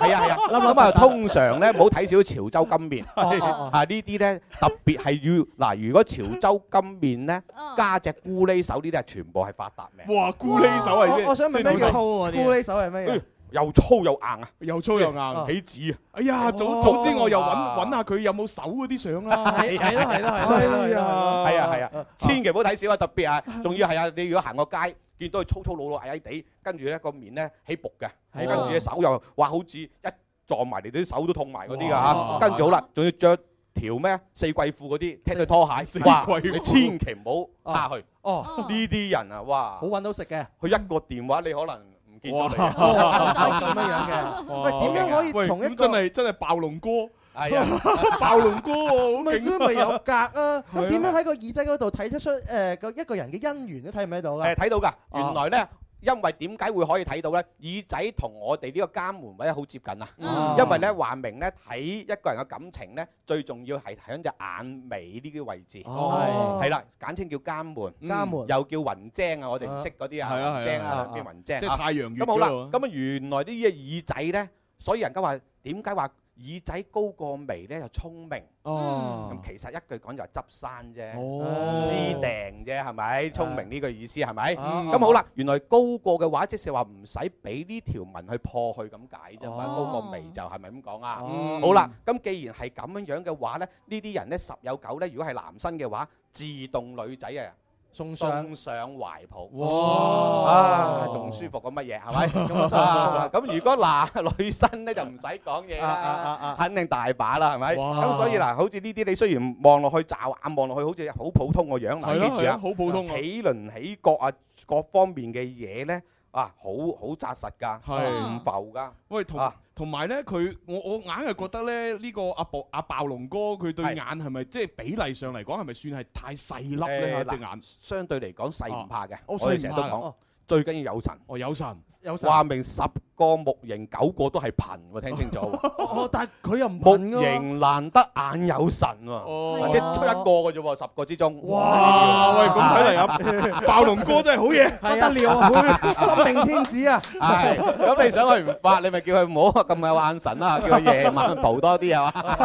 Speaker 4: 係 啊係啊，諗諗啊，通常咧唔好睇少潮州金面
Speaker 6: 哦哦
Speaker 4: 啊，呢啲咧特別係要嗱，如果潮州金面咧加隻咕喱手呢啲係全部係發達命，
Speaker 6: 哇，咕喱手係
Speaker 4: 我我想問
Speaker 17: 啊
Speaker 4: 咩叫
Speaker 7: 咕喱手係咩嘢？
Speaker 4: 又粗又硬啊，
Speaker 6: 又粗又硬
Speaker 4: 起子啊，
Speaker 6: 哎呀，早早知我又揾揾下佢有冇手嗰啲相啦。
Speaker 4: 係係咯係咯係咯
Speaker 6: 哎呀，
Speaker 4: 係啊係啊，千祈唔好睇少啊！特別啊，仲要係啊，你如果行個街。見到佢粗粗魯魯、矮矮地，跟住咧個面咧起伏嘅，
Speaker 6: 係
Speaker 4: 跟
Speaker 6: 啊
Speaker 4: 住隻手又哇好似一撞埋嚟，你啲手都痛埋嗰啲㗎嚇。
Speaker 6: 哇
Speaker 4: 跟住好啦，仲要着條咩四季褲嗰啲，踢對拖 鞋，哇！
Speaker 6: 季褲
Speaker 4: 你千祈唔好打佢。
Speaker 7: 哦，
Speaker 4: 呢啲人啊，哇！好
Speaker 7: 揾到食嘅。
Speaker 4: 佢一個電話你可能唔見 到你。
Speaker 6: 哇
Speaker 7: 咁樣樣嘅。喂，點樣可以
Speaker 6: 喂
Speaker 7: 從一
Speaker 6: 咁
Speaker 7: 個
Speaker 6: 真係真係暴龍哥？
Speaker 4: 係 啊，
Speaker 6: 暴龍哥喎，好
Speaker 7: 咪
Speaker 6: 勁
Speaker 7: 所以咪有格啊？
Speaker 6: 係啊
Speaker 7: 咁點樣喺個耳仔嗰度睇得出誒個一個人嘅姻緣都睇唔睇到
Speaker 4: 誒
Speaker 7: 㗎？
Speaker 4: 睇到㗎，
Speaker 6: 哦
Speaker 4: 原來咧。因為點解會可以睇到呢？耳仔同我哋呢個監門位好接近啊！
Speaker 6: 嗯
Speaker 4: 因為呢，話明呢，睇一個人嘅感情呢，最重要係喺隻眼尾呢啲位置，
Speaker 6: 哦
Speaker 4: 係啦，簡稱叫監門，
Speaker 6: 監門
Speaker 4: 又叫雲睛啊，我哋唔識嗰啲
Speaker 6: 係啊係
Speaker 4: 啊，
Speaker 6: 啊
Speaker 4: 雲睛
Speaker 6: 係
Speaker 4: 啊
Speaker 6: 啊，
Speaker 4: 叫雲睛啊，
Speaker 6: 即係太陽穴
Speaker 4: 咁好啦，
Speaker 6: 嗰
Speaker 4: 咁啊原來呢啲耳仔呢，所以人家話點解話耳仔高過眉呢？就聰明。
Speaker 6: 哦
Speaker 4: 咁其實一句講就係執生啫，
Speaker 6: 哦
Speaker 4: 知定啫係咪？聰明呢個意思係咪？
Speaker 6: 嗯
Speaker 4: 咁好啦，原來高過嘅話，即是話唔使俾呢條紋去破去咁解啫嘛，高過眉就係咪咁講啊？
Speaker 6: 嗯
Speaker 4: 好啦，咁既然係咁樣樣嘅話咧，呢啲人咧十有九咧，如果係男生嘅話，自動女仔啊。
Speaker 7: 送
Speaker 4: 上上懷抱，
Speaker 6: 哇
Speaker 4: 啊，仲舒服過乜嘢係咪？
Speaker 6: 咁
Speaker 4: 咁
Speaker 6: 啊
Speaker 4: 啊咁如果嗱女生咧就唔使講嘢啦，肯定大把啦係咪？
Speaker 6: 哇
Speaker 4: 咁所以嗱，好似呢啲你雖然望落去驟眼望落去好似好普通個樣，
Speaker 6: 係
Speaker 4: 嗱
Speaker 6: 咯
Speaker 4: 記住
Speaker 6: 係
Speaker 4: 啊
Speaker 6: 咯，好普通啊
Speaker 4: 起輪起角啊，各方面嘅嘢咧啊，好好扎實㗎，
Speaker 6: 係
Speaker 4: 唔浮㗎。
Speaker 6: 喂，
Speaker 4: 啊
Speaker 6: 同同埋咧，佢我我硬係覺得咧，呢個阿暴阿暴龍哥佢對眼係咪即係比例上嚟講係咪算係太細粒
Speaker 4: 誒
Speaker 6: 咧？隻
Speaker 4: 嗱
Speaker 6: 眼
Speaker 4: 相對嚟講細唔怕嘅，
Speaker 6: 哦
Speaker 4: 我
Speaker 6: 細唔
Speaker 4: 哋成日都
Speaker 6: 怕嘅
Speaker 4: 講
Speaker 6: 哦，
Speaker 4: 最緊要有神。
Speaker 6: 哦，有神
Speaker 7: 有神
Speaker 4: 話明十個木型九個都係貧喎，聽 清楚。
Speaker 7: 哦，但係佢又唔
Speaker 4: 木
Speaker 7: 笨㗎喎。
Speaker 4: 型難得眼有神
Speaker 6: 喎，
Speaker 4: 或者出一個嘅啫喎，十個之中。
Speaker 6: 哇！喂，咁 睇嚟啊，暴龍哥真係好 嘢，
Speaker 7: 不得了 啊！真命天子啊！
Speaker 4: 係，咁你想佢唔發，你咪叫佢唔好啊咁有眼神啦，叫佢夜晚蒲多啲係啊嘛？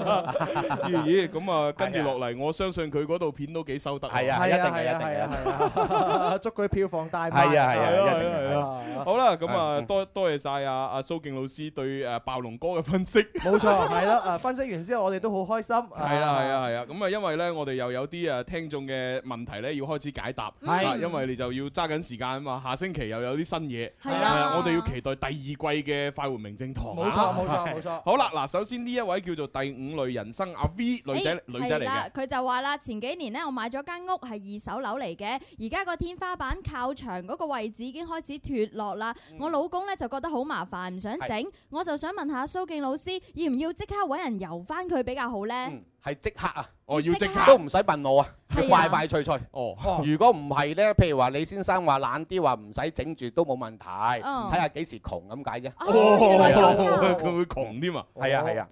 Speaker 6: 咦咦，咁啊，跟住落嚟，我相信佢嗰度片都幾收 得。
Speaker 4: 係啊，一定係一定係。
Speaker 7: 啊 祝佢票房大賣。
Speaker 4: 係啊係啊
Speaker 6: 係咯
Speaker 4: 一定
Speaker 6: 係咯係咯好啦，咁啊，多多謝晒啊阿蘇敬老師對誒暴龍哥嘅分析。
Speaker 7: 冇錯，係啦。啊，分析完之後，我哋都好開心。
Speaker 6: 係啦，係啊，係啊，咁啊，因為咧，我哋又有啲誒聽眾嘅問題咧，要開始解答，
Speaker 7: 係
Speaker 6: 啊因為你就要揸緊時間啊嘛，下星期又有啲新嘢，
Speaker 7: 係啊
Speaker 6: 我哋要期待第二季嘅快活名正堂啊，
Speaker 7: 冇錯冇錯冇錯
Speaker 6: 好啦，嗱，首先呢一位叫做第五類人生阿 V 女仔
Speaker 2: 哎，
Speaker 6: 女仔嚟
Speaker 2: 係啦
Speaker 6: 嘅，
Speaker 2: 佢就話啦，前幾年呢，我買咗間屋係二手樓嚟嘅，而家個天花板靠牆嗰個位置已經開始脱落啦。我老公呢就覺得好麻煩，唔想整
Speaker 4: 係，
Speaker 2: 我就想問下蘇敬老師，要唔要即刻揾人油翻佢比較好呢？
Speaker 4: 係即刻啊！
Speaker 6: 哦要即刻
Speaker 4: 都唔使問我啊，
Speaker 2: 係啊
Speaker 4: 快快脆脆。
Speaker 6: 哦，
Speaker 4: 如果唔係咧，譬如話李先生話懶啲，話唔使整住都冇問題，
Speaker 6: 嗯
Speaker 4: 睇下幾時窮咁解啫。
Speaker 6: 哦，佢會窮添啊，
Speaker 4: 係啊係嗯啊，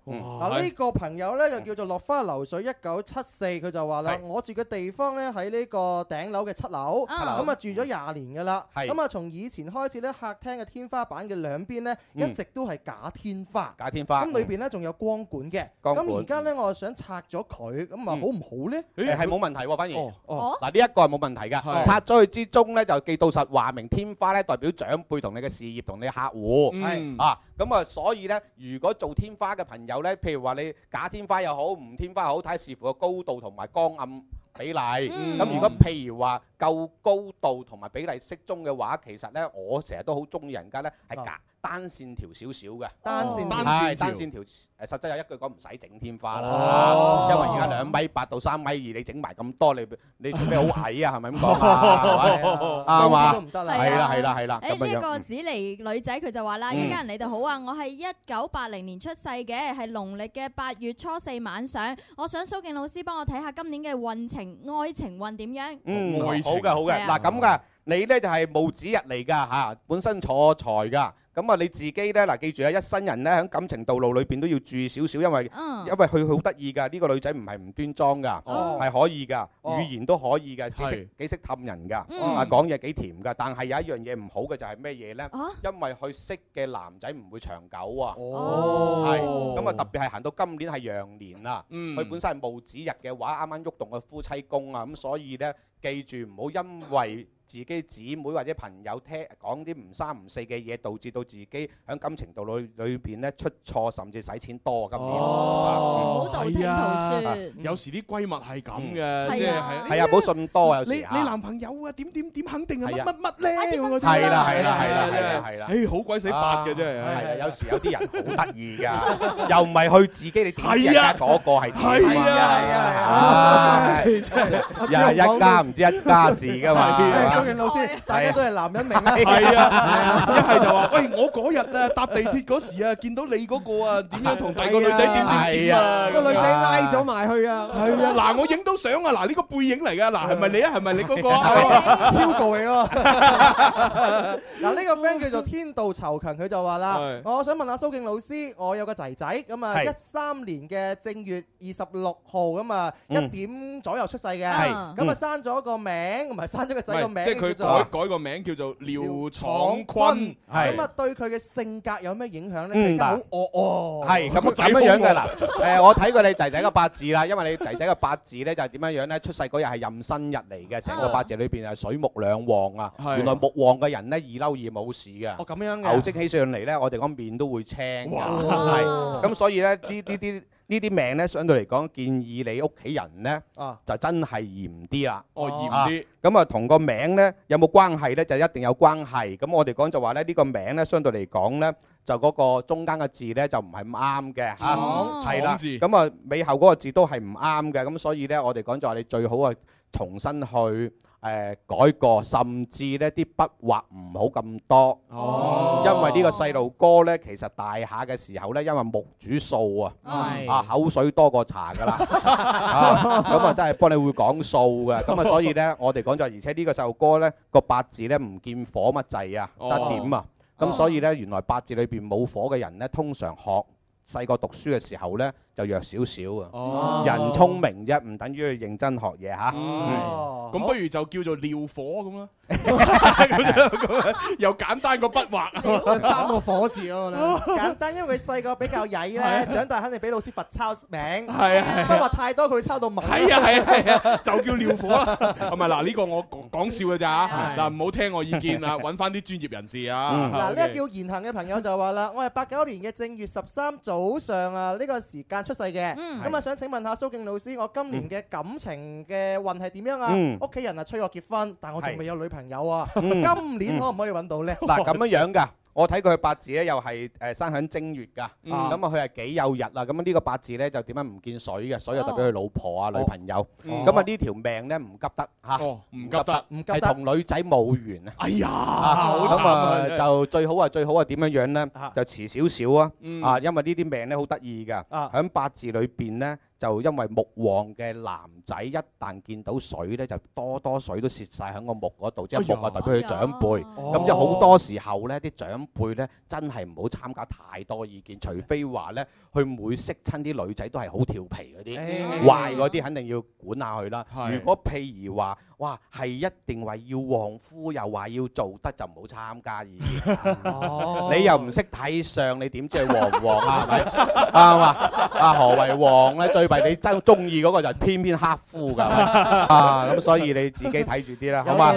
Speaker 4: 嗯
Speaker 7: 嗱呢個朋友咧就叫做落花流水一九七四，佢就話啦：我住嘅地方咧喺呢個頂樓嘅七樓，
Speaker 4: 啊
Speaker 7: 咁啊住咗廿年㗎啦。
Speaker 4: 係
Speaker 7: 咁啊從以前開始咧，客廳嘅天花板嘅兩邊咧一直都係假天花。
Speaker 4: 嗯假天花
Speaker 7: 咁裏邊咧仲有光管嘅。
Speaker 4: 光管嗯
Speaker 7: 咁而家咧我想拆咗佢，咁啊好唔好咧？
Speaker 4: 誒係冇問題喎，反而
Speaker 7: 哦
Speaker 4: 嗱呢一個係冇問題㗎。拆咗佢之中咧，就記到實話明天花咧，代表長輩同你嘅事業同你客戶
Speaker 6: 嗯
Speaker 4: 係啊。咁啊，所以咧，如果做天花嘅朋友咧，譬如話你假天花又好，唔天花又好，睇視乎個高度同埋光暗。比例。咁、
Speaker 6: 嗯
Speaker 4: 如果譬如話夠高度同埋比例適中嘅話，其實咧我成日都好中意人家咧係隔單線條少少嘅。哦
Speaker 7: 單線條
Speaker 4: 係單線條。誒，實際有一句講唔使整天花啦，
Speaker 7: 哦
Speaker 4: 因為而家兩米八到三米二，你整埋咁多，你你做咩好矮啊？係咪咁講 啊？係咪啱嘛？
Speaker 7: 都唔得
Speaker 2: 啦
Speaker 4: 係啦係啦係啦，咁
Speaker 2: 誒呢
Speaker 4: 樣
Speaker 2: 一
Speaker 4: 樣
Speaker 2: 個。紫妮女仔佢就話啦：
Speaker 4: 嗯
Speaker 2: 一家人你哋好啊，我係一九八零年出世嘅，係農曆嘅八月初四晚上。我想蘇敬老師幫我睇下今年嘅運程、愛情運點樣。
Speaker 4: 嗯，好
Speaker 6: 愛情
Speaker 4: 嘅好
Speaker 2: 係
Speaker 4: 嘅，
Speaker 2: 啊
Speaker 4: 嗱咁噶，你咧就係戊子日嚟噶嚇，本身坐財噶，咁啊你自己咧嗱，記住啊，一生人咧喺感情道路裏邊都要注意少少，因為
Speaker 6: 嗯
Speaker 4: 因為佢好得意噶，呢個女仔唔係唔端莊噶，
Speaker 6: 哦
Speaker 4: 係可以噶，
Speaker 6: 哦
Speaker 4: 語言都可以嘅，幾識
Speaker 6: 係
Speaker 4: 幾識氹人噶，
Speaker 6: 嗯
Speaker 4: 啊講嘢幾甜噶，但係有一樣嘢唔好嘅就係咩嘢咧？
Speaker 2: 啊
Speaker 4: 因為佢識嘅男仔唔會長久啊，
Speaker 6: 哦
Speaker 4: 係咁啊特別係行到今年係羊年啦，
Speaker 6: 嗯
Speaker 4: 佢本身係戊子日嘅話，啱啱喐動個夫妻宮啊，咁所以咧記住唔好因為自己姊妹或者朋友聽講啲唔三唔四嘅嘢，導致到自己喺感情道路裏邊咧出錯，甚至使錢多啊今年。
Speaker 6: 哦
Speaker 4: 啊嗯
Speaker 6: 係啊
Speaker 4: 嗯
Speaker 6: 有時啲閨蜜係咁
Speaker 4: 嗯
Speaker 6: 嘅，即
Speaker 4: 係
Speaker 6: 係
Speaker 4: 啊係啊唔好信多有時
Speaker 6: 你你
Speaker 4: 啊
Speaker 6: 男朋友啊點點點肯定係
Speaker 4: 係
Speaker 6: 乜
Speaker 4: 啊
Speaker 6: 乜乜咧？我覺得
Speaker 4: 係啦係啦係啦係啦係啦，
Speaker 6: 誒好鬼死白嘅真係
Speaker 4: 係啊，有時有啲人好得意㗎，又唔係去自己，你點知人家嗰個係點
Speaker 6: 啊係啊
Speaker 4: 係啊，
Speaker 6: 真係
Speaker 4: 又係一家唔知一家事㗎嘛。
Speaker 7: 蘇
Speaker 6: 啊
Speaker 7: 敬老師，大家都 係男人明啦。
Speaker 6: 係啊，一係就話喂，我嗰日啊搭地鐵嗰時啊，見到你嗰個啊，點樣同第二個女仔點點點啊，
Speaker 14: 個女仔拉咗埋去啊！
Speaker 6: 係啊，嗱，我影到相啊，嗱，呢個背影嚟㗎，嗱，係咪你啊？係咪你嗰個啊？
Speaker 7: Hugo 嚟喎。 嗱呢個 friend 叫做天道酬勤，佢就話啦
Speaker 14: 係：
Speaker 7: 我想問下蘇敬老師，我有個仔仔咁啊，
Speaker 14: 係
Speaker 7: 一三年嘅正月二十六號咁啊，一
Speaker 6: 嗯
Speaker 7: 點左右出世嘅，
Speaker 6: 係
Speaker 7: 咁啊
Speaker 6: 嗯
Speaker 7: 生咗個名，同埋生咗個仔個
Speaker 6: 唔係
Speaker 7: 名
Speaker 6: 即係佢
Speaker 7: 叫
Speaker 6: 改
Speaker 7: 做。
Speaker 6: 改個名叫做廖闖
Speaker 7: 闖
Speaker 6: 坤
Speaker 7: 坤，
Speaker 6: 係
Speaker 7: 咁啊，對佢嘅性格有咩影響呢？
Speaker 4: 嗯
Speaker 7: 佢而家好
Speaker 4: 嗱
Speaker 7: 惡哦，
Speaker 4: 係咁咁樣樣㗎啦。誒，我睇過你仔仔個八字啦，因為你仔仔個八字咧就係點樣樣咧？出世嗰日係壬申日嚟嘅，成個八字裏邊係水木兩旺啊。
Speaker 6: 係
Speaker 4: 原來木旺嘅人咧易嬲易冇事嘅。
Speaker 7: 哦咁樣嘅
Speaker 4: 牛精起上嚟咧，我哋講面都會青㗎。
Speaker 7: 哇
Speaker 4: 係咁，所以咧呢呢啲呢啲命咧，相對嚟講建議你屋企人咧
Speaker 7: 啊
Speaker 4: 就真係嚴啲啦。
Speaker 6: 哦嚴
Speaker 4: 啊
Speaker 6: 啲。
Speaker 4: 咁啊，同個名咧有冇關係咧？就一定有關係。咁我哋講就話咧，呢個名咧相對嚟講咧，就嗰個中間嘅字咧就唔係咁啱嘅嚇，
Speaker 6: 哦
Speaker 4: 係啦。
Speaker 6: 廠字
Speaker 4: 咁啊，尾後嗰個字都係唔啱嘅。咁所以咧，我哋講就話你最好啊，重新去誒改過，甚至呢啲筆畫唔好咁多。哦，因為呢個細路哥咧，其實大下嘅時候咧，因為木主數啊，
Speaker 6: 係
Speaker 4: 啊口水多過茶㗎啦。啊咁啊真係幫你會講數嘅，咁啊所以咧，我哋講咗，而且呢個細路哥咧個八字咧唔見火乜滯啊，
Speaker 6: 哦
Speaker 4: 得點啊，咁所以咧原來八字裏邊冇火嘅人咧，通常學細個讀書嘅時候咧就弱少少
Speaker 6: 哦
Speaker 4: 啊，人聰明啫，唔等於佢認真學嘢嚇。
Speaker 6: 咁不如就叫做廖火咁啦， 咁樣又簡單過筆畫，
Speaker 14: 三個火字啊！我覺得
Speaker 7: 嗯 簡單，因為佢細個比較曳
Speaker 6: 係啊
Speaker 7: 咧，長大肯定俾老師罰抄名。
Speaker 6: 係啊係啊
Speaker 7: 不過話太多，佢會抄到懵。
Speaker 6: 係啊係啊係啊，就叫廖火啦。唔係嗱，呢個我講講笑嘅咋嚇，嗱唔好聽我意 見啊，揾翻啲專業人士啊。
Speaker 7: 嗯嗱，呢個叫言行嘅朋友就話啦， 我係八九年嘅正月十三早上啊，呢個時間出世嘅。
Speaker 14: 嗯
Speaker 7: 咁啊，想請問下蘇敬老師，我今年嘅感情嘅運係點樣啊
Speaker 4: 嗯？
Speaker 7: 屋企人啊催我結婚，但我仲
Speaker 4: 係
Speaker 7: 未有女朋友啊。
Speaker 4: 嗯
Speaker 7: 今年可唔可以揾到呢？
Speaker 4: 嗱咁樣樣噶。我睇佢八字咧，又係誒生喺正月㗎，
Speaker 7: 嗯
Speaker 4: 咁啊佢係己酉日啦，咁啊呢個八字咧就點解唔見水嘅？水就代表佢老婆啊、女朋友，
Speaker 6: 嗯
Speaker 4: 咁啊呢條命咧唔急得嚇，
Speaker 6: 哦唔急得，
Speaker 7: 唔急
Speaker 4: 係同女仔冇緣啊！
Speaker 6: 哎呀，好
Speaker 4: 咁
Speaker 6: 慘啊！
Speaker 4: 啊
Speaker 6: 真係
Speaker 4: 就最好啊最好啊點樣樣咧，就遲少少啊
Speaker 6: 嗯啊
Speaker 4: 啊，因為呢啲命咧好得意㗎，喺八字裏邊咧就因為木旺嘅男仔一旦見到水咧，就多多水都蝕晒喺個木嗰度，即係
Speaker 6: 哎
Speaker 4: 木啊代表佢長輩，咁即係好多時候咧啲長輩咧真係唔好參加太多意見，除非話咧佢每識親啲女仔都係好調皮嗰啲
Speaker 6: 誒
Speaker 4: 壞嗰啲，肯定要管下佢啦。
Speaker 6: 係
Speaker 4: 如果譬如話哇，係一定話要旺夫，又話要做得就唔好參加意見。
Speaker 6: 哦
Speaker 4: 你又唔識睇相，你點知佢旺唔旺啊？係咪啱嘛？啊何為旺咧？最弊你真中意嗰個人偏偏黑夫㗎，啊咁所以你自己睇住啲啦，好嘛？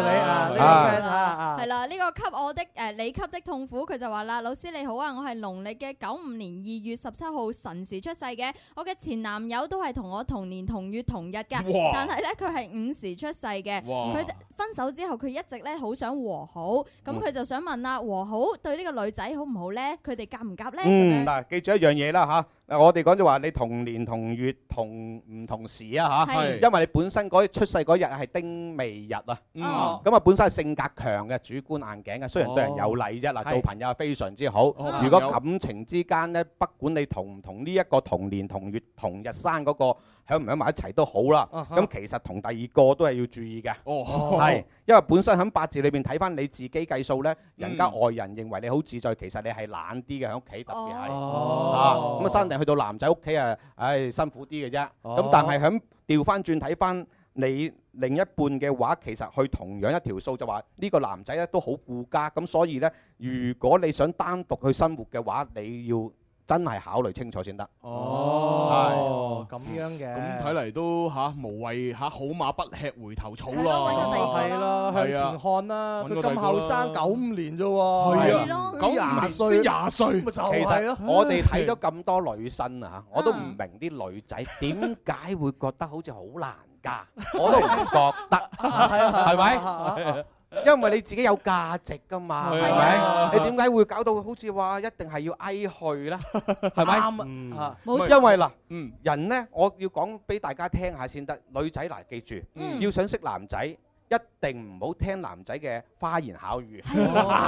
Speaker 4: 啊
Speaker 2: 係啦，呢個給我的誒你給的痛苦，佢就話啦：老師你好啊，我係農曆嘅九五年二月十七號辰時出世嘅，我嘅前男友都係同我同年同月同日㗎
Speaker 16: 哇，
Speaker 2: 但係咧佢係午時出世嘅，
Speaker 16: 哇
Speaker 2: 佢分手之後佢一直咧好想和好，
Speaker 4: 嗯
Speaker 2: 咁佢就想問啦，和好對呢個女仔好唔好咧？佢哋夾唔夾咧？咁樣
Speaker 4: 嗯，嗱，記住一樣嘢啦嚇。嗱，我哋講就話你同年同月同唔同時啊嚇，
Speaker 2: 係
Speaker 4: 因為你本身嗰出世嗰日係丁未日啊，
Speaker 2: 嗯
Speaker 6: 哦
Speaker 4: 咁啊本身係性格強嘅，主觀硬頸嘅，雖然對人有禮啫，
Speaker 6: 哦
Speaker 4: 嗱
Speaker 6: 係
Speaker 4: 做朋友係非常之好
Speaker 6: 哦。
Speaker 4: 如果
Speaker 6: 朋友
Speaker 4: 感情之間呢，不管你同唔同呢一個同年同月同日生嗰個響唔響埋一齊都好啦，
Speaker 6: 啊哈
Speaker 4: 咁其實同第二個都係要注意嘅，
Speaker 6: 哦
Speaker 4: 係因為本身喺八字裏邊睇翻你自己計數呢，人家
Speaker 6: 嗯
Speaker 4: 外人認為你好自在，其實你係懶啲嘅喺屋企特別係。
Speaker 6: 哦
Speaker 4: 啊，咁啊生定去到男仔屋企啊，唉辛苦啲嘅啫。
Speaker 6: 哦
Speaker 4: 咁但係響調翻轉睇翻你另一半嘅話，其實去同樣一條數就話呢個男仔咧都好顧家，咁所以呢，如果你想單獨去生活嘅話，你要真係考慮清楚先得。
Speaker 6: 哦
Speaker 4: 係
Speaker 7: 咁樣嘅
Speaker 6: 咁睇嚟都吓無謂吓好馬不吃回頭草
Speaker 7: 係咯揾個第
Speaker 6: 咯，
Speaker 7: 二個啦係咯向前看啦
Speaker 6: 係啊
Speaker 7: 佢
Speaker 6: 揾個
Speaker 7: 咁
Speaker 6: 第二個
Speaker 7: 後
Speaker 6: 啦
Speaker 7: 生九五年啫
Speaker 4: 係
Speaker 7: 喎，佢
Speaker 4: 啊九五
Speaker 7: 廿
Speaker 4: 年
Speaker 7: 歲
Speaker 4: 先廿歲，
Speaker 7: 咪就
Speaker 4: 其
Speaker 7: 係咯
Speaker 4: 實。我哋 睇咗咁多女生啊，我都唔明啲女 仔點解會覺得好似好難 嫁，我都唔覺得，係咪？因為你自己有價值㗎嘛，係咪？你點解會搞到好似話一定係要翳去 咧？係咪？
Speaker 7: 啱啊
Speaker 4: 因
Speaker 7: 冇錯
Speaker 4: 為嗱，人呢，我要講俾大家聽下先得。女仔嗱，記住，
Speaker 7: 嗯
Speaker 4: 要想識男仔，一定唔好聽男仔嘅花言巧語。
Speaker 6: 啊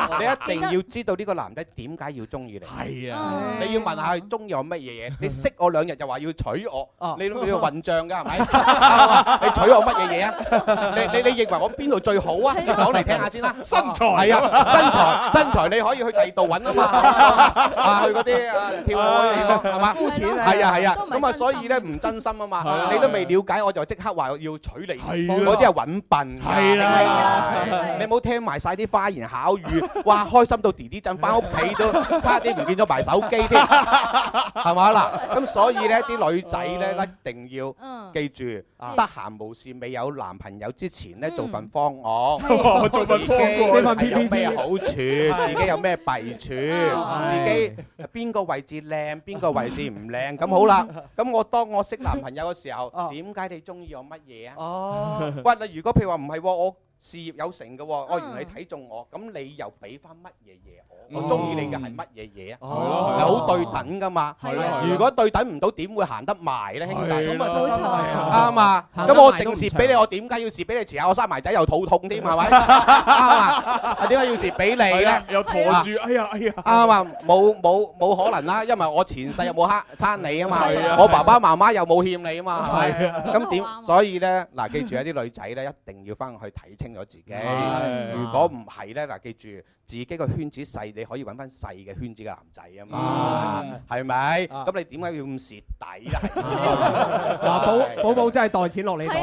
Speaker 4: 哦你哦一定要知道呢個男仔點解要中意你。
Speaker 6: 係啊嗯
Speaker 4: 你要問下佢中意我乜嘢嘢。你識我兩日就話要娶
Speaker 6: 哦
Speaker 4: 我，你你要混帳㗎係咪？ 你娶我乜嘢嘢啊？你你你認為我邊度最好啊？你講嚟聽下先啦。身材係啊，身材身材你可以去第二度揾啊嘛。啊，去嗰啲啊跳舞嘅地方係嘛？
Speaker 7: 膚淺啊
Speaker 4: 係啊係啊
Speaker 7: 都唔係。
Speaker 4: 咁啊，所以咧唔真心啊
Speaker 7: 係啊
Speaker 4: 嘛。你都未了解，我就即刻話要娶你。
Speaker 6: 係啊
Speaker 4: 嗰啲係揾笨㗎。
Speaker 6: 係啦係啊
Speaker 4: 係你唔好聽埋晒啲花言巧語，哇！開心到弟弟震，翻屋企都差啲唔見咗埋手機添，係嘛嗱？咁所以呢啲女仔呢，一定要記住，得閒無事未有男朋友之前呢，做份方案，
Speaker 6: 做份方案
Speaker 4: 自己係有咩好處，自己有咩弊處，自己邊個位置靚，邊個位置唔靚，咁好啦。咁我當我識男朋友嘅時候，點解你中意我乜嘢啊？
Speaker 7: 哦
Speaker 4: 喂，你如果譬如話唔係喎，我事業有成嘅喎，哦，原來你
Speaker 7: 嗯
Speaker 4: 睇中我，咁你又俾翻乜嘢嘢我？
Speaker 6: 哦
Speaker 4: 我中意你嘅係乜嘢嘢啊？
Speaker 6: 哦
Speaker 4: 係好對等噶嘛。
Speaker 6: 係啊
Speaker 4: 如果對等唔到，點會行得埋咧，兄弟？
Speaker 6: 係啦冇錯
Speaker 4: 啱啊！
Speaker 6: 行得埋
Speaker 4: 咁我
Speaker 6: 都唔
Speaker 4: 淨蝕
Speaker 6: 長
Speaker 4: 俾你，我點解要蝕俾你？遲下我生埋仔又肚痛添， 係咪？啱啊！啊點解要蝕俾你
Speaker 6: 係
Speaker 4: 咧
Speaker 6: 啊？又馱住哎呀哎呀
Speaker 4: 啱啊！冇冇冇可能啦，因為我前世又冇黑撐你啊嘛
Speaker 6: 係啊，
Speaker 4: 我爸爸媽媽又冇欠你啊嘛，係咪
Speaker 6: 係啊
Speaker 4: 咁點？所以咧，嗱，記住啊，啲女仔咧一定要翻去睇清楚自己。
Speaker 6: 係啊
Speaker 4: 如果唔係咧，嗱，記住自己個圈子細，你可以揾翻細嘅圈子嘅男仔啊嘛，係咪？
Speaker 6: 啊
Speaker 4: 咁你點解要咁蝕底啊 啦？
Speaker 14: 嗱，寶寶寶真係袋錢落你度，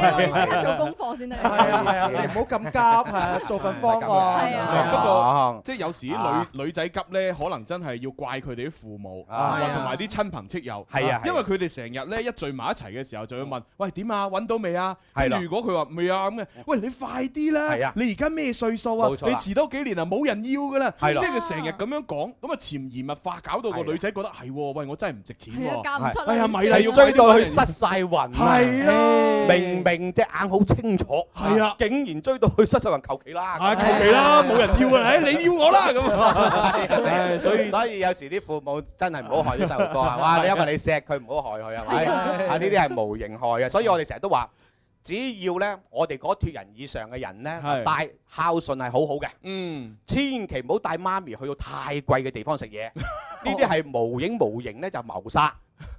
Speaker 2: 課先得。
Speaker 7: 係啊係啊，你唔好咁急，係啊，做份方案。
Speaker 6: 係
Speaker 7: 係
Speaker 6: 不過
Speaker 4: 啊
Speaker 6: 即係有時啲
Speaker 4: 啊
Speaker 6: 女女仔急咧，可能真係要怪佢哋啲父母，
Speaker 4: 啊
Speaker 6: 或
Speaker 4: 係啊
Speaker 6: 同埋啲親朋戚友。
Speaker 4: 係啊係啊嗯
Speaker 6: 因為佢哋成日咧一聚埋一齊嘅時候，就會問：喂點啊？揾到未啊？
Speaker 4: 係啦
Speaker 6: 咁如果佢話未啊咁嘅，喂你快
Speaker 4: 係
Speaker 6: 啲啦
Speaker 4: 啊！
Speaker 6: 你而家咩歲數啊？
Speaker 4: 冇
Speaker 6: 你
Speaker 4: 錯啦
Speaker 6: 遲多幾年啊，冇人要噶啦。
Speaker 4: 係啦
Speaker 6: 即係佢成日咁樣講，咁啊潛移默化，搞到個女仔覺得係喎，喂我真係唔值錢
Speaker 4: 係啊
Speaker 6: 喎，
Speaker 4: 嫁唔出啦
Speaker 6: 哎呀
Speaker 4: 點
Speaker 6: 咪
Speaker 4: 算
Speaker 6: 啦，要
Speaker 4: 追到
Speaker 6: 快
Speaker 4: 佢
Speaker 6: 啲揾人
Speaker 4: 失晒魂啊
Speaker 6: 係啦，
Speaker 4: 明明隻眼好清楚，係啊，竟然追到去失手人，求其啦，
Speaker 6: 啊求其啦冇人要 啊唉你要我啦咁唉
Speaker 4: 咁
Speaker 6: 所以
Speaker 4: 所以有時啲父母真係唔好害啲細路哥 係嘛，你因為你錫佢唔好害佢係咪？
Speaker 6: 係啊
Speaker 4: 啊呢啲係無形害嘅，所以我哋成日都話。只要咧，我哋嗰脱人以上嘅人咧，
Speaker 6: 係
Speaker 4: 帶孝順係好好嘅。
Speaker 6: 嗯，
Speaker 4: 千祈唔好帶媽咪去到太貴嘅地方 食嘢，呢啲係無影無形咧就謀殺。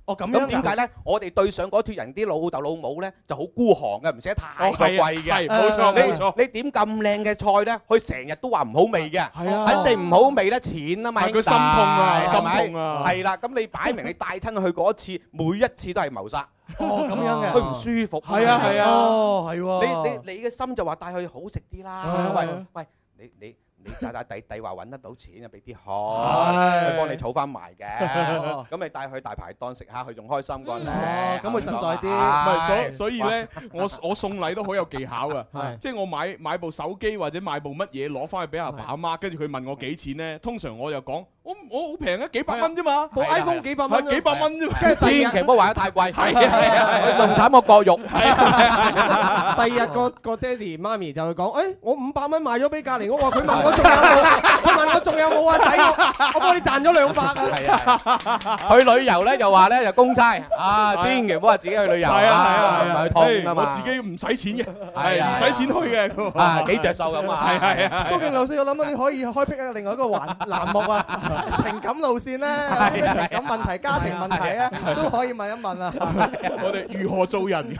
Speaker 7: 哦咁
Speaker 4: 咁點解咧？我哋對上嗰脱人啲老豆老母咧就好孤寒嘅，唔捨得太過貴
Speaker 6: 哦係啊係
Speaker 4: 嘅。
Speaker 6: 冇錯
Speaker 4: 你
Speaker 6: 冇錯
Speaker 4: 你點咁靚嘅菜咧？佢成日都話唔好味嘅，
Speaker 6: 啊
Speaker 4: 肯定唔好味啦，錢啊嘛。
Speaker 6: 係
Speaker 4: 兄弟
Speaker 6: 佢心痛啊
Speaker 4: 係咪
Speaker 6: 心痛啊
Speaker 4: 係啦，咁你擺明你帶親去嗰次，每一次都係謀殺。
Speaker 7: 哦，咁樣嘅，
Speaker 4: 佢唔舒服。
Speaker 7: 係啊係啊
Speaker 4: 哦，
Speaker 7: 係喎
Speaker 4: 你你你嘅心就話帶佢好食啲
Speaker 8: Ờ.
Speaker 4: 啦。
Speaker 7: 係
Speaker 4: 喂
Speaker 7: 啊
Speaker 4: 喂，你你。你渣渣地地話揾得到錢啊，俾啲
Speaker 7: 係
Speaker 4: 好，佢幫你儲翻埋
Speaker 7: 哦
Speaker 4: 嘅。咁你帶佢去大排檔食下，佢仲開心過你。
Speaker 6: Ờ,
Speaker 7: 哦咁佢實
Speaker 4: Ờ.
Speaker 7: 在啲
Speaker 6: 唔係，
Speaker 4: 係
Speaker 6: 所所以咧，我我送禮都好有技巧噶
Speaker 4: 係，
Speaker 6: 即係我買買部手機或者買部乜嘢攞翻去俾阿爸阿媽，跟住佢問我幾錢咧，通常我就講我我好平啊，幾百蚊啫嘛，部
Speaker 8: iPhone 幾百蚊啊
Speaker 6: 幾百蚊啫嘛，
Speaker 8: 跟住第二日千祈唔好
Speaker 4: 玩得太貴，
Speaker 6: 係啊係啊係啊
Speaker 4: 仲慘過割肉。
Speaker 8: 第二日個個爹哋媽咪就會講：，誒，我五百蚊賣咗俾隔離屋啊！佢問我仲有冇？佢問我仲有冇啊仔？我我幫你賺咗兩百啊！
Speaker 4: 係啊去旅遊咧就話咧就公差啊，千祈唔好話自己去旅遊
Speaker 6: 係啊係啊
Speaker 4: 唔係痛啊
Speaker 6: 我
Speaker 4: 嘛。
Speaker 6: 自己唔使錢嘅，
Speaker 4: 係
Speaker 6: 係
Speaker 4: 啊
Speaker 6: 唔使錢去嘅，
Speaker 4: 啊幾着數咁啊
Speaker 6: 係係係。
Speaker 7: 蘇敬老師，我諗到你可以開闢一個另外一個 環欄目啊，情感路線咧，
Speaker 6: 係啊
Speaker 7: 情感問題、家庭問題咧
Speaker 6: 係啊，
Speaker 7: 都可以問一問啊。
Speaker 6: 我哋如何做人？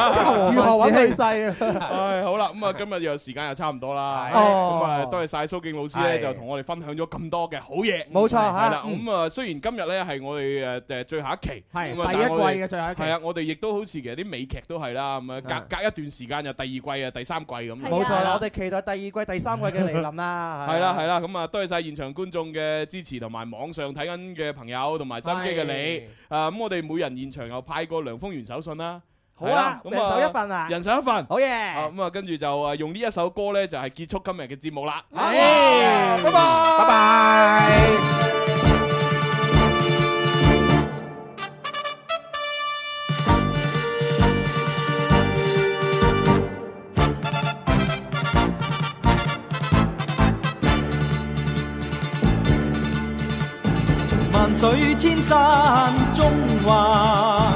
Speaker 7: 如何揾女婿啊？
Speaker 6: 唉，好啦，咁啊，今日又時間又差唔多啦，
Speaker 7: 係
Speaker 6: 咁啊，多謝晒蘇敬老師咧，
Speaker 7: 係
Speaker 6: 就同我哋分享咗咁多嘅好
Speaker 4: Dạ.
Speaker 6: 嘢，
Speaker 7: 冇錯嚇
Speaker 6: 係啦，
Speaker 7: 嗯
Speaker 6: 咁啊，雖然今日咧係我哋誒誒最後一期，
Speaker 8: 係
Speaker 6: 咁啊
Speaker 8: 第一
Speaker 6: 但係我哋
Speaker 8: 季嘅最後一期
Speaker 6: 係啊，我哋亦都好似其實啲美劇都係啦，咁啊，隔隔一段時間就第二季啊、第三季咁，
Speaker 7: 冇錯啦，我哋期待第二季、第三季嘅嚟臨啦。
Speaker 6: 係啦係啦，咁啊多謝晒現場觀眾嘅支持，同埋網上睇緊嘅朋友，同埋收音機嘅
Speaker 7: 係
Speaker 6: 你。啊，咁我哋每人現場又派個涼風元手信啦。
Speaker 7: 好啊
Speaker 6: 係啦
Speaker 7: 人手一份啊
Speaker 6: 人手一份。
Speaker 7: 好嘢
Speaker 6: 啊咁啊，跟住就啊用呢一首歌咧，就係結束今日嘅節目啦。
Speaker 7: 係，拜拜，拜
Speaker 4: 拜。
Speaker 10: 萬水千山中環，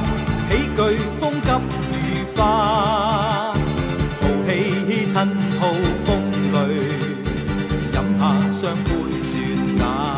Speaker 10: 喜巨風急雨花。豪氣吞吐風雷，飲下雙杯酸奶。